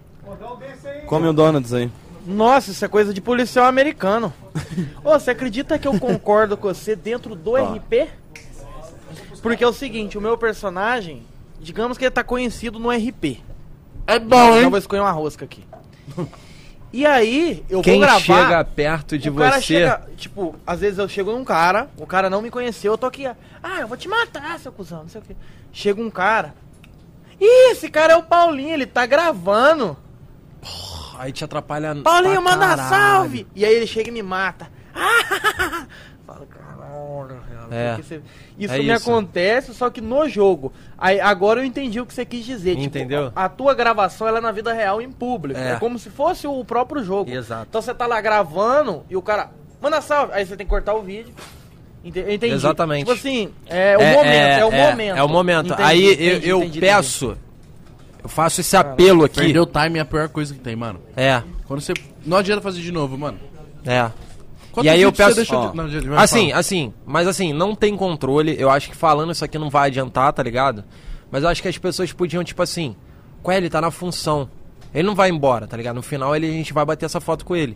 Come o Donuts aí.
Nossa, isso é coisa de policial americano. Ô, você acredita que eu concordo com você dentro do RP? Porque é o seguinte, o meu personagem, digamos que ele tá conhecido no RP.
É bom,
Não vou escolher uma rosca aqui. E aí, eu
Quem
vou gravar...
chega perto de
o cara
você.
chega, tipo, às vezes eu chego num cara, o cara não me conheceu, eu tô aqui, ah, eu vou te matar, seu cuzão, não sei o quê. Chega um cara, ih, esse cara é o Paulinho, ele tá gravando.
Aí te atrapalha.
Paulinho,
pra
manda
caralho.
salve! E aí ele chega e me mata. Fala, caralho, cara,
É.
por que você- Isso
É
me
isso.
acontece, só que no jogo. Aí, agora eu entendi o que você quis dizer. tipo,
Entendeu?
a tua gravação ela é na vida real em público. É,
É.
como se fosse o próprio jogo.
Exato.
Então você tá lá gravando e o cara. Manda salve! Aí você tem que cortar o vídeo. Ente- eu Entendi.
Exatamente.
Tipo assim, é o momento, é, o momento.
É o momento.
Entendi,
aí eu-
entendi,
eu,
entendi,
peço. Eu faço esse apelo aqui.
Perdeu o time é a pior coisa que tem, mano.
É,
Quando você. Não adianta fazer de novo, mano.
é.
Quantos
e aí eu
vídeos você
peço.
deixou de-
ó,
não, de- vai,
assim,
fala.
assim, mas assim, não tem controle. Eu acho que falando isso aqui não vai adiantar, tá ligado? Mas eu acho que as pessoas podiam, tipo assim, qual é? ele tá na função. Ele não vai embora, tá ligado? No final ele, a gente vai bater essa foto com ele.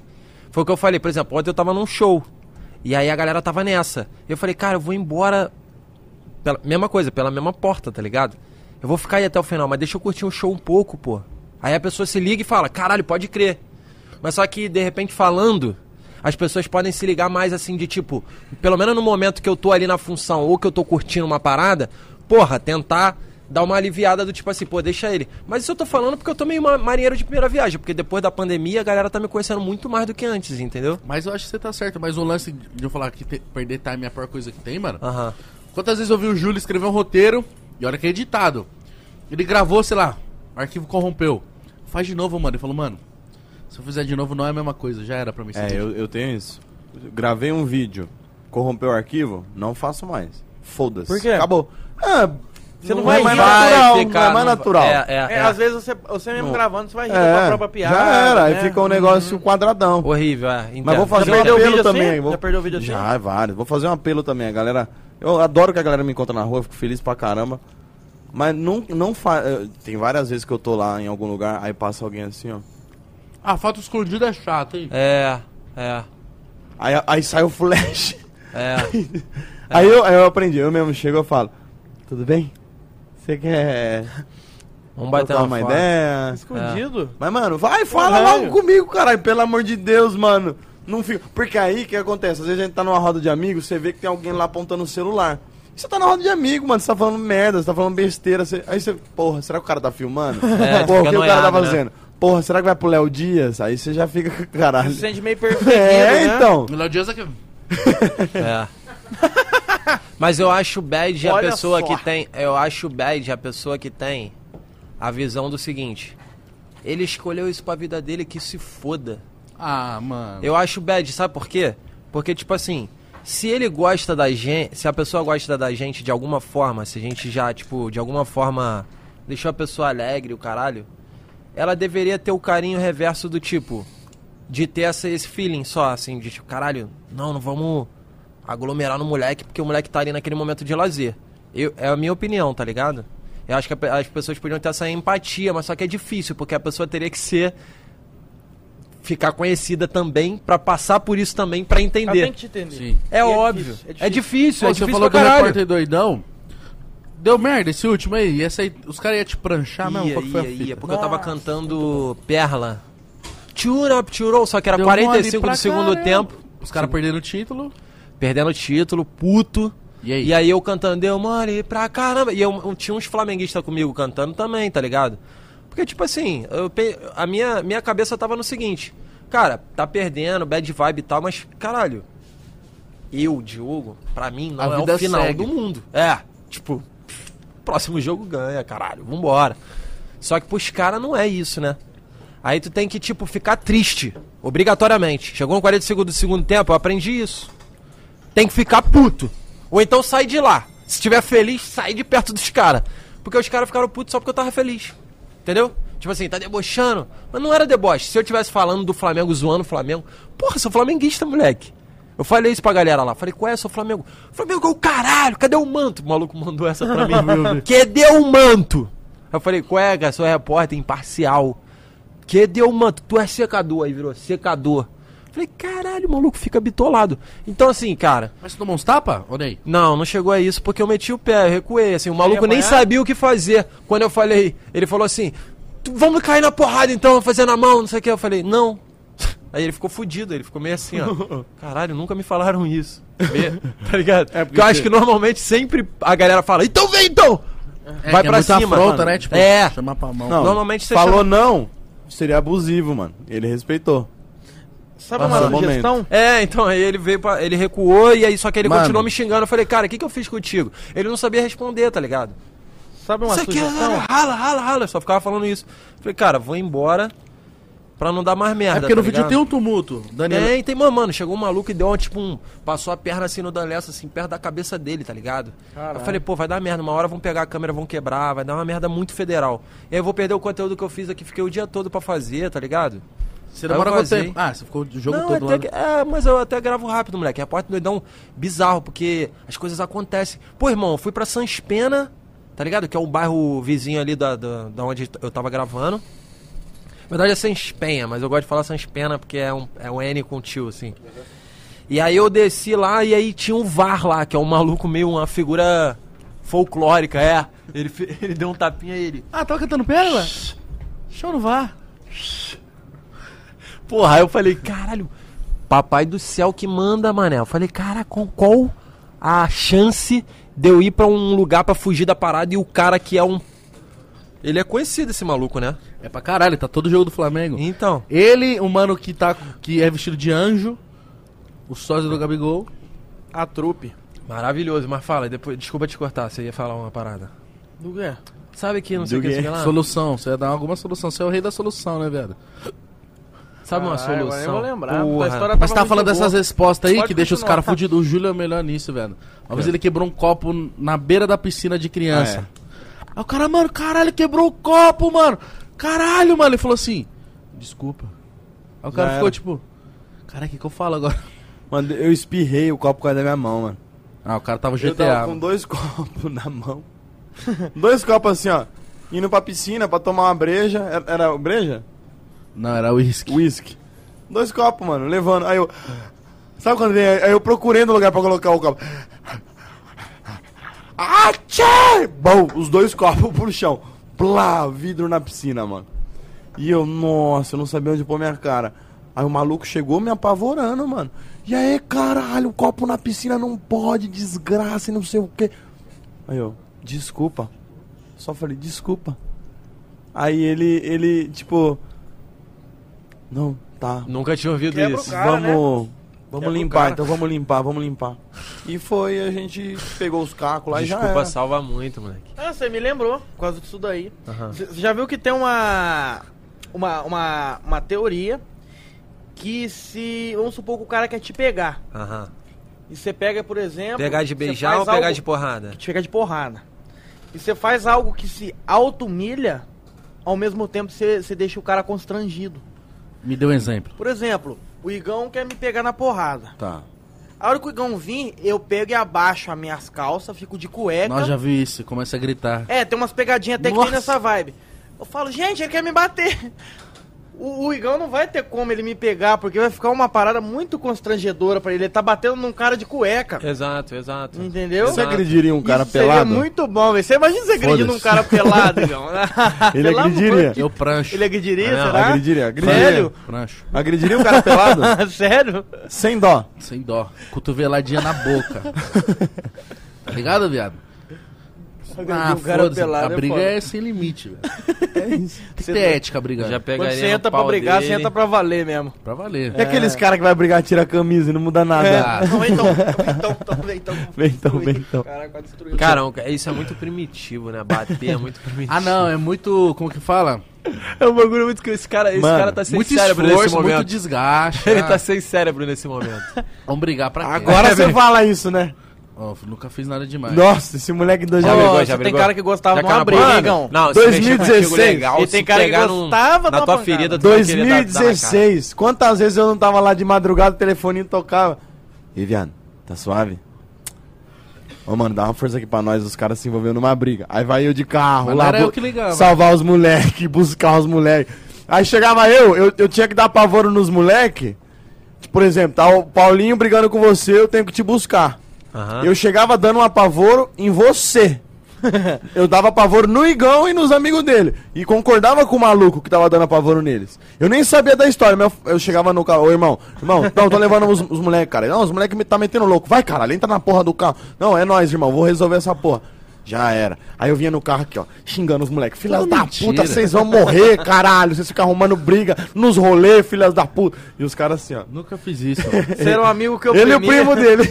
Foi o que eu falei, por exemplo, ontem eu tava num show. E aí a galera tava nessa. Eu falei, cara, eu vou embora pela mesma coisa, pela mesma porta, tá ligado? Eu vou ficar aí até o final, mas deixa eu curtir o show um pouco, pô. Aí a pessoa se liga e fala, caralho, pode crer. Mas só que, de repente, falando, as pessoas podem se ligar mais assim de tipo, pelo menos no momento que eu tô ali na função ou que eu tô curtindo uma parada, porra, tentar dar uma aliviada do tipo assim, pô, deixa ele. Mas isso eu tô falando porque eu tô meio ma- marinheiro de primeira viagem, porque depois da pandemia a galera tá me conhecendo muito mais do que antes, entendeu?
Mas eu acho que você tá certo. Mas o lance de eu falar que te- perder time é a pior coisa que tem, mano.
Aham.
Quantas vezes eu vi o Júlio escrever um roteiro e olha que é editado. Ele gravou, sei lá, o arquivo corrompeu. Faz de novo, mano. Ele falou, mano, Se eu fizer de novo, não é a mesma coisa. Já era pra mim.
É, eu, eu tenho isso. Gravei um vídeo, corrompeu o arquivo, não faço mais. Foda-se.
Por quê?
Acabou. Ah,
Você não,
é
vai,
mais
vai
natural,
ficar,
não é mais
vai-
natural.
É, é,
É,
é.
Às vezes você, você mesmo
Não.
gravando, você vai rir
É,
da própria piada.
Já era,
né?
aí fica um negócio quadradão.
Horrível, é. entendo.
Mas vou fazer
Já
um
perdeu o
apelo
vídeo assim?
também.
Já
Vou...
perdeu o vídeo assim?
Já, vários. Vou fazer um apelo também. A galera. Eu adoro que a galera me encontra na rua, eu fico feliz pra caramba. Mas não, não faz. Tem várias vezes que eu tô lá em algum lugar, aí passa alguém assim, ó.
A foto escondida é chata, hein?
É, é,
Aí, aí sai o flash.
é.
Aí, eu, aí eu aprendi, eu mesmo chego e falo, tudo bem? Você quer
Vamos bater
trocar
uma,
uma
foto.
ideia?
Escondido?
Mas, mano, vai, fala
Caralho.
logo comigo, caralho. Pelo amor de Deus, mano. Não fica. Porque aí o que acontece? Às vezes a gente tá numa roda de amigos, você vê que tem alguém lá apontando o celular. E Você tá na roda de amigo, mano. Você tá falando merda, você tá falando besteira. você- Aí você. Porra, será que o cara tá filmando?
É,
Porra, o que
fica
o cara
noiado,
tá
né?
fazendo? Porra, será que vai pro Léo Dias? Aí você já fica com caralho.
Se sente meio perseguido,
É,
né?
então.
O Léo Dias é que.
É. Mas eu acho bad a
Olha
pessoa
só.
que tem. Eu acho bad a pessoa que tem a visão do seguinte. Ele escolheu isso pra vida dele, que se foda.
Ah, mano.
Eu acho bad, sabe por quê? Porque, tipo assim, se ele gosta da gente, se a pessoa gosta da gente de alguma forma, se a gente já, tipo, de alguma forma deixou a pessoa alegre, o caralho, ela deveria ter o carinho reverso do tipo, de ter essa, esse feeling só, assim, de tipo, caralho, não, não vamos aglomerar no moleque, porque o moleque tá ali naquele momento de lazer. Eu, é a minha opinião, tá ligado? Eu acho que a pe- as pessoas podiam ter essa empatia, mas só que é difícil, porque a pessoa teria que ser ficar conhecida também pra passar por isso também pra
Ela
entender.
Ah, tem que te entender.
Sim.
É
E é
óbvio.
difícil, é
É
difícil.
difícil,
Pô,
é
você
difícil
falou que
pra
o
caralho.
repórter doidão. Deu merda esse último aí. Esse aí os caras iam te pranchar mesmo.
ia,
Qual que foi a
ia,
fita?
ia, porque eu tava cantando Perla. Tchura, tchurou, só que era
Deu mole
45
pra
do segundo
caramba.
tempo.
Os caras perderam o título.
Perdendo o título, puto.
E aí?
E aí eu cantando, deu mole pra caramba. E eu, eu tinha uns flamenguistas comigo cantando também, tá ligado? Porque, tipo assim, eu pe- a minha, minha cabeça tava no seguinte. Cara, tá perdendo, bad vibe e tal, mas, caralho. Eu, Diogo, pra mim não
A
é
vida
o final
segue.
do mundo. É, tipo, próximo jogo ganha, caralho, vambora. Só que pros caras não é isso, né? Aí tu tem que, tipo, ficar triste, obrigatoriamente. Chegou no 40 segundos do segundo tempo, eu aprendi isso. Tem que ficar puto. Ou então sai de lá. Se tiver feliz, sai de perto dos caras. Porque os caras ficaram putos só porque eu tava feliz. Entendeu? Tipo assim, tá debochando. Mas não era deboche. Se eu tivesse falando do Flamengo, zoando o Flamengo. Porra, sou flamenguista, moleque. Eu falei isso pra galera lá. Falei, qual é, sou Flamengo? Flamengo é o caralho, cadê o manto? O maluco mandou essa pra mim. cadê o manto? Eu falei, qual é, cara, sou repórter imparcial. Que deu, manto, tu é secador. Aí virou secador. Falei, caralho, o maluco fica bitolado. Então, assim, cara,
Mas você tomou uns tapa? Olha aí.
não, não chegou a isso porque eu meti o pé, eu recuei. Assim, o maluco
ia
nem
apanhar?
sabia o que fazer. Quando eu falei, ele falou assim: "Tu- vamos cair na porrada então, vamos fazer na mão, não sei o que. Eu falei, não. Aí ele ficou fudido, ele ficou meio assim, ó. Caralho, nunca me falaram isso. Meio- tá ligado? porque, eu acho que normalmente sempre a galera fala, então vem então!
É,
Vai
que
pra
é muita
cima,
Afronta,
mano.
né? Tipo,
É.
chamar pra mão.
Não,
Normalmente você
falou
chama-
não, seria abusivo, mano. Ele respeitou.
Sabe
Ah,
uma
momento.
sugestão?
É, então aí ele veio pra, ele recuou e aí só que ele
Mano.
continuou me xingando. Eu falei, cara, o que, que eu fiz contigo? Ele não sabia responder, tá ligado?
Sabe uma
Você quer
sugestão?
é rala, rala, rala. Eu só ficava falando isso. Falei, cara, vou embora pra não dar mais merda.
É porque no
tá
vídeo
ligado?
tem um tumulto. Daniel.
Tem, tem, mano, mano, chegou um maluco e deu um, tipo, um, passou a perna assim no Danessa, assim, perto da cabeça dele, tá ligado? Eu falei, pô, vai dar merda, uma hora vão pegar a câmera, vão quebrar, vai dar uma merda muito federal. E aí eu vou perder o conteúdo que eu fiz aqui, fiquei o dia todo pra fazer, tá ligado?
Você
Aí
demora
eu
quanto
vazei.
tempo? Ah, você ficou o jogo
Não,
todo
até
lá. né?
que- é, mas eu até gravo rápido, moleque. Repórter doidão bizarro, porque as coisas acontecem. Pô, irmão, eu fui pra Sanspena, tá ligado? Que é o bairro vizinho ali da, da, da onde eu tava gravando. Na verdade é Sanspenha, mas eu gosto de falar Sanspena porque é um, é um N com tio, assim. E aí eu desci lá e aí tinha um VAR lá, que é um maluco meio uma figura folclórica, é. Ele, fe- ele deu um tapinha e ele.
Ah, tava cantando pérola? Show no VAR.
Porra, aí eu falei, caralho, papai do céu que manda, mané. Eu falei, cara, com qual a chance de eu ir pra um lugar pra fugir da parada e o cara que é um. Ele é conhecido esse maluco, né?
É pra caralho, tá todo jogo do Flamengo.
Então.
Ele, o mano que, tá, que é vestido de anjo, o sósia do Gabigol.
A trupe.
Maravilhoso, mas fala, depois. Desculpa te cortar, você ia falar uma parada.
Do
é.
quê?
Sabe que não sei o que, não sei o que lá?
Solução, você ia dar alguma solução. Você é o rei da solução, né, velho?
Sabe uma
Caralho, agora eu
solução?
vou lembrar, porque a
Porra.
história
Mas
tava
tá
muito
falando
boa.
dessas respostas aí
Pode
que deixa os
continuar.
caras fudidos. O Júlio é o melhor nisso, velho. Uma vez ele quebrou um copo na beira da piscina de criança. Aí o cara, mano, caralho, quebrou o copo, mano. Caralho, mano. Ele falou assim: desculpa. Aí o cara
Já
ficou
era.
tipo: cara, o que, que eu falo agora?
Mano, eu espirrei o copo com a da minha mão, mano.
Ah, o cara tava
Eu tava
GTA.
com dois copos na mão. dois copos assim, ó. Indo pra piscina pra tomar uma breja. Era, era breja?
Não, era uísque.
Whisky. Dois copos, mano, levando. Aí eu. Sabe quando vem? Aí eu procurando lugar pra colocar o copo. Atchê! Bom, os dois copos pro chão. Plá, vidro na piscina, mano. E eu, nossa, eu não sabia onde pôr minha cara. Aí o maluco chegou me apavorando, mano. E aí, caralho, o copo na piscina não pode, desgraça e não sei o quê. Aí eu, desculpa. Só falei, desculpa. Aí ele, ele, tipo. Não, tá.
Nunca tinha ouvido
Quebra o
isso.
cara. né?
vamos. Vamos
Quebra o
limpar,
cara.
então vamos limpar, vamos limpar. E foi, a gente pegou os cacos lá e já.
Desculpa,
Era.
salva muito, moleque.
Ah, você me lembrou, por causa disso daí.
Aham.
Você já viu que tem uma, uma, uma, uma teoria que se, vamos supor que o cara quer te pegar.
Aham.
E você pega, por exemplo...
Pegar de
Tá você
beijar
faz
ou pegar
algo-
de porrada?
Te pegar de porrada. E você faz algo que se auto-humilha, ao mesmo tempo você, você deixa o cara constrangido.
Me deu um exemplo.
Por exemplo, o Igão quer me pegar na porrada.
Tá.
A hora que o Igão vir, eu pego e abaixo as minhas calças, fico de cueca.
Nós já vi isso. Começa a gritar.
É, tem umas pegadinhas até que
Nossa.
tem nessa vibe. Eu falo, gente, ele quer me bater. O, o Igão não vai ter como ele me pegar, porque vai ficar uma parada muito constrangedora pra ele. Ele tá batendo num cara de cueca.
Exato, exato.
Entendeu?
É. Você agrediria um cara
Isso
pelado?
Seria muito bom, velho. Você imagina você agredindo
Foda-se.
um cara pelado, Igão.
Ele
Pelo amor
agrediria.
de-
Eu prancho.
Ele agrediria,
Ah, não,
será?
Agrediria, agrediria.
Sério?
Prancho.
Agrediria um cara pelado?
Sério?
Sem dó.
Sem dó. Cotoveladinha na boca. tá ligado, viado? Ah,
o cara
foda-se. A
pelado é
briga
foda.
é sem limite, velho.
É isso.
Tem que ter ética brigando.
Já
Quando
pegaria
você
no
entra pra
pau
brigar,
dele.
você entra pra valer mesmo.
Pra valer.
E É
É.
aqueles caras que vai brigar, tira a camisa e não muda nada.
Ah,
Não, vem então, vem então, então, vem então.
Vem então, vem então.
Caraca, quase destruiu.
Cara, um- isso é muito primitivo, né? Bater é muito primitivo.
Ah, não, é muito. Como que fala?
É um bagulho muito que esse cara, esse
Mano,
cara tá sem
muito
cérebro nesse
esforço, muito
momento.
desgaste.
Ele
Ah,
tá sem cérebro nesse momento.
Vamos brigar pra quê?
Agora
É,
você
velho.
fala isso, né?
Ó, nunca fiz nada demais.
Nossa, esse moleque dois já
Ó,
brigou.
brigou,
Ó,
já
só tem
brigou.
cara que gostava
Já
de
caiu
uma
na
briga,
porrada?
Igão.
Não, se mexer contigo
2016.
legal,
E
se
tem cara que
pegar num-
gostava da
na tua
pancada.
ferida. tu vai querer dar- dar na cara.
2016. Quantas vezes eu não tava lá de madrugada, o telefoninho tocava. E, viado, tá suave? Ô, mano, dá uma força aqui pra nós, os caras se envolvendo numa briga. Aí vai eu de carro,
Mas
lá
não era
vou
eu que ligava.
salvar os moleques, buscar os moleques. Aí chegava eu, eu, eu tinha que dar pavoro nos moleques. Por exemplo, tá o Paulinho brigando com você, eu tenho que te buscar.
Aham.
Eu chegava dando um apavoro em você. eu dava apavoro no Igão e nos amigos dele. E concordava com o maluco que tava dando apavoro neles. Eu nem sabia da história, mas eu eu chegava no carro. Ô, irmão, irmão, não, tô levando os, os moleques, cara. Não, os moleques me tá metendo louco. Vai, cara, entra na porra do carro. Não, é nóis, irmão, vou resolver essa porra. Já era. Aí eu vinha no carro aqui, ó, xingando os moleques. Filhas
Tudo
da
mentira.
puta, vocês vão morrer, caralho. Vocês ficam arrumando briga nos rolês, filhas da puta. E os caras assim, ó.
Nunca fiz isso. mano.
Você era um amigo que eu
é
Ele e o
premia.
primo dele.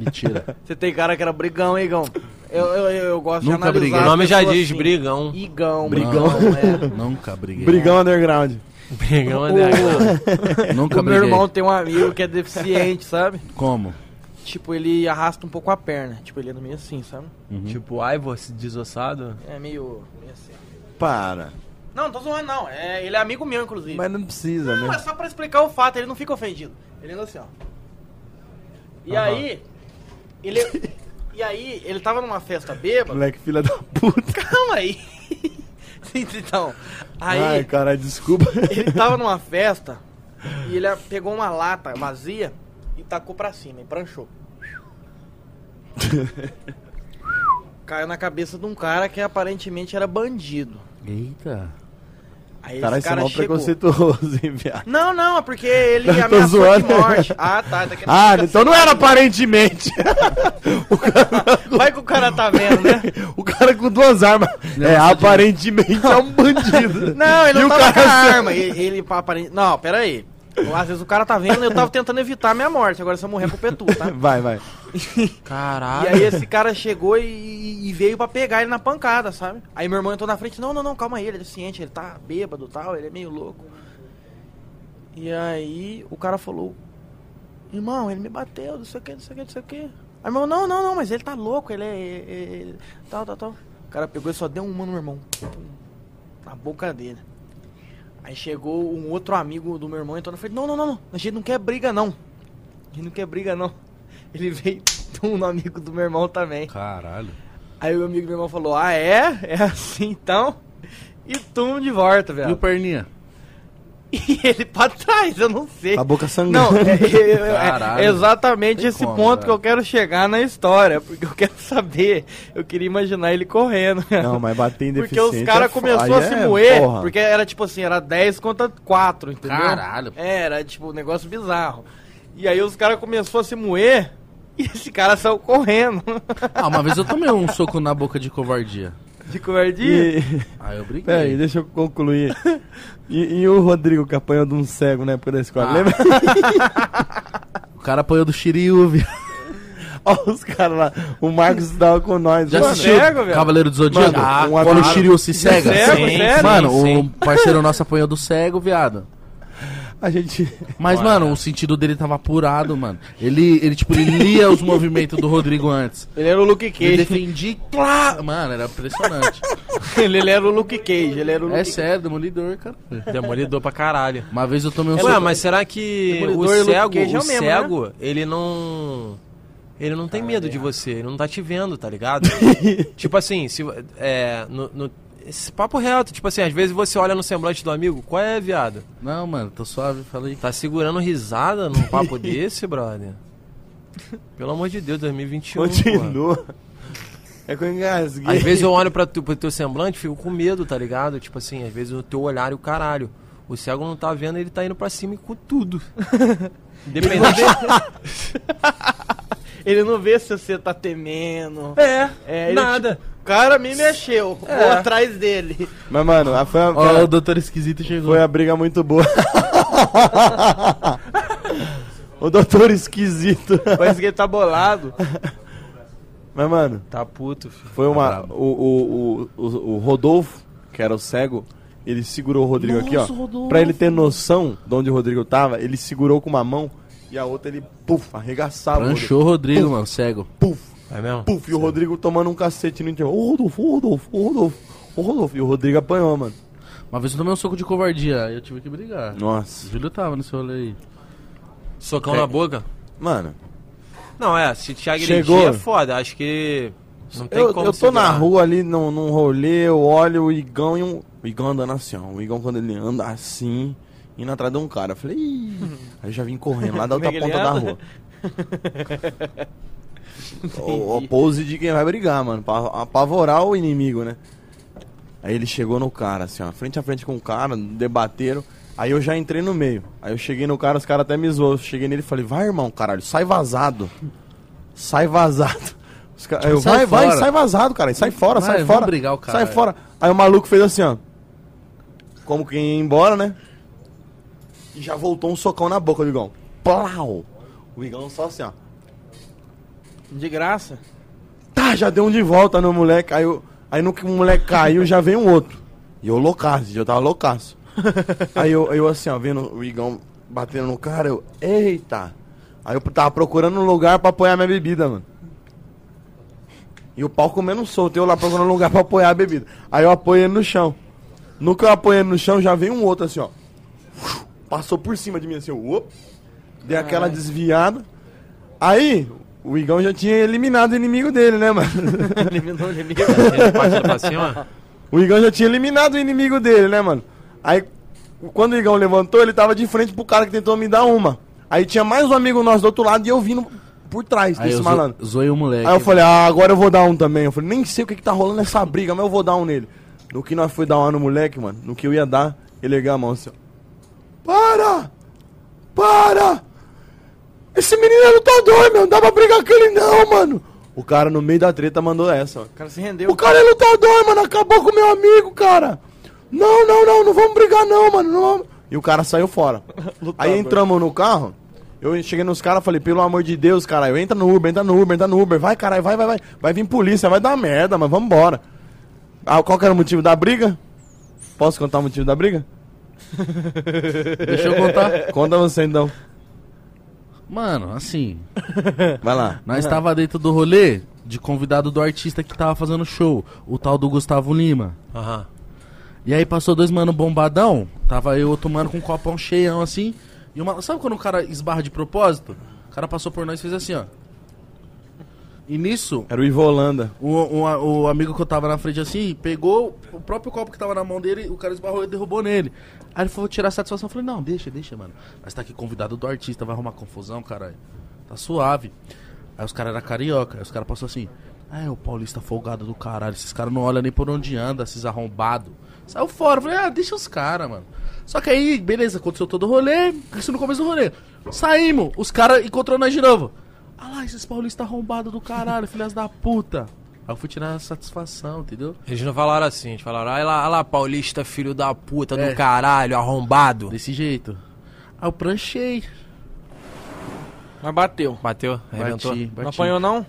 Mentira.
Você tem cara que era brigão, hein, Igão. Eu, eu, eu, eu gosto
Nunca
de analisar.
briguei.
O
as
nome já
pessoas
diz
assim.
brigão.
Igão. é.
Brigão.
Brigão,
Nunca briguei.
Brigão underground.
Brigão é
é. O-
Nunca
o meu
briguei.
irmão tem um amigo que é deficiente, sabe?
Como?
Tipo, ele arrasta um pouco a perna. Tipo, ele é meio assim, sabe?
Tipo, Ivor se desossado.
É meio, meio assim.
Para.
Não, não tô zoando, não. É, ele é amigo meu, inclusive.
Mas não precisa,
Não,
né?
é só pra explicar o fato, ele não fica ofendido. Ele anda assim, ó. E aí, ele. E aí, ele tava numa festa bêbada.
Moleque, filha da puta.
Calma aí. então, aí
Ai, cara, desculpa.
ele tava numa festa e ele pegou uma lata vazia e tacou pra cima, e pranchou. Caiu na cabeça de um cara que aparentemente era bandido.
Eita.
Aí esse
Cara, isso é
cara
mal
chegou.
preconceituoso, hein, viado.
Não, não, é porque ele
tô
ameaçou
zoando.
de morte. Ah, tá. daqui a
Ah,
pouco-
então não é era aparentemente.
Vai que o cara tá vendo, né?
o cara com duas armas. é, aparentemente é um bandido.
Não, ele
E
não
o
tava com
cara-
a arma. Ele, ele aparente... Não, pera aí. Às vezes o cara tá vendo, eu tava tentando evitar a minha morte. Agora se eu morrer, a culpa é tua, tá?
Vai, vai.
Caralho.
E aí esse cara chegou e, e veio pra pegar ele na pancada, sabe? Aí meu irmão entrou na frente, não, não, não, calma aí, ele é deficiente, ele tá bêbado e tal, ele é meio louco. E aí o cara falou, irmão, ele me bateu, não sei o que, não sei o que, não sei o que. Aí meu irmão, não, não, não, mas ele tá louco, ele é. é- é- tal, tal, tal. O cara pegou e só deu uma no meu irmão. Pum, Na boca dele. Aí chegou um outro amigo do meu irmão entrou na frente, não, não, não, não, a gente não quer briga não. A gente não quer briga não. Ele veio de um amigo do meu irmão também.
Caralho.
Aí o amigo do meu irmão falou, ah é? É assim então? E tum de volta,
E o
velho.
perninha?
E ele pra trás, eu não sei.
A boca sangrando.
Não, é, é- é-
Caralho.
é exatamente
Tem
esse
como,
né?
ponto que
velho.
eu quero chegar na história, porque eu quero saber, eu queria imaginar ele correndo.
Não, mas bater em
porque
deficiente
os caras
é fo-
começaram
aí
a se
é
moer,
porra.
porque era tipo assim, era 10 contra 4, entendeu?
Caralho.
É, Era tipo um negócio bizarro. E aí os caras começaram a se moer e esse cara saiu correndo.
Ah, uma vez eu tomei um soco na boca de covardia.
De covardia.
E...
Aí eu briguei.
Peraí, deixa eu concluir. E, e o Rodrigo que apanhou de um cego na época da escola,
Ah.
lembra?
O cara apanhou do Shiryu, viu?
Olha os caras lá. O Marcos tava com nós.
Já
mano.
assistiu
cego, velho?
Cavaleiro do Zodíaco?
Mano,
Ah,
um
Quando o
avião-
Shiryu se cega?
cego, sério?
Mano,
Sim,
o parceiro nosso apanhou do cego, viado.
A gente.
Mas, mano, o sentido dele tava apurado, mano. Ele, ele tipo, ele lia os movimentos do Rodrigo antes.
Ele era o Luke
Ele
Cage.
defendia e plá! Mano, era impressionante.
ele, ele era o Luke Cage, ele era o Luke
É sério, demolidor, cara.
Demolidor pra caralho.
Uma vez eu tomei um
Ué,
soco.
mas será que
Demolidor e
o
Luke
cego,
Cage é
o
o mesmo,
cego, ele não. Ele não tem medo de você, ele não tá te vendo, tá ligado? tipo assim, se. É, no, no- esse papo reto, tipo assim, às vezes você olha no semblante do amigo, qual é, viado?
Não, mano, tô suave, falei.
Tá segurando risada num papo desse, brother? Pelo amor de Deus, 2021. porra.
Continua. É que eu engasguei.
um, Às vezes eu olho pra tu, pro teu semblante e fico com medo, tá ligado? Tipo assim, às vezes o teu olhar e o caralho. O cego não tá vendo, ele tá indo pra cima e com tudo. Independente.
Cage. Ele não vê se você tá temendo.
é,
É, ele
nada.
O cara me mexeu, vou atrás dele.
Mas, mano, a- foi, a, foi,
Ó, o
a,
doutor esquisito chegou.
foi a briga muito boa. o doutor esquisito.
Parece que ele tá bolado.
Mas, mano,
Tá puto, filho.
foi uma. O, o, o, o, o Rodolfo, que era o cego, ele segurou o Rodrigo aqui, ó. Pra ele ter noção de onde o Rodrigo tava, ele segurou com uma mão e a outra ele, puf, arregaçava. o Tá Rodrigo.
Pranchou o Rodrigo, mano, cego.
Puf,
É mesmo?
puf, e o Rodrigo tomando um cacete no intervalo. Ô Rodolfo, ô Rodolfo, ô Rodolfo, ô Rodolfo. E o Rodrigo apanhou, mano.
Uma vez eu tomei um soco de covardia, aí eu tive que brigar. O
Nossa.
Júlio tava nesse rolê aí.
Socão
É.
na boca?
Mano,
Não, é, se te agredir
Chegou.
é foda. Acho que. Não tem
eu,
como
eu tô na
segurar.
rua ali num, num rolê, eu olho o Igão e um. O Igão andando assim, ó. O Igão quando ele anda assim, indo atrás de um cara. Eu falei, Ih! Aí eu já vim correndo lá da
Como é
outra
que ele
ponta da
anda?
rua. o, o pose de quem vai brigar, mano. Pra apavorar o inimigo, né? Aí ele chegou no cara, assim, ó, frente a frente com o cara, debateram. Aí eu já entrei no meio. Aí eu cheguei no cara, os caras até me zoou. Eu cheguei nele e falei, vai, irmão, caralho, sai vazado. Sai vazado. Os ca- aí eu,
sai
vai, vai,
fora.
sai vazado, cara. Sai fora,
Vai,
sai
vamos
fora.
brigar o cara. é.
Sai fora. Aí o maluco fez assim, ó. Como quem ia embora, né? E já voltou um socão na boca do Igão. Plau! O Igão só assim, ó.
De graça.
Tá, já deu um de volta no moleque. Aí, eu- aí no que o moleque caiu, já veio um outro. E eu loucaço, eu tava loucaço. aí eu, eu assim, ó, vendo o Igão batendo no cara, eu, eita! Aí eu tava procurando um lugar pra apoiar minha bebida, mano. E o pau comendo solto, eu lá procurando um lugar pra apoiar a bebida. Aí eu apoiei ele no chão. No que eu apoiei ele no chão, já veio um outro assim, ó. Passou por cima de mim assim, op. Dei aquela desviada. Aí, o Igão já tinha eliminado o inimigo dele, né, mano?
Eliminou o inimigo.
Ele partindo Tá pra cima?
O Igão já tinha eliminado o inimigo dele, né, mano? Aí, quando o Igão levantou, ele tava de frente pro cara que tentou me dar uma. Aí tinha mais um amigo nosso do outro lado e eu vindo por trás
Aí
desse
eu zo-
malandro.
zoei o moleque.
Aí eu falei, ah, agora eu vou dar um também. Eu falei, nem sei o que, que tá rolando essa briga, mas eu vou dar um nele. No que nós foi dar uma no moleque, mano, no que eu ia dar, ele ergueu a mão assim, ó. Para! Para! Esse menino é lutador, meu, não dá pra brigar com ele não, mano! O cara no meio da treta mandou essa, ó.
O cara se rendeu.
O cara é lutador, mano. Acabou com o meu amigo, cara. Não, não, não. Não vamos brigar, não, mano. não vamos. E o cara saiu fora. Aí entramos no carro. Eu cheguei nos caras falei, pelo amor de Deus, caralho, entra no Uber, entra no Uber, entra no Uber, vai, caralho, vai, vai, vai. Vai vir polícia, vai dar merda, mas vambora. Ah, qual que era o motivo da briga? Posso contar o motivo da briga?
Deixa eu contar.
Conta você então.
Mano, assim,
Vai lá.
nós estava dentro do rolê de convidado do artista que tava fazendo show, o tal do Gustavo Lima.
Aham.
E aí passou dois mano bombadão, tava eu e outro mano com um copão cheião assim, e uma... sabe quando o cara esbarra de propósito? O cara passou por nós e fez assim, ó. E nisso,
Era o Ivo Holanda.
O, Um, o- o amigo que eu tava na frente assim, pegou o próprio copo que tava na mão dele, o cara esbarrou e derrubou nele. Aí ele falou tirar a satisfação. Eu falei, não, deixa, deixa, mano. Mas tá aqui convidado do artista, vai arrumar confusão, caralho. Tá suave. Aí os caras eram carioca, aí os caras passou assim, ah, é o paulista folgado do caralho, esses caras não olham nem por onde anda, esses arrombados. Saiu fora, eu falei, ah, deixa os caras, mano. Só que aí, beleza, aconteceu todo o rolê, isso no começo do rolê. Saímos, os caras encontrou nós de novo. Ah lá, esses paulistas arrombados do caralho, filhas da puta. Aí eu fui tirar a satisfação, entendeu?
Eles não falaram assim, eles falaram, olha lá, olha lá, paulista, filho da puta,
É.
do caralho, arrombado.
Desse jeito. Aí eu pranchei.
Mas bateu.
Bateu? Arrebentou?
Bati, bati.
Não apanhou, não?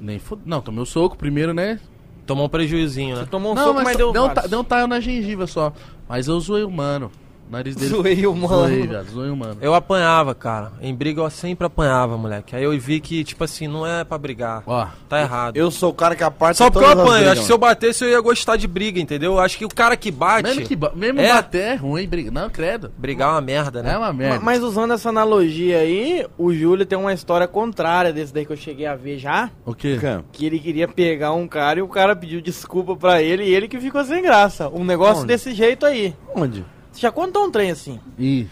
Nem fud... Não, tomei o soco primeiro, né?
Tomou um prejuízozinho, né?
Você tomou um
não,
soco, mas, deu.
deu, um ta...
vários.
deu um taio na gengiva só. Mas eu zoei o mano. O nariz dele.
Zoei o mano.
Zoei, viado, zoei o mano.
Eu apanhava, cara. Em briga eu sempre apanhava, moleque. Aí eu vi que, tipo assim, não é pra brigar.
Ó,
Tá errado.
Eu sou o cara que aparta
Só porque eu
todas as
apanho.
brigas,
Acho que se eu batesse eu ia gostar de briga, entendeu? Eu Acho que o cara que bate.
mesmo, que ba... mesmo
É.
bater é ruim, briga. Não, credo.
Brigar é uma merda, né?
É uma merda.
Ma- Mas usando essa analogia aí, o Júlio tem uma história contrária desse daí que eu cheguei a ver já.
O quê?
mano.
Que ele queria pegar um cara e o cara pediu desculpa pra ele e ele que ficou sem graça. Um negócio
Onde?
desse jeito aí.
Onde?
Você já contou um trem assim?
Ih,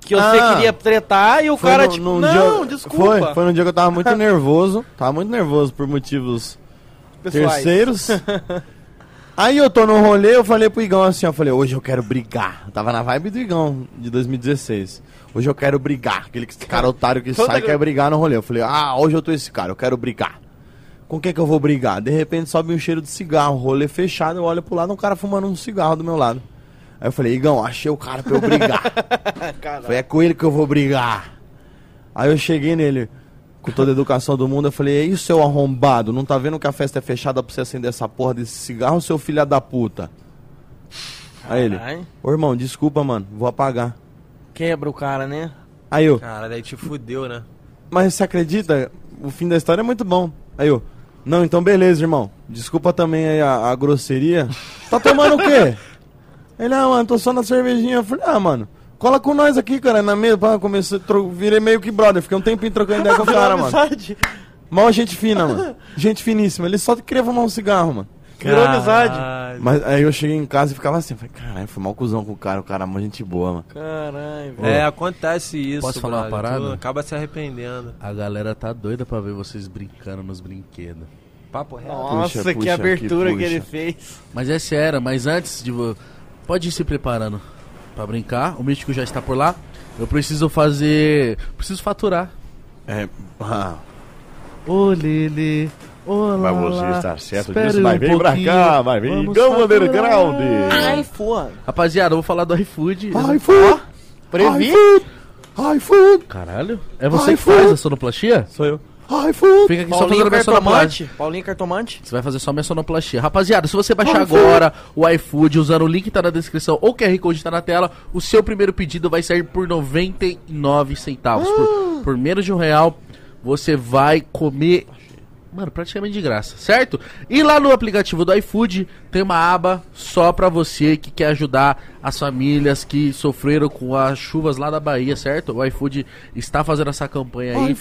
Que você
Ah.
queria tretar e o cara,
no-
tipo,
num
não,
dia-
desculpa.
Foi, foi num dia que eu tava muito nervoso. Tava muito nervoso por motivos
Pessoais.
terceiros. Aí eu tô no rolê, eu falei pro Igão assim, ó, eu falei, hoje eu quero brigar. Eu tava na vibe do Igão de 2016. Hoje eu quero brigar. Aquele que- cara otário que
Toda
sai e
gra-
quer brigar no rolê. Eu falei, ah, hoje eu tô esse cara, eu quero brigar. Com quem que eu vou brigar? De repente sobe um cheiro de cigarro, rolê fechado, eu olho pro lado, um cara fumando um cigarro do meu lado. Aí eu falei, Igão, achei o cara pra eu brigar.
Caralho.
Foi é com ele que eu vou brigar. Aí eu cheguei nele, com toda a educação do mundo, eu falei, ei, seu arrombado, não tá vendo que a festa é fechada pra você acender essa porra desse cigarro, seu filha da puta? Aí ele,
Caralho.
ô irmão, desculpa, mano, vou apagar.
Quebra o cara, né?
Aí eu,
Cara, daí te fudeu, né?
mas você acredita? O fim da história é muito bom. Aí eu, não, então beleza, irmão. Desculpa também aí a, a grosseria. Tá tomando o quê? Ele, ah, mano, tô só na cervejinha. Eu falei, ah, mano, cola com nós aqui, cara, na mesa. Pá, comecei, tro- virei meio que brother. Fiquei um tempinho trocando ideia com o cara, mano.
amizade.
Mal gente fina, mano. Gente finíssima. Ele só queria fumar um cigarro, mano.
Virou amizade.
Caralho.
Mas aí eu cheguei em casa e ficava assim. Falei, caralho, fui mal cuzão com o cara. O cara é uma gente boa, mano.
Caralho, velho.
É, acontece isso.
Posso falar uma
brother.
parada?
Tu acaba se arrependendo.
a galera tá doida pra ver vocês brincando nos brinquedos.
Papo reto.
Nossa,
Puxa,
que
puxa,
abertura que,
que
ele
puxa.
fez.
Mas essa era, mas antes de. vo- Pode ir se preparando pra brincar. O místico já está por lá. Eu preciso fazer. Preciso faturar.
É, ah,
Ô Lele. Olá,
Mas você está certo disso, vai vir pra cá, vai vir Igão Underground.
Ai, foda.
Rapaziada, eu vou falar do iFood.
iFood! iFood! iFood!
Caralho. É você que
iFood.
faz a sonoplastia?
Sou eu. iFood!
Fica aqui só fazendo
Paulinho
minha sonoplastia.
Cartomante? Paulinho Cartomante?
Você vai fazer só minha sonoplastia. Rapaziada, se você baixar agora o iFood usando o link que tá na descrição ou o QR Code tá na tela, o seu primeiro pedido vai sair por 99 centavos. Por, por menos de um real, você vai comer. Mano, praticamente de graça, certo? E lá no aplicativo do iFood tem uma aba só pra você que quer ajudar as famílias que sofreram com as chuvas lá da Bahia, certo? O iFood está fazendo essa campanha aí.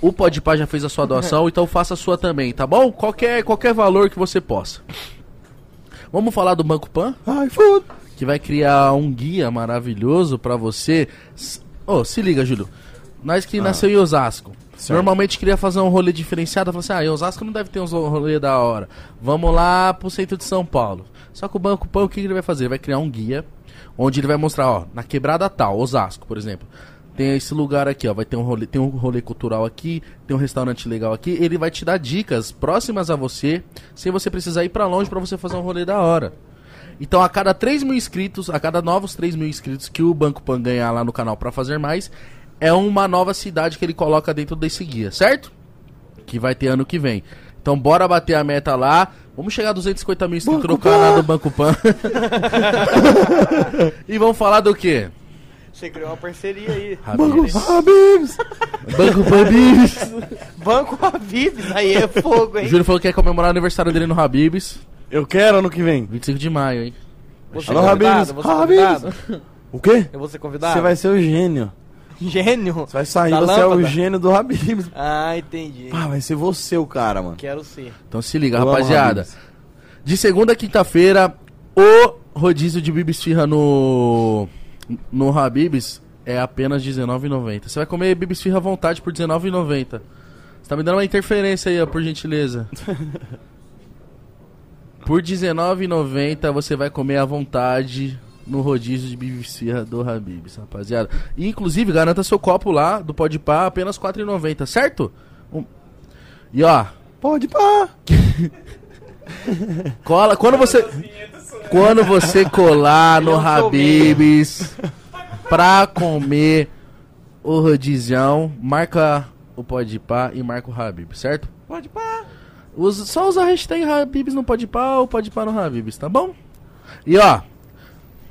O Podpah já fez a sua doação, então faça a sua também, tá bom? Qualquer, qualquer valor que você possa. Vamos falar do Banco Pan,
iFood!
que vai criar um guia maravilhoso pra você. S- Ô, se liga, Júlio. Nós que nasceu em Osasco. Normalmente queria fazer um rolê diferenciado, falou assim: "Ah, em Osasco não deve ter uns rolê da hora. Vamos lá pro centro de São Paulo". Só que o Banco Pan, o que que ele vai fazer? Vai criar um guia onde ele vai mostrar, ó, na quebrada tal, Osasco, por exemplo. Tem esse lugar aqui, ó. Vai ter um rolê, tem um rolê cultural aqui, tem um restaurante legal aqui. Ele vai te dar dicas próximas a você, sem você precisar ir pra longe pra você fazer um rolê da hora. Então, a cada 3 mil inscritos, a cada novos 3 mil inscritos que o Banco Pan ganhar lá no canal pra fazer mais, é uma nova cidade que ele coloca dentro desse guia, certo? Que vai ter ano que vem. Então bora bater a meta lá. Vamos chegar a 250 mil inscritos no canal do Banco Pan. e vamos falar do quê?
Você criou uma parceria aí.
Habibs.
Habibs!
Banco Pan Habibs.
Banco Avives, aí é fogo,
O
hein?
Júlio falou que quer comemorar o aniversário dele no Habibs.
Eu quero ano que vem.
25 de maio, hein?
Você
Alô, Habibs.
Você é convidado?
O quê?
Eu vou ser convidado?
Você vai ser o gênio.
Gênio?
Você vai sair,
Da
você é
lâmpada?
o gênio do Habibs.
Ah, entendi.
Ah, vai ser você o cara, mano.
Quero ser.
Então se liga,
Eu amo
rapaziada.
Habib's.
De segunda a quinta-feira, o rodízio de bibis firra no no Habibs é apenas R$19,90. Você vai comer bibis firra à vontade por R$19,90. Você tá me dando uma interferência aí, ó, por gentileza. Por R$19,90 você vai comer à vontade no rodízio de bibis firra do Habibs, rapaziada. E, inclusive, garanta seu copo lá do Pode Pá apenas R$4,90, certo? Um- E ó,
Pode pá.
Cola, quando você. Quando você colar no
Eu sou
Habibs pra comer o rodizão, marca o Pode Pá e marca o Habib, certo?
Pode pá.
Usa- só usa a hashtag Habibs no Pode Pá ou Pode Pá no Habibs, tá bom? E ó,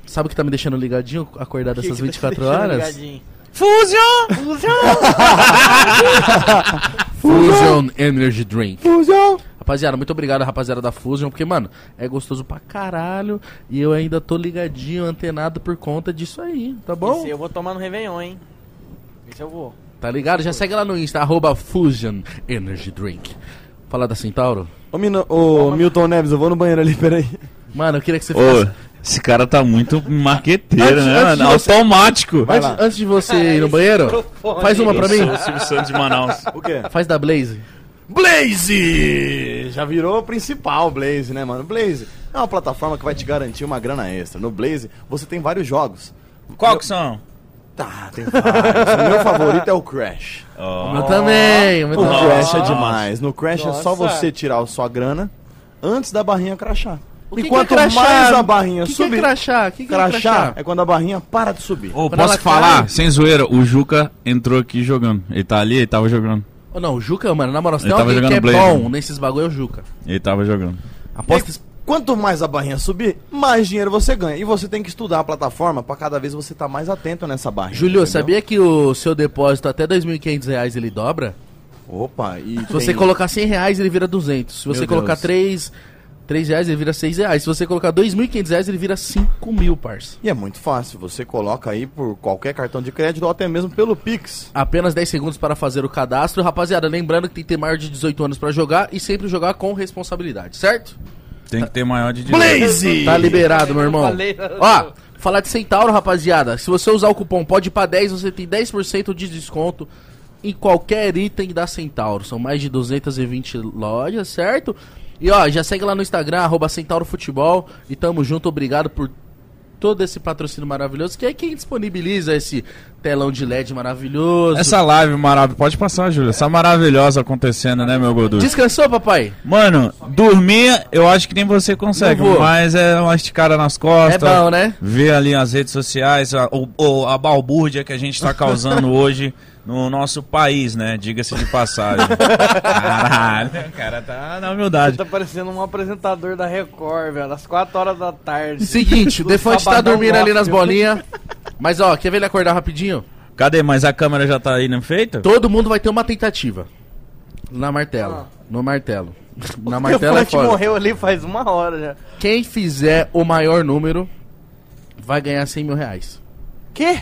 sabe o que tá me deixando ligadinho, acordado essas
tá
24 horas?
Fusion! Fusion!
Fusion Energy Drink.
Fusão.
Rapaziada, muito obrigado, rapaziada da Fusion, porque, mano, é gostoso pra caralho e eu ainda tô ligadinho, antenado por conta disso aí, tá bom?
Esse é eu vou tomar no Réveillon, hein? Esse eu vou.
Tá ligado? Já segue lá no Insta, arroba Fusion Energy Drink. Fala da Centauro.
Ô, Mino- ô, Milton Neves, eu vou no banheiro ali, peraí.
Mano, eu queria que você
Ô,
fizesse.
esse cara tá muito marqueteiro,
Antes-
né,
antes de
mano?
você-
Automático.
Vai
Antes,
lá.
antes de você ir no banheiro,
microfone.
faz uma pra mim.
Sou o Silvio Santos de Manaus.
O quê?
Faz da Blaze.
Blaze! Já virou o principal Blaze, né, mano? Blaze é uma plataforma que vai te garantir uma grana extra. No Blaze, você tem vários jogos.
Qual que são?
Tá, tem vários. o meu favorito é o Crash.
O meu também, o meu
O
Nossa.
também.
Crash é demais. No Crash é só
Nossa.
você tirar a sua grana antes da barrinha crachar.
que
E
que
quanto
é crachar?
mais a barrinha
O que, que é
subir,
crachá? O que, que
crachar,
é crachá?
é quando a barrinha para de subir.
Ô,
Quando ela
posso falar?
cai-
Sem zoeira, o Juca entrou aqui jogando. Ele tá ali, ele tava jogando.
Ô, não, o Juca, mano, na moral, se
Ele
tem
tava
alguém que
jogando
é
Blaze. né?
bom nesses bagulho, é o Juca.
Ele tava jogando.
Aposta.
E Quanto mais a barrinha subir, mais dinheiro você ganha. E você tem que estudar a plataforma pra cada vez você tá mais atento nessa barrinha.
Julio,
entendeu?
sabia que o seu depósito até R$ 2.500 reais ele dobra?
Opa, e
Se você colocar 100 reais, ele vira 200. Se você
Meu
colocar
Deus.
3, 3 reais, ele vira 6 reais. Se você colocar 2.500 reais, ele vira 5 mil, parça.
E é muito fácil, você coloca aí por qualquer cartão de crédito ou até mesmo pelo Pix.
Apenas 10 segundos para fazer o cadastro. Rapaziada, lembrando que tem que ter maior de 18 anos para jogar e sempre jogar com responsabilidade, certo?
Tem que ter maior de 18.
Blaze!
Tá liberado, meu irmão.
Falei.
Ó, falar de Centauro, rapaziada. Se você usar o cupom pode para 10, você tem 10% de desconto em qualquer item da Centauro. São mais de 220 lojas, certo? E ó, já segue lá no Instagram, arroba Centauro Futebol. E tamo junto, obrigado por todo esse patrocínio maravilhoso, que é quem disponibiliza esse telão de LED maravilhoso.
Essa live maravilhosa. Pode passar, Júlio. Essa maravilhosa acontecendo, né, meu gorducho?
Descansou, papai?
Mano, dormir eu acho que nem você consegue,
Não vou.
mas é uma esticada nas costas.
É bom, né?
Ver ali as redes sociais, a, o- o- a balbúrdia que a gente tá causando hoje no nosso país, né? Diga-se de passagem. Caralho, o cara tá na humildade.
Tá parecendo um apresentador da Record, velho. Às 4 horas da tarde.
Seguinte, o
Do
Defante tá
sabadão
dormindo ali nas
gospel.
bolinhas. Mas ó, quer ver ele acordar rapidinho?
Cadê? Mas a câmera já tá aí, não feita?
Todo mundo vai ter uma tentativa. Na martelo.
Ah.
No martelo. Na
O
martelo é
elefante
foda.
morreu ali faz uma hora já.
Quem fizer o maior número vai ganhar 100 mil reais.
Quê?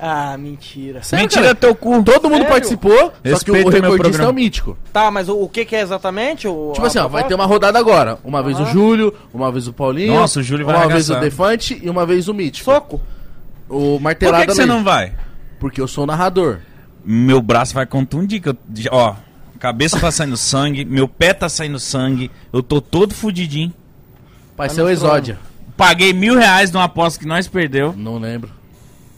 Ah, mentira.
Sério,
Mentira,
cara?
teu cu.
Todo mundo
Sério?
participou, só que o
Respeita o meu
recordista
programa.
é o mítico.
Tá, mas o, o que, que é exatamente? O,
Tipo
a
assim, ó, vai
proposta?
ter uma rodada agora. Uma vez o Júlio, uma vez o Paulinho.
Nossa, o Júlio vai
Uma vez o
arregaçar.
Defante e uma vez o mítico.
Soco?
O
Por
martelado
que, que você não vai?
Porque eu sou o narrador.
Meu braço vai contundir, que eu, ó, cabeça tá saindo sangue, meu pé tá saindo sangue, eu tô todo fudidinho.
Vai
Tá
ser o Exódia.
Paguei mil reais numa aposta que nós perdeu.
Não lembro,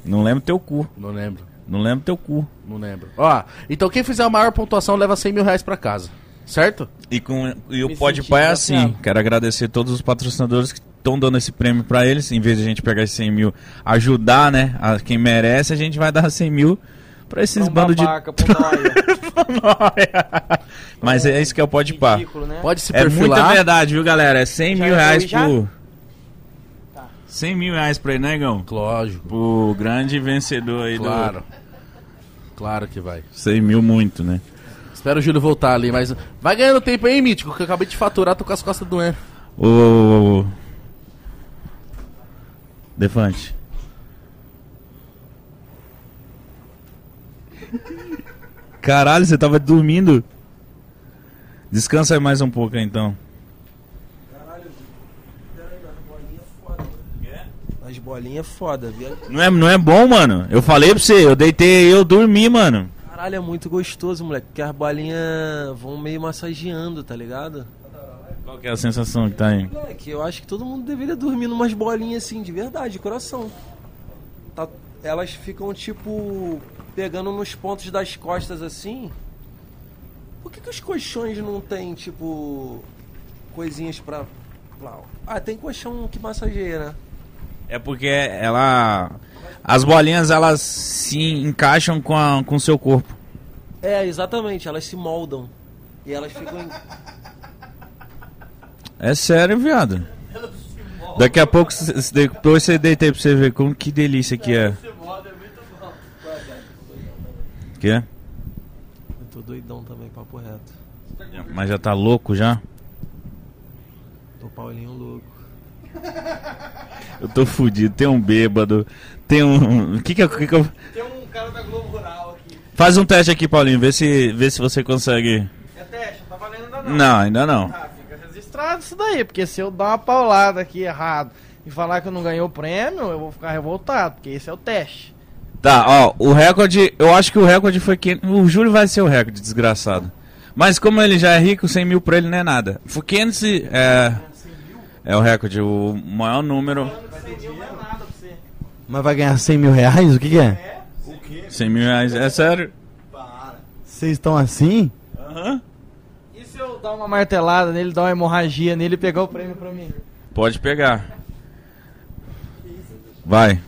Não lembro teu cu.
não lembro.
Não lembro teu cu.
Não lembro. Ó, então quem fizer a maior pontuação leva 100 mil reais pra casa. Certo?
E, com, e
Me
o Pode
senti
Pai é assim.
desafiado.
Quero agradecer todos os patrocinadores que estão dando esse prêmio pra eles. Em vez de a gente pegar esses 100 mil, ajudar, né? A quem merece, a gente vai dar 100 mil pra esses
um
bandos de. Mas é isso que é o pode pá.
né?
Pode se
É muita
perfilar.
verdade, viu, galera? É 100
Já
mil
já
reais
foi, já? Tá.
por. 100 mil reais pra ele, né, Igão?
Lógico,
Pro grande vencedor aí
claro. Claro que vai.
do. 100 mil, muito, né?
Espero o Júlio voltar ali, mas. Vai ganhando tempo aí, Mítico, que eu acabei de faturar, tô com as costas doendo.
Ô. Defante. Caralho, você tava dormindo. Descansa aí mais um pouco aí, então.
As bolinhas é foda, viu?
Não é, não é bom, mano. Eu falei pra você, eu deitei, eu dormi, mano.
Caralho, é muito gostoso, moleque. Porque as bolinhas vão meio massageando, tá ligado?
Qual que é a sensação que tá aí?
Moleque, eu acho que todo mundo deveria dormir numas bolinhas assim, de verdade, de coração. Tá- elas ficam, tipo, pegando nos pontos das costas assim. Por que, que os colchões não tem, tipo, coisinhas pra. lá, ó? Ah, tem colchão que massageia, né?
É porque ela. As bolinhas elas se encaixam com a- com o seu corpo.
É, exatamente, elas se moldam. E elas ficam. em-
É sério, viado. Daqui a pouco, cê- cê- depois você deita aí pra você ver como que delícia que é. Que é?
Eu tô doidão também, papo reto.
Mas já tá louco já?
Tô Paulinho louco.
Eu tô fudido, tem um bêbado, tem um... O que que eu... que que eu-
Tem um cara da Globo Rural aqui.
Faz um teste aqui, Paulinho, vê se, vê se você consegue...
É teste, não tá valendo ainda não.
Não, ainda não.
Ah, fica registrado isso daí, porque se eu dar uma paulada aqui errado e falar que eu não ganhei o prêmio, eu vou ficar revoltado, porque esse é o teste.
Tá, ó, o recorde... Eu acho que o recorde foi... Que... O Júlio vai ser o recorde, desgraçado. Mas como ele já é rico, 100 mil pra ele não é nada. Foi 500 e- É... É o recorde, o maior número...
100 mil reais? O que, que é?
100 mil reais, é sério?
Vocês estão assim?
E se eu dar uma martelada nele, dar uma hemorragia nele e pegar o prêmio pra mim?
Pode pegar. Vai.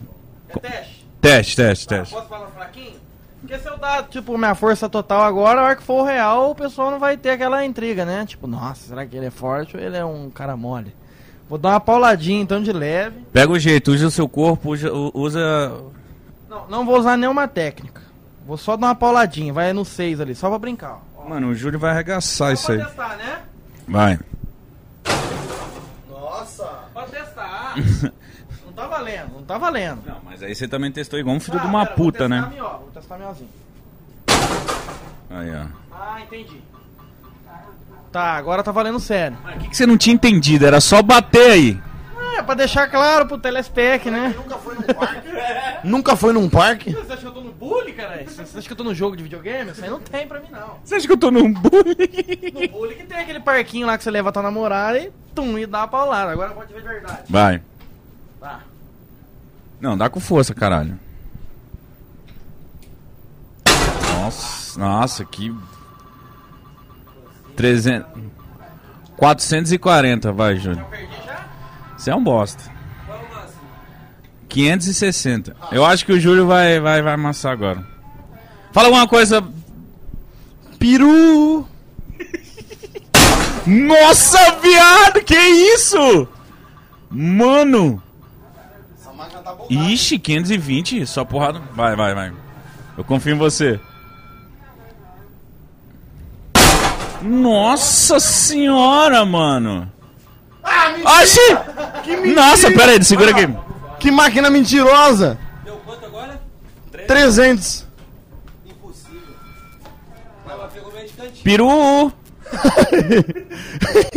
É teste? Tá,
Teste, teste, teste.
Posso falar fraquinho? Porque se eu dar, tipo, minha força total agora, a hora que for o real, o pessoal não vai ter aquela intriga, né? Tipo, nossa, será que ele é forte ou ele é um cara mole? Vou dar uma pauladinha, então, de leve.
Pega o jeito, usa o seu corpo, usa. u- usa-
Não, não vou usar nenhuma técnica. Vou só dar uma pauladinha, vai no 6 ali, só pra brincar. Ó.
Mano, o Júlio vai arregaçar isso
Pode
aí.
testar, né?
Vai.
Pode testar. não tá valendo, não tá valendo.
Não, mas aí você também testou igual um filho
Ah,
de uma
pera,
puta,
vou testar
né?
Minha, ó, vou testar minhazinha.
Aí, ó.
Ah, entendi. Tá, agora tá valendo sério.
O que, que você não tinha entendido? Era só bater aí.
Ah, é pra deixar claro pro Telespec, né?
Nunca foi num parque?
Você acha que eu tô no bullying, caralho? Você acha que eu tô no jogo de videogame? Isso aí não tem pra mim, não.
Você acha que eu tô num bullying?
No bullying que tem aquele parquinho lá que você leva tua namorada e tum, e dá uma paulada. Agora pode ver de verdade.
Vai.
Tá.
Não, dá com força, caralho. Nossa, nossa, que. 300. 440, vai, Júlio. Você é um bosta. 560. Eu acho que o Júlio vai, vai, vai amassar agora. Fala alguma coisa. Peru! Nossa, viado, que isso? Mano! Ixi, 520, só porrada. Vai, vai, vai. Eu confio em você. Nossa senhora, mano. Ah, mentira! Nossa, pera aí, segura aqui.
Que máquina mentirosa!
Deu quanto agora?
300.
Impossível. Ela pegou meio de cantinho.
Peru!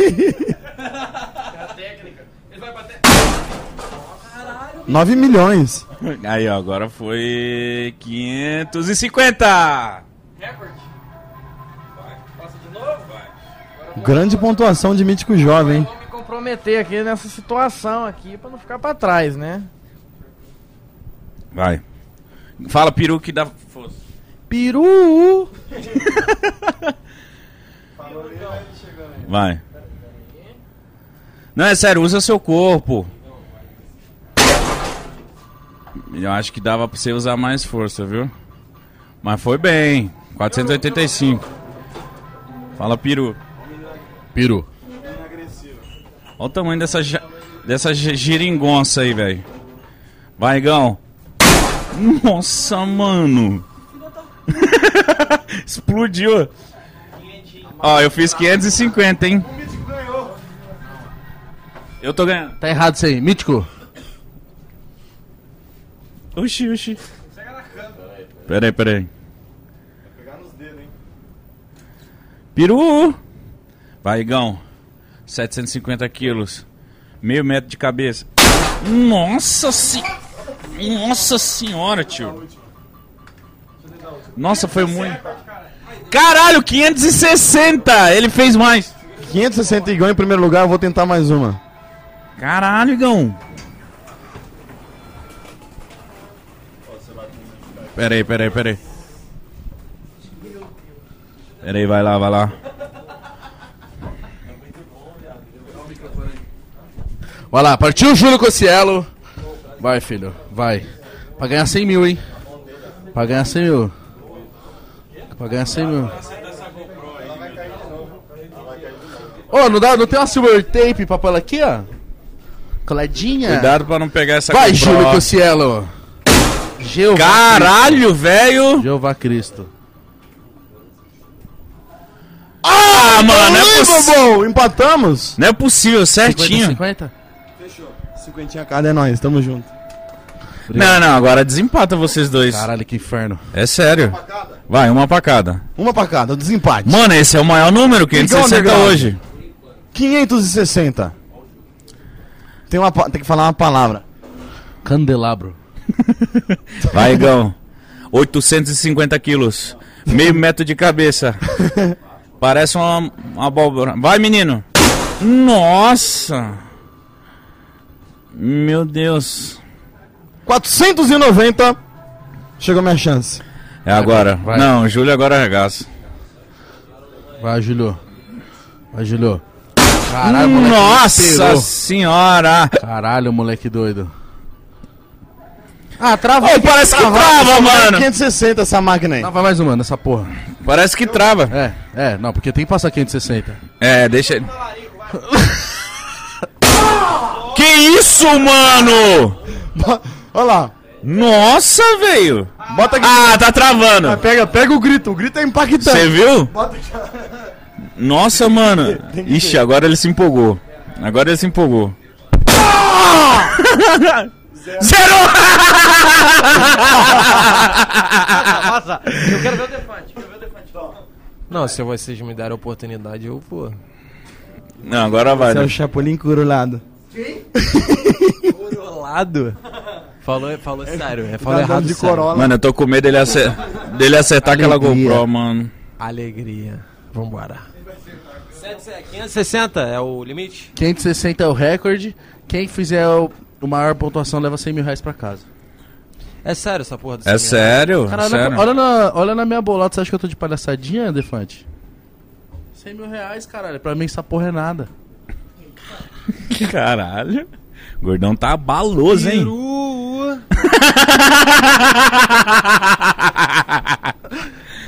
Ele vai bater.
9 milhões.
Aí, ó, agora foi 550.
Recorde. Passa de novo?
Grande pontuação de mítico jovem. hein?
Vou me comprometer aqui nessa situação aqui pra não ficar pra trás, né?
Vai. Fala, peru, que dá força.
Peru!
Vai. Não, é sério, usa seu corpo. Eu acho que dava pra você usar mais força, viu? Mas foi bem. 485. Fala, peru.
Peru.
Olha o tamanho dessa, ja- dessa gi- giringonça aí, velho. Vai, Igão. Nossa, mano. Explodiu. Ó, eu fiz 550, hein? Eu tô ganhando.
Tá errado isso aí. Mítico.
Oxi, oxi. Peraí, peraí. Peru! Vai, Igão. 750 quilos. Meio metro de cabeça. Nossa se... Nossa senhora, tio. Nossa, foi muito. Caralho, 560! Ele fez mais.
560 igual em primeiro lugar, eu vou tentar mais uma.
Caralho, Igão. Peraí, peraí, peraí. Peraí, vai lá, vai lá.
Vai lá, Ah, partiu Júlio Cocielo. Vai, filho, vai. Pra ganhar 100 mil, hein? Pra ganhar 100 mil. Pra ganhar 100 mil. Ô, não, dá, não tem uma silver tape pra pôr aqui, ó? Coladinha?
Cuidado pra não pegar essa
É. Vai,
GoPro.
Júlio Cocielo. Jeová
Caralho, velho!
Cristo. Jeová Cristo.
Ah, mano, não é, possi-
Bom, empatamos.
não é possível, certinho.
50?
Cinquentinha cada é nós, tamo junto.
Não, não, agora desempata vocês dois.
Caralho, que inferno.
É sério. Vai, uma pacada.
Uma pra cada, desempate.
Mano, esse é o maior número,
Igão
560
Underground.
hoje.
560. Tem, uma, pa- tem que falar uma palavra.
Candelabro.
Vai, Igão. 850 quilos. Meio metro de cabeça. Parece uma, uma abóbora. Vai, menino. Nossa. Meu Deus.
490. Chegou minha chance.
É agora.
vai.
Não, Júlio agora arregaça.
Vai, Júlio. Vai, Júlio. Caralho, moleque.
Nossa
inteiro.
senhora.
Caralho, moleque doido. Ah, trava aí.
Ô, parece que trava, mano.
560 essa máquina aí.
Trava mais uma nessa porra.
Parece que trava.
É, é, não, porque tem que passar 560.
É, deixa. que isso, mano?
Olha lá.
Nossa, velho. Bota aqui. Ah, tá travando.
Pega, pega o grito. O grito é impactante.
Você viu? Nossa, mano. Ixi, agora ele se empolgou. Agora ele se empolgou. Zero!
Nossa, eu quero ver o Defante. Eu quero ver o Defante.
Não, se vocês me derem a oportunidade, eu vou.
Não, agora vai.
Você é o
né?
Chapolin curulado.
Colado? Falou, falou sério, é, falou
Tá
errado
dando de
sério.
corolla.
Mano, eu tô com medo dele, acer... dele acertar aquela
Alegria.
GoPro, mano.
Alegria. Vambora. 560 é o limite?
560 é o recorde. Quem fizer o, o maior pontuação leva 100 mil reais pra casa.
É sério essa porra do
É sério?
Caralho,
sério.
Olha, na, olha na minha bolota, você acha que eu tô de palhaçadinha, Defante? 100 mil reais, caralho. Pra mim essa porra é nada.
Caralho. O gordão tá baloso, hein?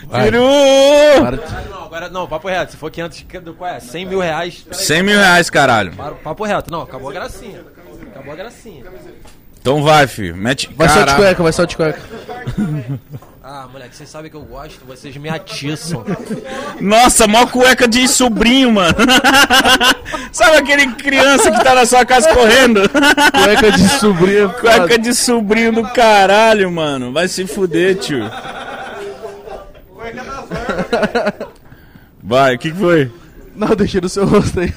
Vai.
Peru!
Para de-
Não, agora não, papo reto. Se for 500, que- do- qual é? 100 mil reais. peraí,
100 mil reais, caralho.
para- Papo reto. Não, acabou a gracinha. Acabou a gracinha.
Então vai, filho. Mete.
Vai só de
Caralho.
cueca, vai só de cueca.
Ah, moleque, vocês sabem que eu gosto, vocês me atiçam.
Nossa, mó cueca de sobrinho, mano. Sabe aquele criança que tá na sua casa correndo?
Cueca de sobrinha. é
Cueca de sobrinho do caralho, mano. Vai se fuder, tio. Vai, o que, que foi?
Não, eu deixei no seu rosto aí.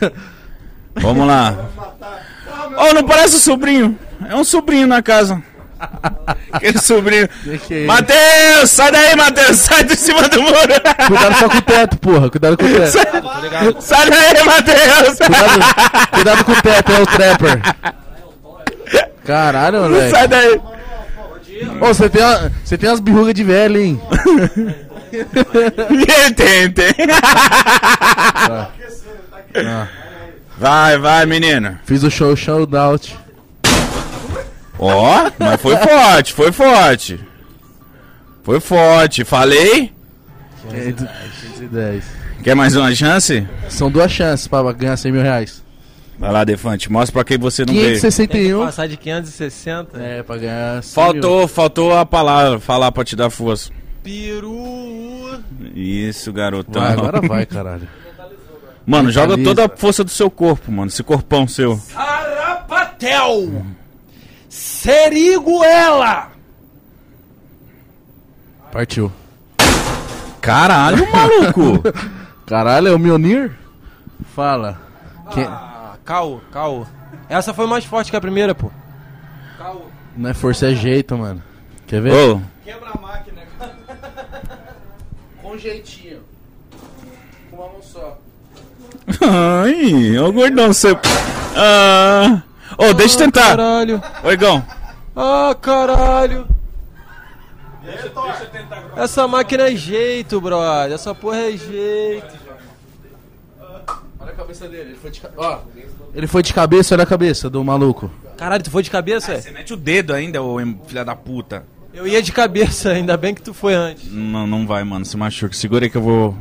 Vamos lá. Oh, não parece o sobrinho. É um sobrinho na casa. Aquele sobrinho.
Deixei.
Matheus, sai daí, Matheus. Sai de cima do muro.
Cuidado só com o teto, porra. Cuidado com o teto.
Sai, sai daí, Matheus.
Cuidado, cuidado com o teto, é o trapper. Caralho, moleque.
Sai daí.
Ô, você tem, uma- você tem umas birrugas de velho, hein?
Tem, tem. Vai, vai, menino.
Fiz o show shoutout.
Ó, mas foi forte, foi forte. Foi forte, falei?
510.
Quer mais uma chance?
São duas chances pra ganhar 100 mil reais.
Vai lá, Defante, mostra pra quem você não veio.
561.
Passar de 560.
É, pra ganhar 100
Faltou, faltou a palavra, falar pra te dar força.
Peru.
Isso,
mil.
garotão.
Vai, Ah, agora vai, caralho.
Tá
Mano, joga
Mentaliza.
toda a força do seu corpo, mano. Esse corpão seu.
Sarapatel. Seriguela.
Partiu.
Caralho, maluco!
Caralho, é o Mionir? Fala. Quem-
Ah, caô, caô. Essa foi mais forte que a primeira, pô.
Não é força, é jeito, mano. Quer ver?
Ô,
Quebra a máquina. Com jeitinho. Com uma mão só.
Ai, ô gordão, seu. Ah. Ô, deixa eu tentar.
Caralho.
Ô, Igão.
Ah, caralho. Essa máquina é jeito, brother. Essa porra é jeito.
Olha a cabeça dele, ele foi de cabeça. Ó, ele foi de cabeça, olha a cabeça do maluco.
Caralho, tu foi de cabeça? é?
Você mete o dedo ainda, ô em- filha da puta.
Eu ia de cabeça, ainda bem que tu foi antes.
Não, não vai, mano. Se machuca. Segura aí que eu vou.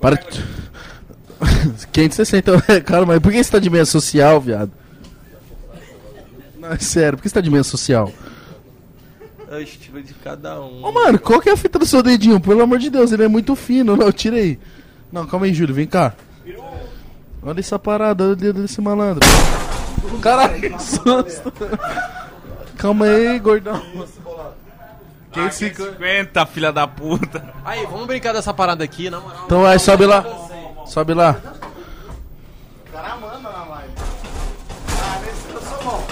Para. de- 560, é, cara, mas por que você tá de meia social, viado? Não, é sério, por que você tá de meia social?
É o estilo de cada um.
Ô, mano, qual que é a fita do seu dedinho? Pelo amor de Deus, ele é muito fino. Não, tira aí. Não, calma aí, Júlio, vem cá. Olha essa parada, olha o dedo desse malandro. Caralho, que susto. Calma aí, gordão.
50, filha da puta.
Aí, vamos brincar dessa parada aqui, na moral.
Então vai, sobe lá. Sobe lá.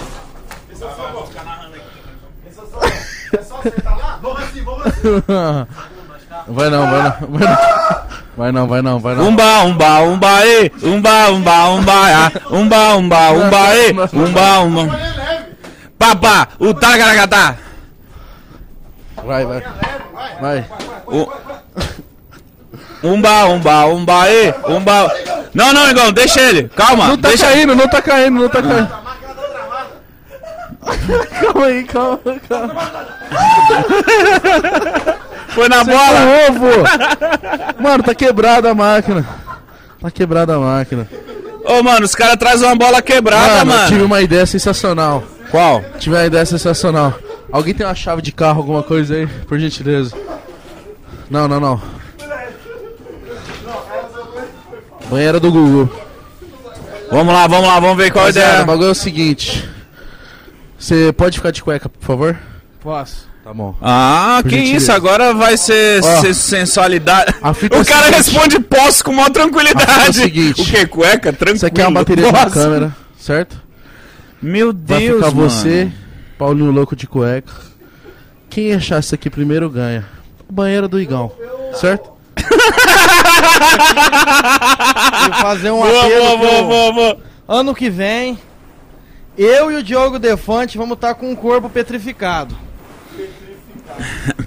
Vai não, vai não, vai não. Vai não, vai não, vai não.
Umba, umba, umba, e. Umba, umba, umba, ah. Umba, umba, umba, e. Umba, umba. Papá, o tagaragatá.
Vai, vai. Vai.
U- Umba, umba, umba, e. Umba. Não, não, Igão, deixa ele. Calma,
Não tá
deixa
caindo, não tá caindo, não tá caindo. calma aí, calma, calma.
Foi na bola.
Tá ovo! Mano, tá quebrada a máquina. Tá quebrada a máquina.
Ô, mano, os caras trazem uma bola quebrada,
Mano, eu
mano.
tive uma ideia sensacional.
Qual?
Tive uma ideia sensacional. Alguém tem uma chave de carro, alguma coisa aí, por gentileza? Não, não, não. Banheira do Google.
Vamos lá, vamos lá, vamos ver qual a
Rapaziada,
ideia.
O bagulho é o seguinte. Você pode ficar de cueca, por favor?
Posso.
Tá bom.
Ah,
Por
que
gentileza.
isso, agora vai ser,
Ó.
ser sensualidade.
A fita é
o
o
cara
seguinte.
responde posso com maior
A
tranquilidade.
fita é o seguinte.
que, cueca? Tranquilo.
Isso aqui é uma bateria de uma
Posso.
câmera, certo?
Meu
Vai
Deus,
ficar
mano.
você, Paulinho Louco de cueca. Quem achar isso aqui primeiro ganha. Banheiro do Igão, certo?
E fazer um
Boa,
apelo
boa, boa,
pro-
boa, boa.
Ano que vem, eu e o Diogo Defante vamos estar com um corpo petrificado.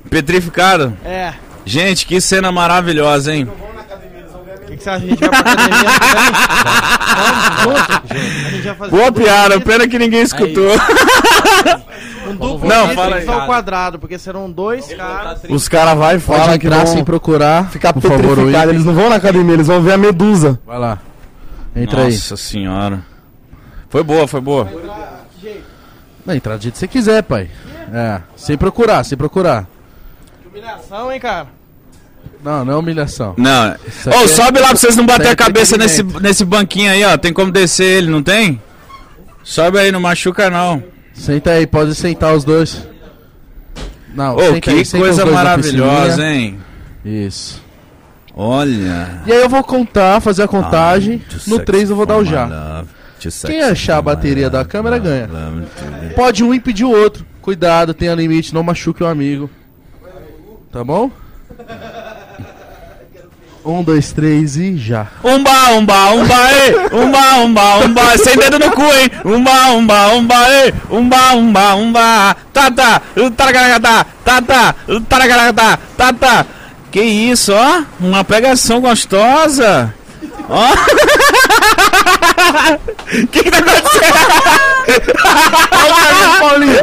Petrificado.
É.
Gente, que cena maravilhosa, hein?
O que, que você acha? A gente vai pra academia ano que vem? Vamos junto? A gente vai fazer
Boa
um duplo
piada,
misto,
pena que ninguém escutou.
Um duplo
Não,
não,
fala aí.
ao quadrado, porque serão dois caras.
Os caras vai e fala
Pode
que
entrar
vão
sem procurar.
ficar
por favor, o
petrificado.
item.
Eles não vão na academia, eles vão ver a medusa.
Vai lá. Entra
Nossa senhora. Foi boa, foi boa.
aí. Não, entra do jeito que você quiser, pai. É, sem procurar, sem procurar.
Humilhação, hein, cara?
Não, não é humilhação.
Não.
aqui
Ô,
é-
sobe lá pra vocês não bater
isso
a
aqui é
cabeça nesse,
entretenimento.
nesse banquinho aí, ó. Tem como descer ele, não tem? Sobe aí, não machuca não.
Senta aí, pode sentar os dois. Não,
Ô,
senta aí,
que
senta os
coisa
dois na
maravilhosa, hein?
piscininha. Isso.
Olha.
E aí eu vou contar, fazer a contagem. no 3 eu vou dar o já. Quem achar a bateria da câmera ganha. Pode um impedir o outro. Cuidado, tenha limite, não machuque o amigo. Tá bom? Um, dois, três e já.
Umba, umba, umba, ê! Umba, umba, umba, sem dedo no cu, hein? Umba, umba, umba, ê! Umba, umba, umba, tata, uh, taragaragata, tata, uh, taragaragata, tata. Que isso, ó? Uma pegação gostosa. Ó. O que que tá acontecendo? Paulinho, Paulinho.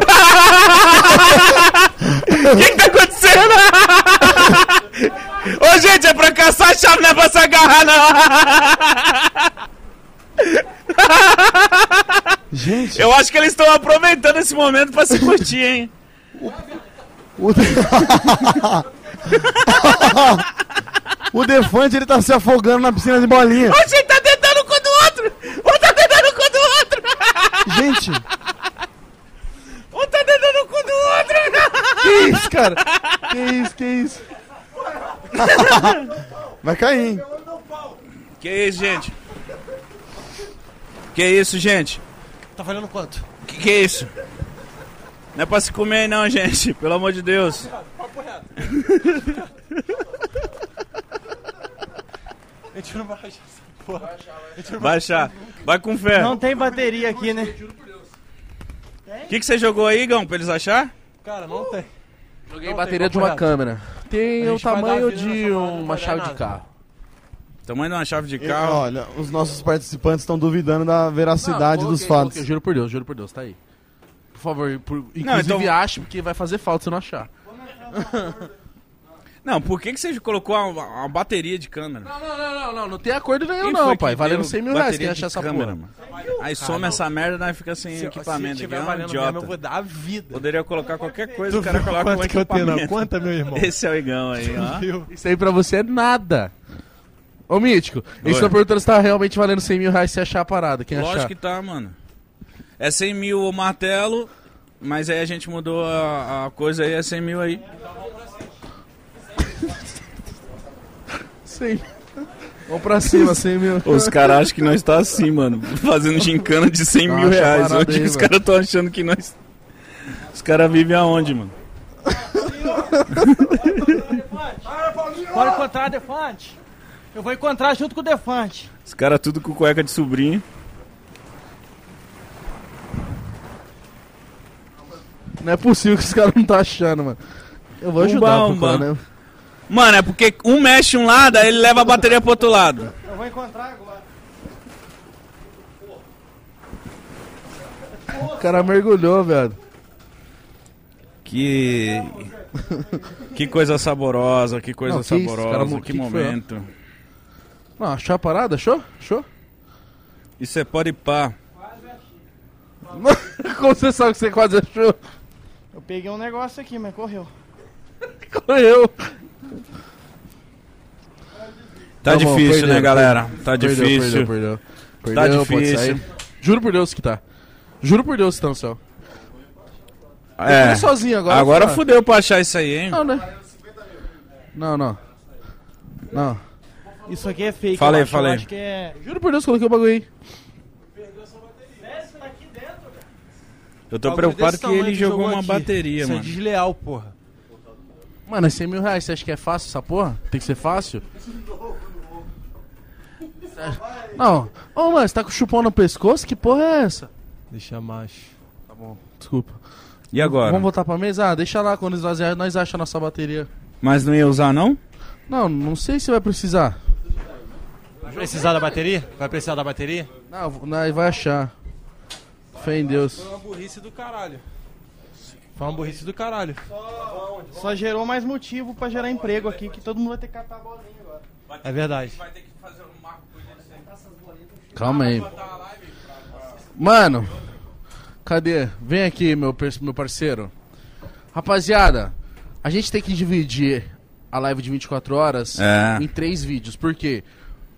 O que que tá acontecendo? acontecendo? Ô, gente, é pra caçar a chave, não é pra se agarrar, não.
Gente,
Eu acho que eles estão aproveitando esse momento pra se curtir, hein?
o... De... o Defante, ele tá se afogando na piscina de bolinha.
Ô, gente, tá tentando um contra o outro! Um tá tentando um contra o outro!
Gente,
Um tá tentando um contra o outro!
que isso, cara? Que isso, que isso? Vai cair, hein?
Que isso, gente? Que isso, gente?
Tá valendo quanto?
Que que é isso? Não é pra se comer aí não, gente. Pelo amor de Deus.
A gente não vai achar essa porra.
Baixar. Vai com fé.
Não tem bateria aqui, né?
O que, que você jogou aí, Gão, pra eles achar?
Cara, não tem.
Joguei
Não,
bateria
tem
de uma
papo
câmera. Tem
A
o
gente vai dar
tamanho
vida nessa
de
parada, não
uma
vai dar
chave de
nada.
carro.
Tamanho de uma chave de
Eu-
carro.
Olha, os nossos participantes estão duvidando da veracidade
Não,
dos
coloquei,
fatos.
coloquei, juro por Deus, juro por Deus, tá aí. Por favor, por, inclusive
então-
ache, porque vai fazer falta se não achar.
Não, por que, que você colocou uma, uma bateria de câmera?
Não, não, não, não, não, não tem acordo nenhum
Quem foi
não,
que
pai.
deu
Valendo 100 mil reais
bateria
quem
de
achar essa
câmera,
porra.
mano? Aí soma essa merda, nós fica sem equipamento. aqui,
se tiver
é um
valendo
idiota.
mesmo, eu vou dar a vida.
Poderia colocar qualquer coisa, o cara coloca um
Quanto que eu tenho na
equipamento.
conta, meu irmão?
Esse é o Igão aí, ó.
Isso aí pra você é nada. Ô, Mítico,
Oi.
eles estão perguntando se tá realmente valendo 100 mil reais se achar a parada. Quem achar?
Lógico que tá, mano. É 100 mil o martelo, mas aí a gente mudou a, a coisa aí, é 100 mil aí.
100 mil. Vamos pra cima, 100 mil.
Os caras acham que nós tá assim, mano. Fazendo gincana de 100
mil reais. Hoje os cara
estão achando que nós. Os caras vivem aonde, mano?
Bora encontrar a Defante. Eu vou encontrar junto com o Defante.
Os caras tudo com cueca de sobrinho.
Não é possível que os caras não tá achando, mano. Eu vou ajudar
Umba,
pro cara,
umba.
né?
Mano, é porque um mexe um lado, aí ele leva a bateria pro outro lado.
Eu vou encontrar agora.
O cara mergulhou, velho.
Que. Que coisa saborosa, que coisa
Não, que isso,
saborosa,
cara, mo-
que,
que que foi, ó?
momento.
Não, achou a parada? Achou? Achou?
Isso é pode pá.
Como você sabe que você quase achou?
Eu peguei um negócio aqui, mas correu.
Correu.
Tá,
Tá bom,
difícil,
perdeu,
né,
perdeu.
galera? Tá
Perdeu,
difícil.
Perdeu, perdeu.
Tá
Perdeu, pode
difícil.
sair. Juro por Deus que tá. Juro por Deus que tá no céu.
É.
Ele sozinho agora.
Agora
fala.
fudeu pra achar isso aí, hein?
Não, né? Não, não. Não.
Isso aqui é fake.
Falei,
eu acho. Eu
falei.
acho que é...
Juro por Deus, coloquei o bagulho aí.
Eu tô preocupado que ele jogou uma bateria,
Isso
mano.
é desleal, porra.
Mano, é 100 mil reais. Você acha que é fácil essa porra? Tem que ser fácil? Você acha- Não. Ô, mano, você tá com o chupão no pescoço? Que porra é essa? Tá
Deixa macho.
Desculpa.
E agora?
Vamos voltar pra mesa? Ah, deixa lá quando esvaziar, nós achamos a nossa bateria.
Mas não ia usar, não?
Não, não sei se vai precisar.
Vai precisar da bateria? Vai precisar da bateria?
Não, nós vai achar. Fé em Deus.
Foi uma burrice do caralho. Foi uma burrice do caralho.
Só gerou mais motivo pra gerar emprego aqui, que todo mundo vai ter que catar a bolinha agora.
É verdade.
Calma aí. Mano, cadê? Vem aqui, meu, par- meu parceiro. Rapaziada, a gente tem que dividir a live de 24 horas
É.
em três vídeos, porque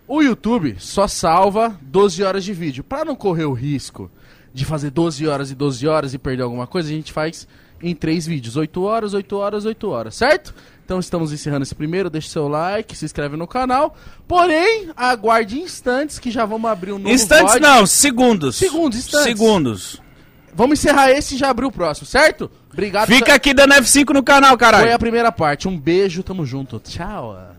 o YouTube só salva 12 horas de vídeo. Pra não correr o risco de fazer 12 horas e 12 horas e perder alguma coisa, a gente faz em três vídeos: 8 horas, 8 horas, 8 horas, certo? Então estamos encerrando esse primeiro. Deixa o seu like, se inscreve no canal. Porém, aguarde instantes que já vamos abrir um novo
Instantes
VOD.
não, segundos.
Segundos, instantes.
Segundos.
Vamos encerrar esse e já abrir o próximo, certo? Obrigado.
Fica aqui dando F5 no canal,
Foi
caralho.
a primeira parte. Um beijo, tamo junto. Tchau.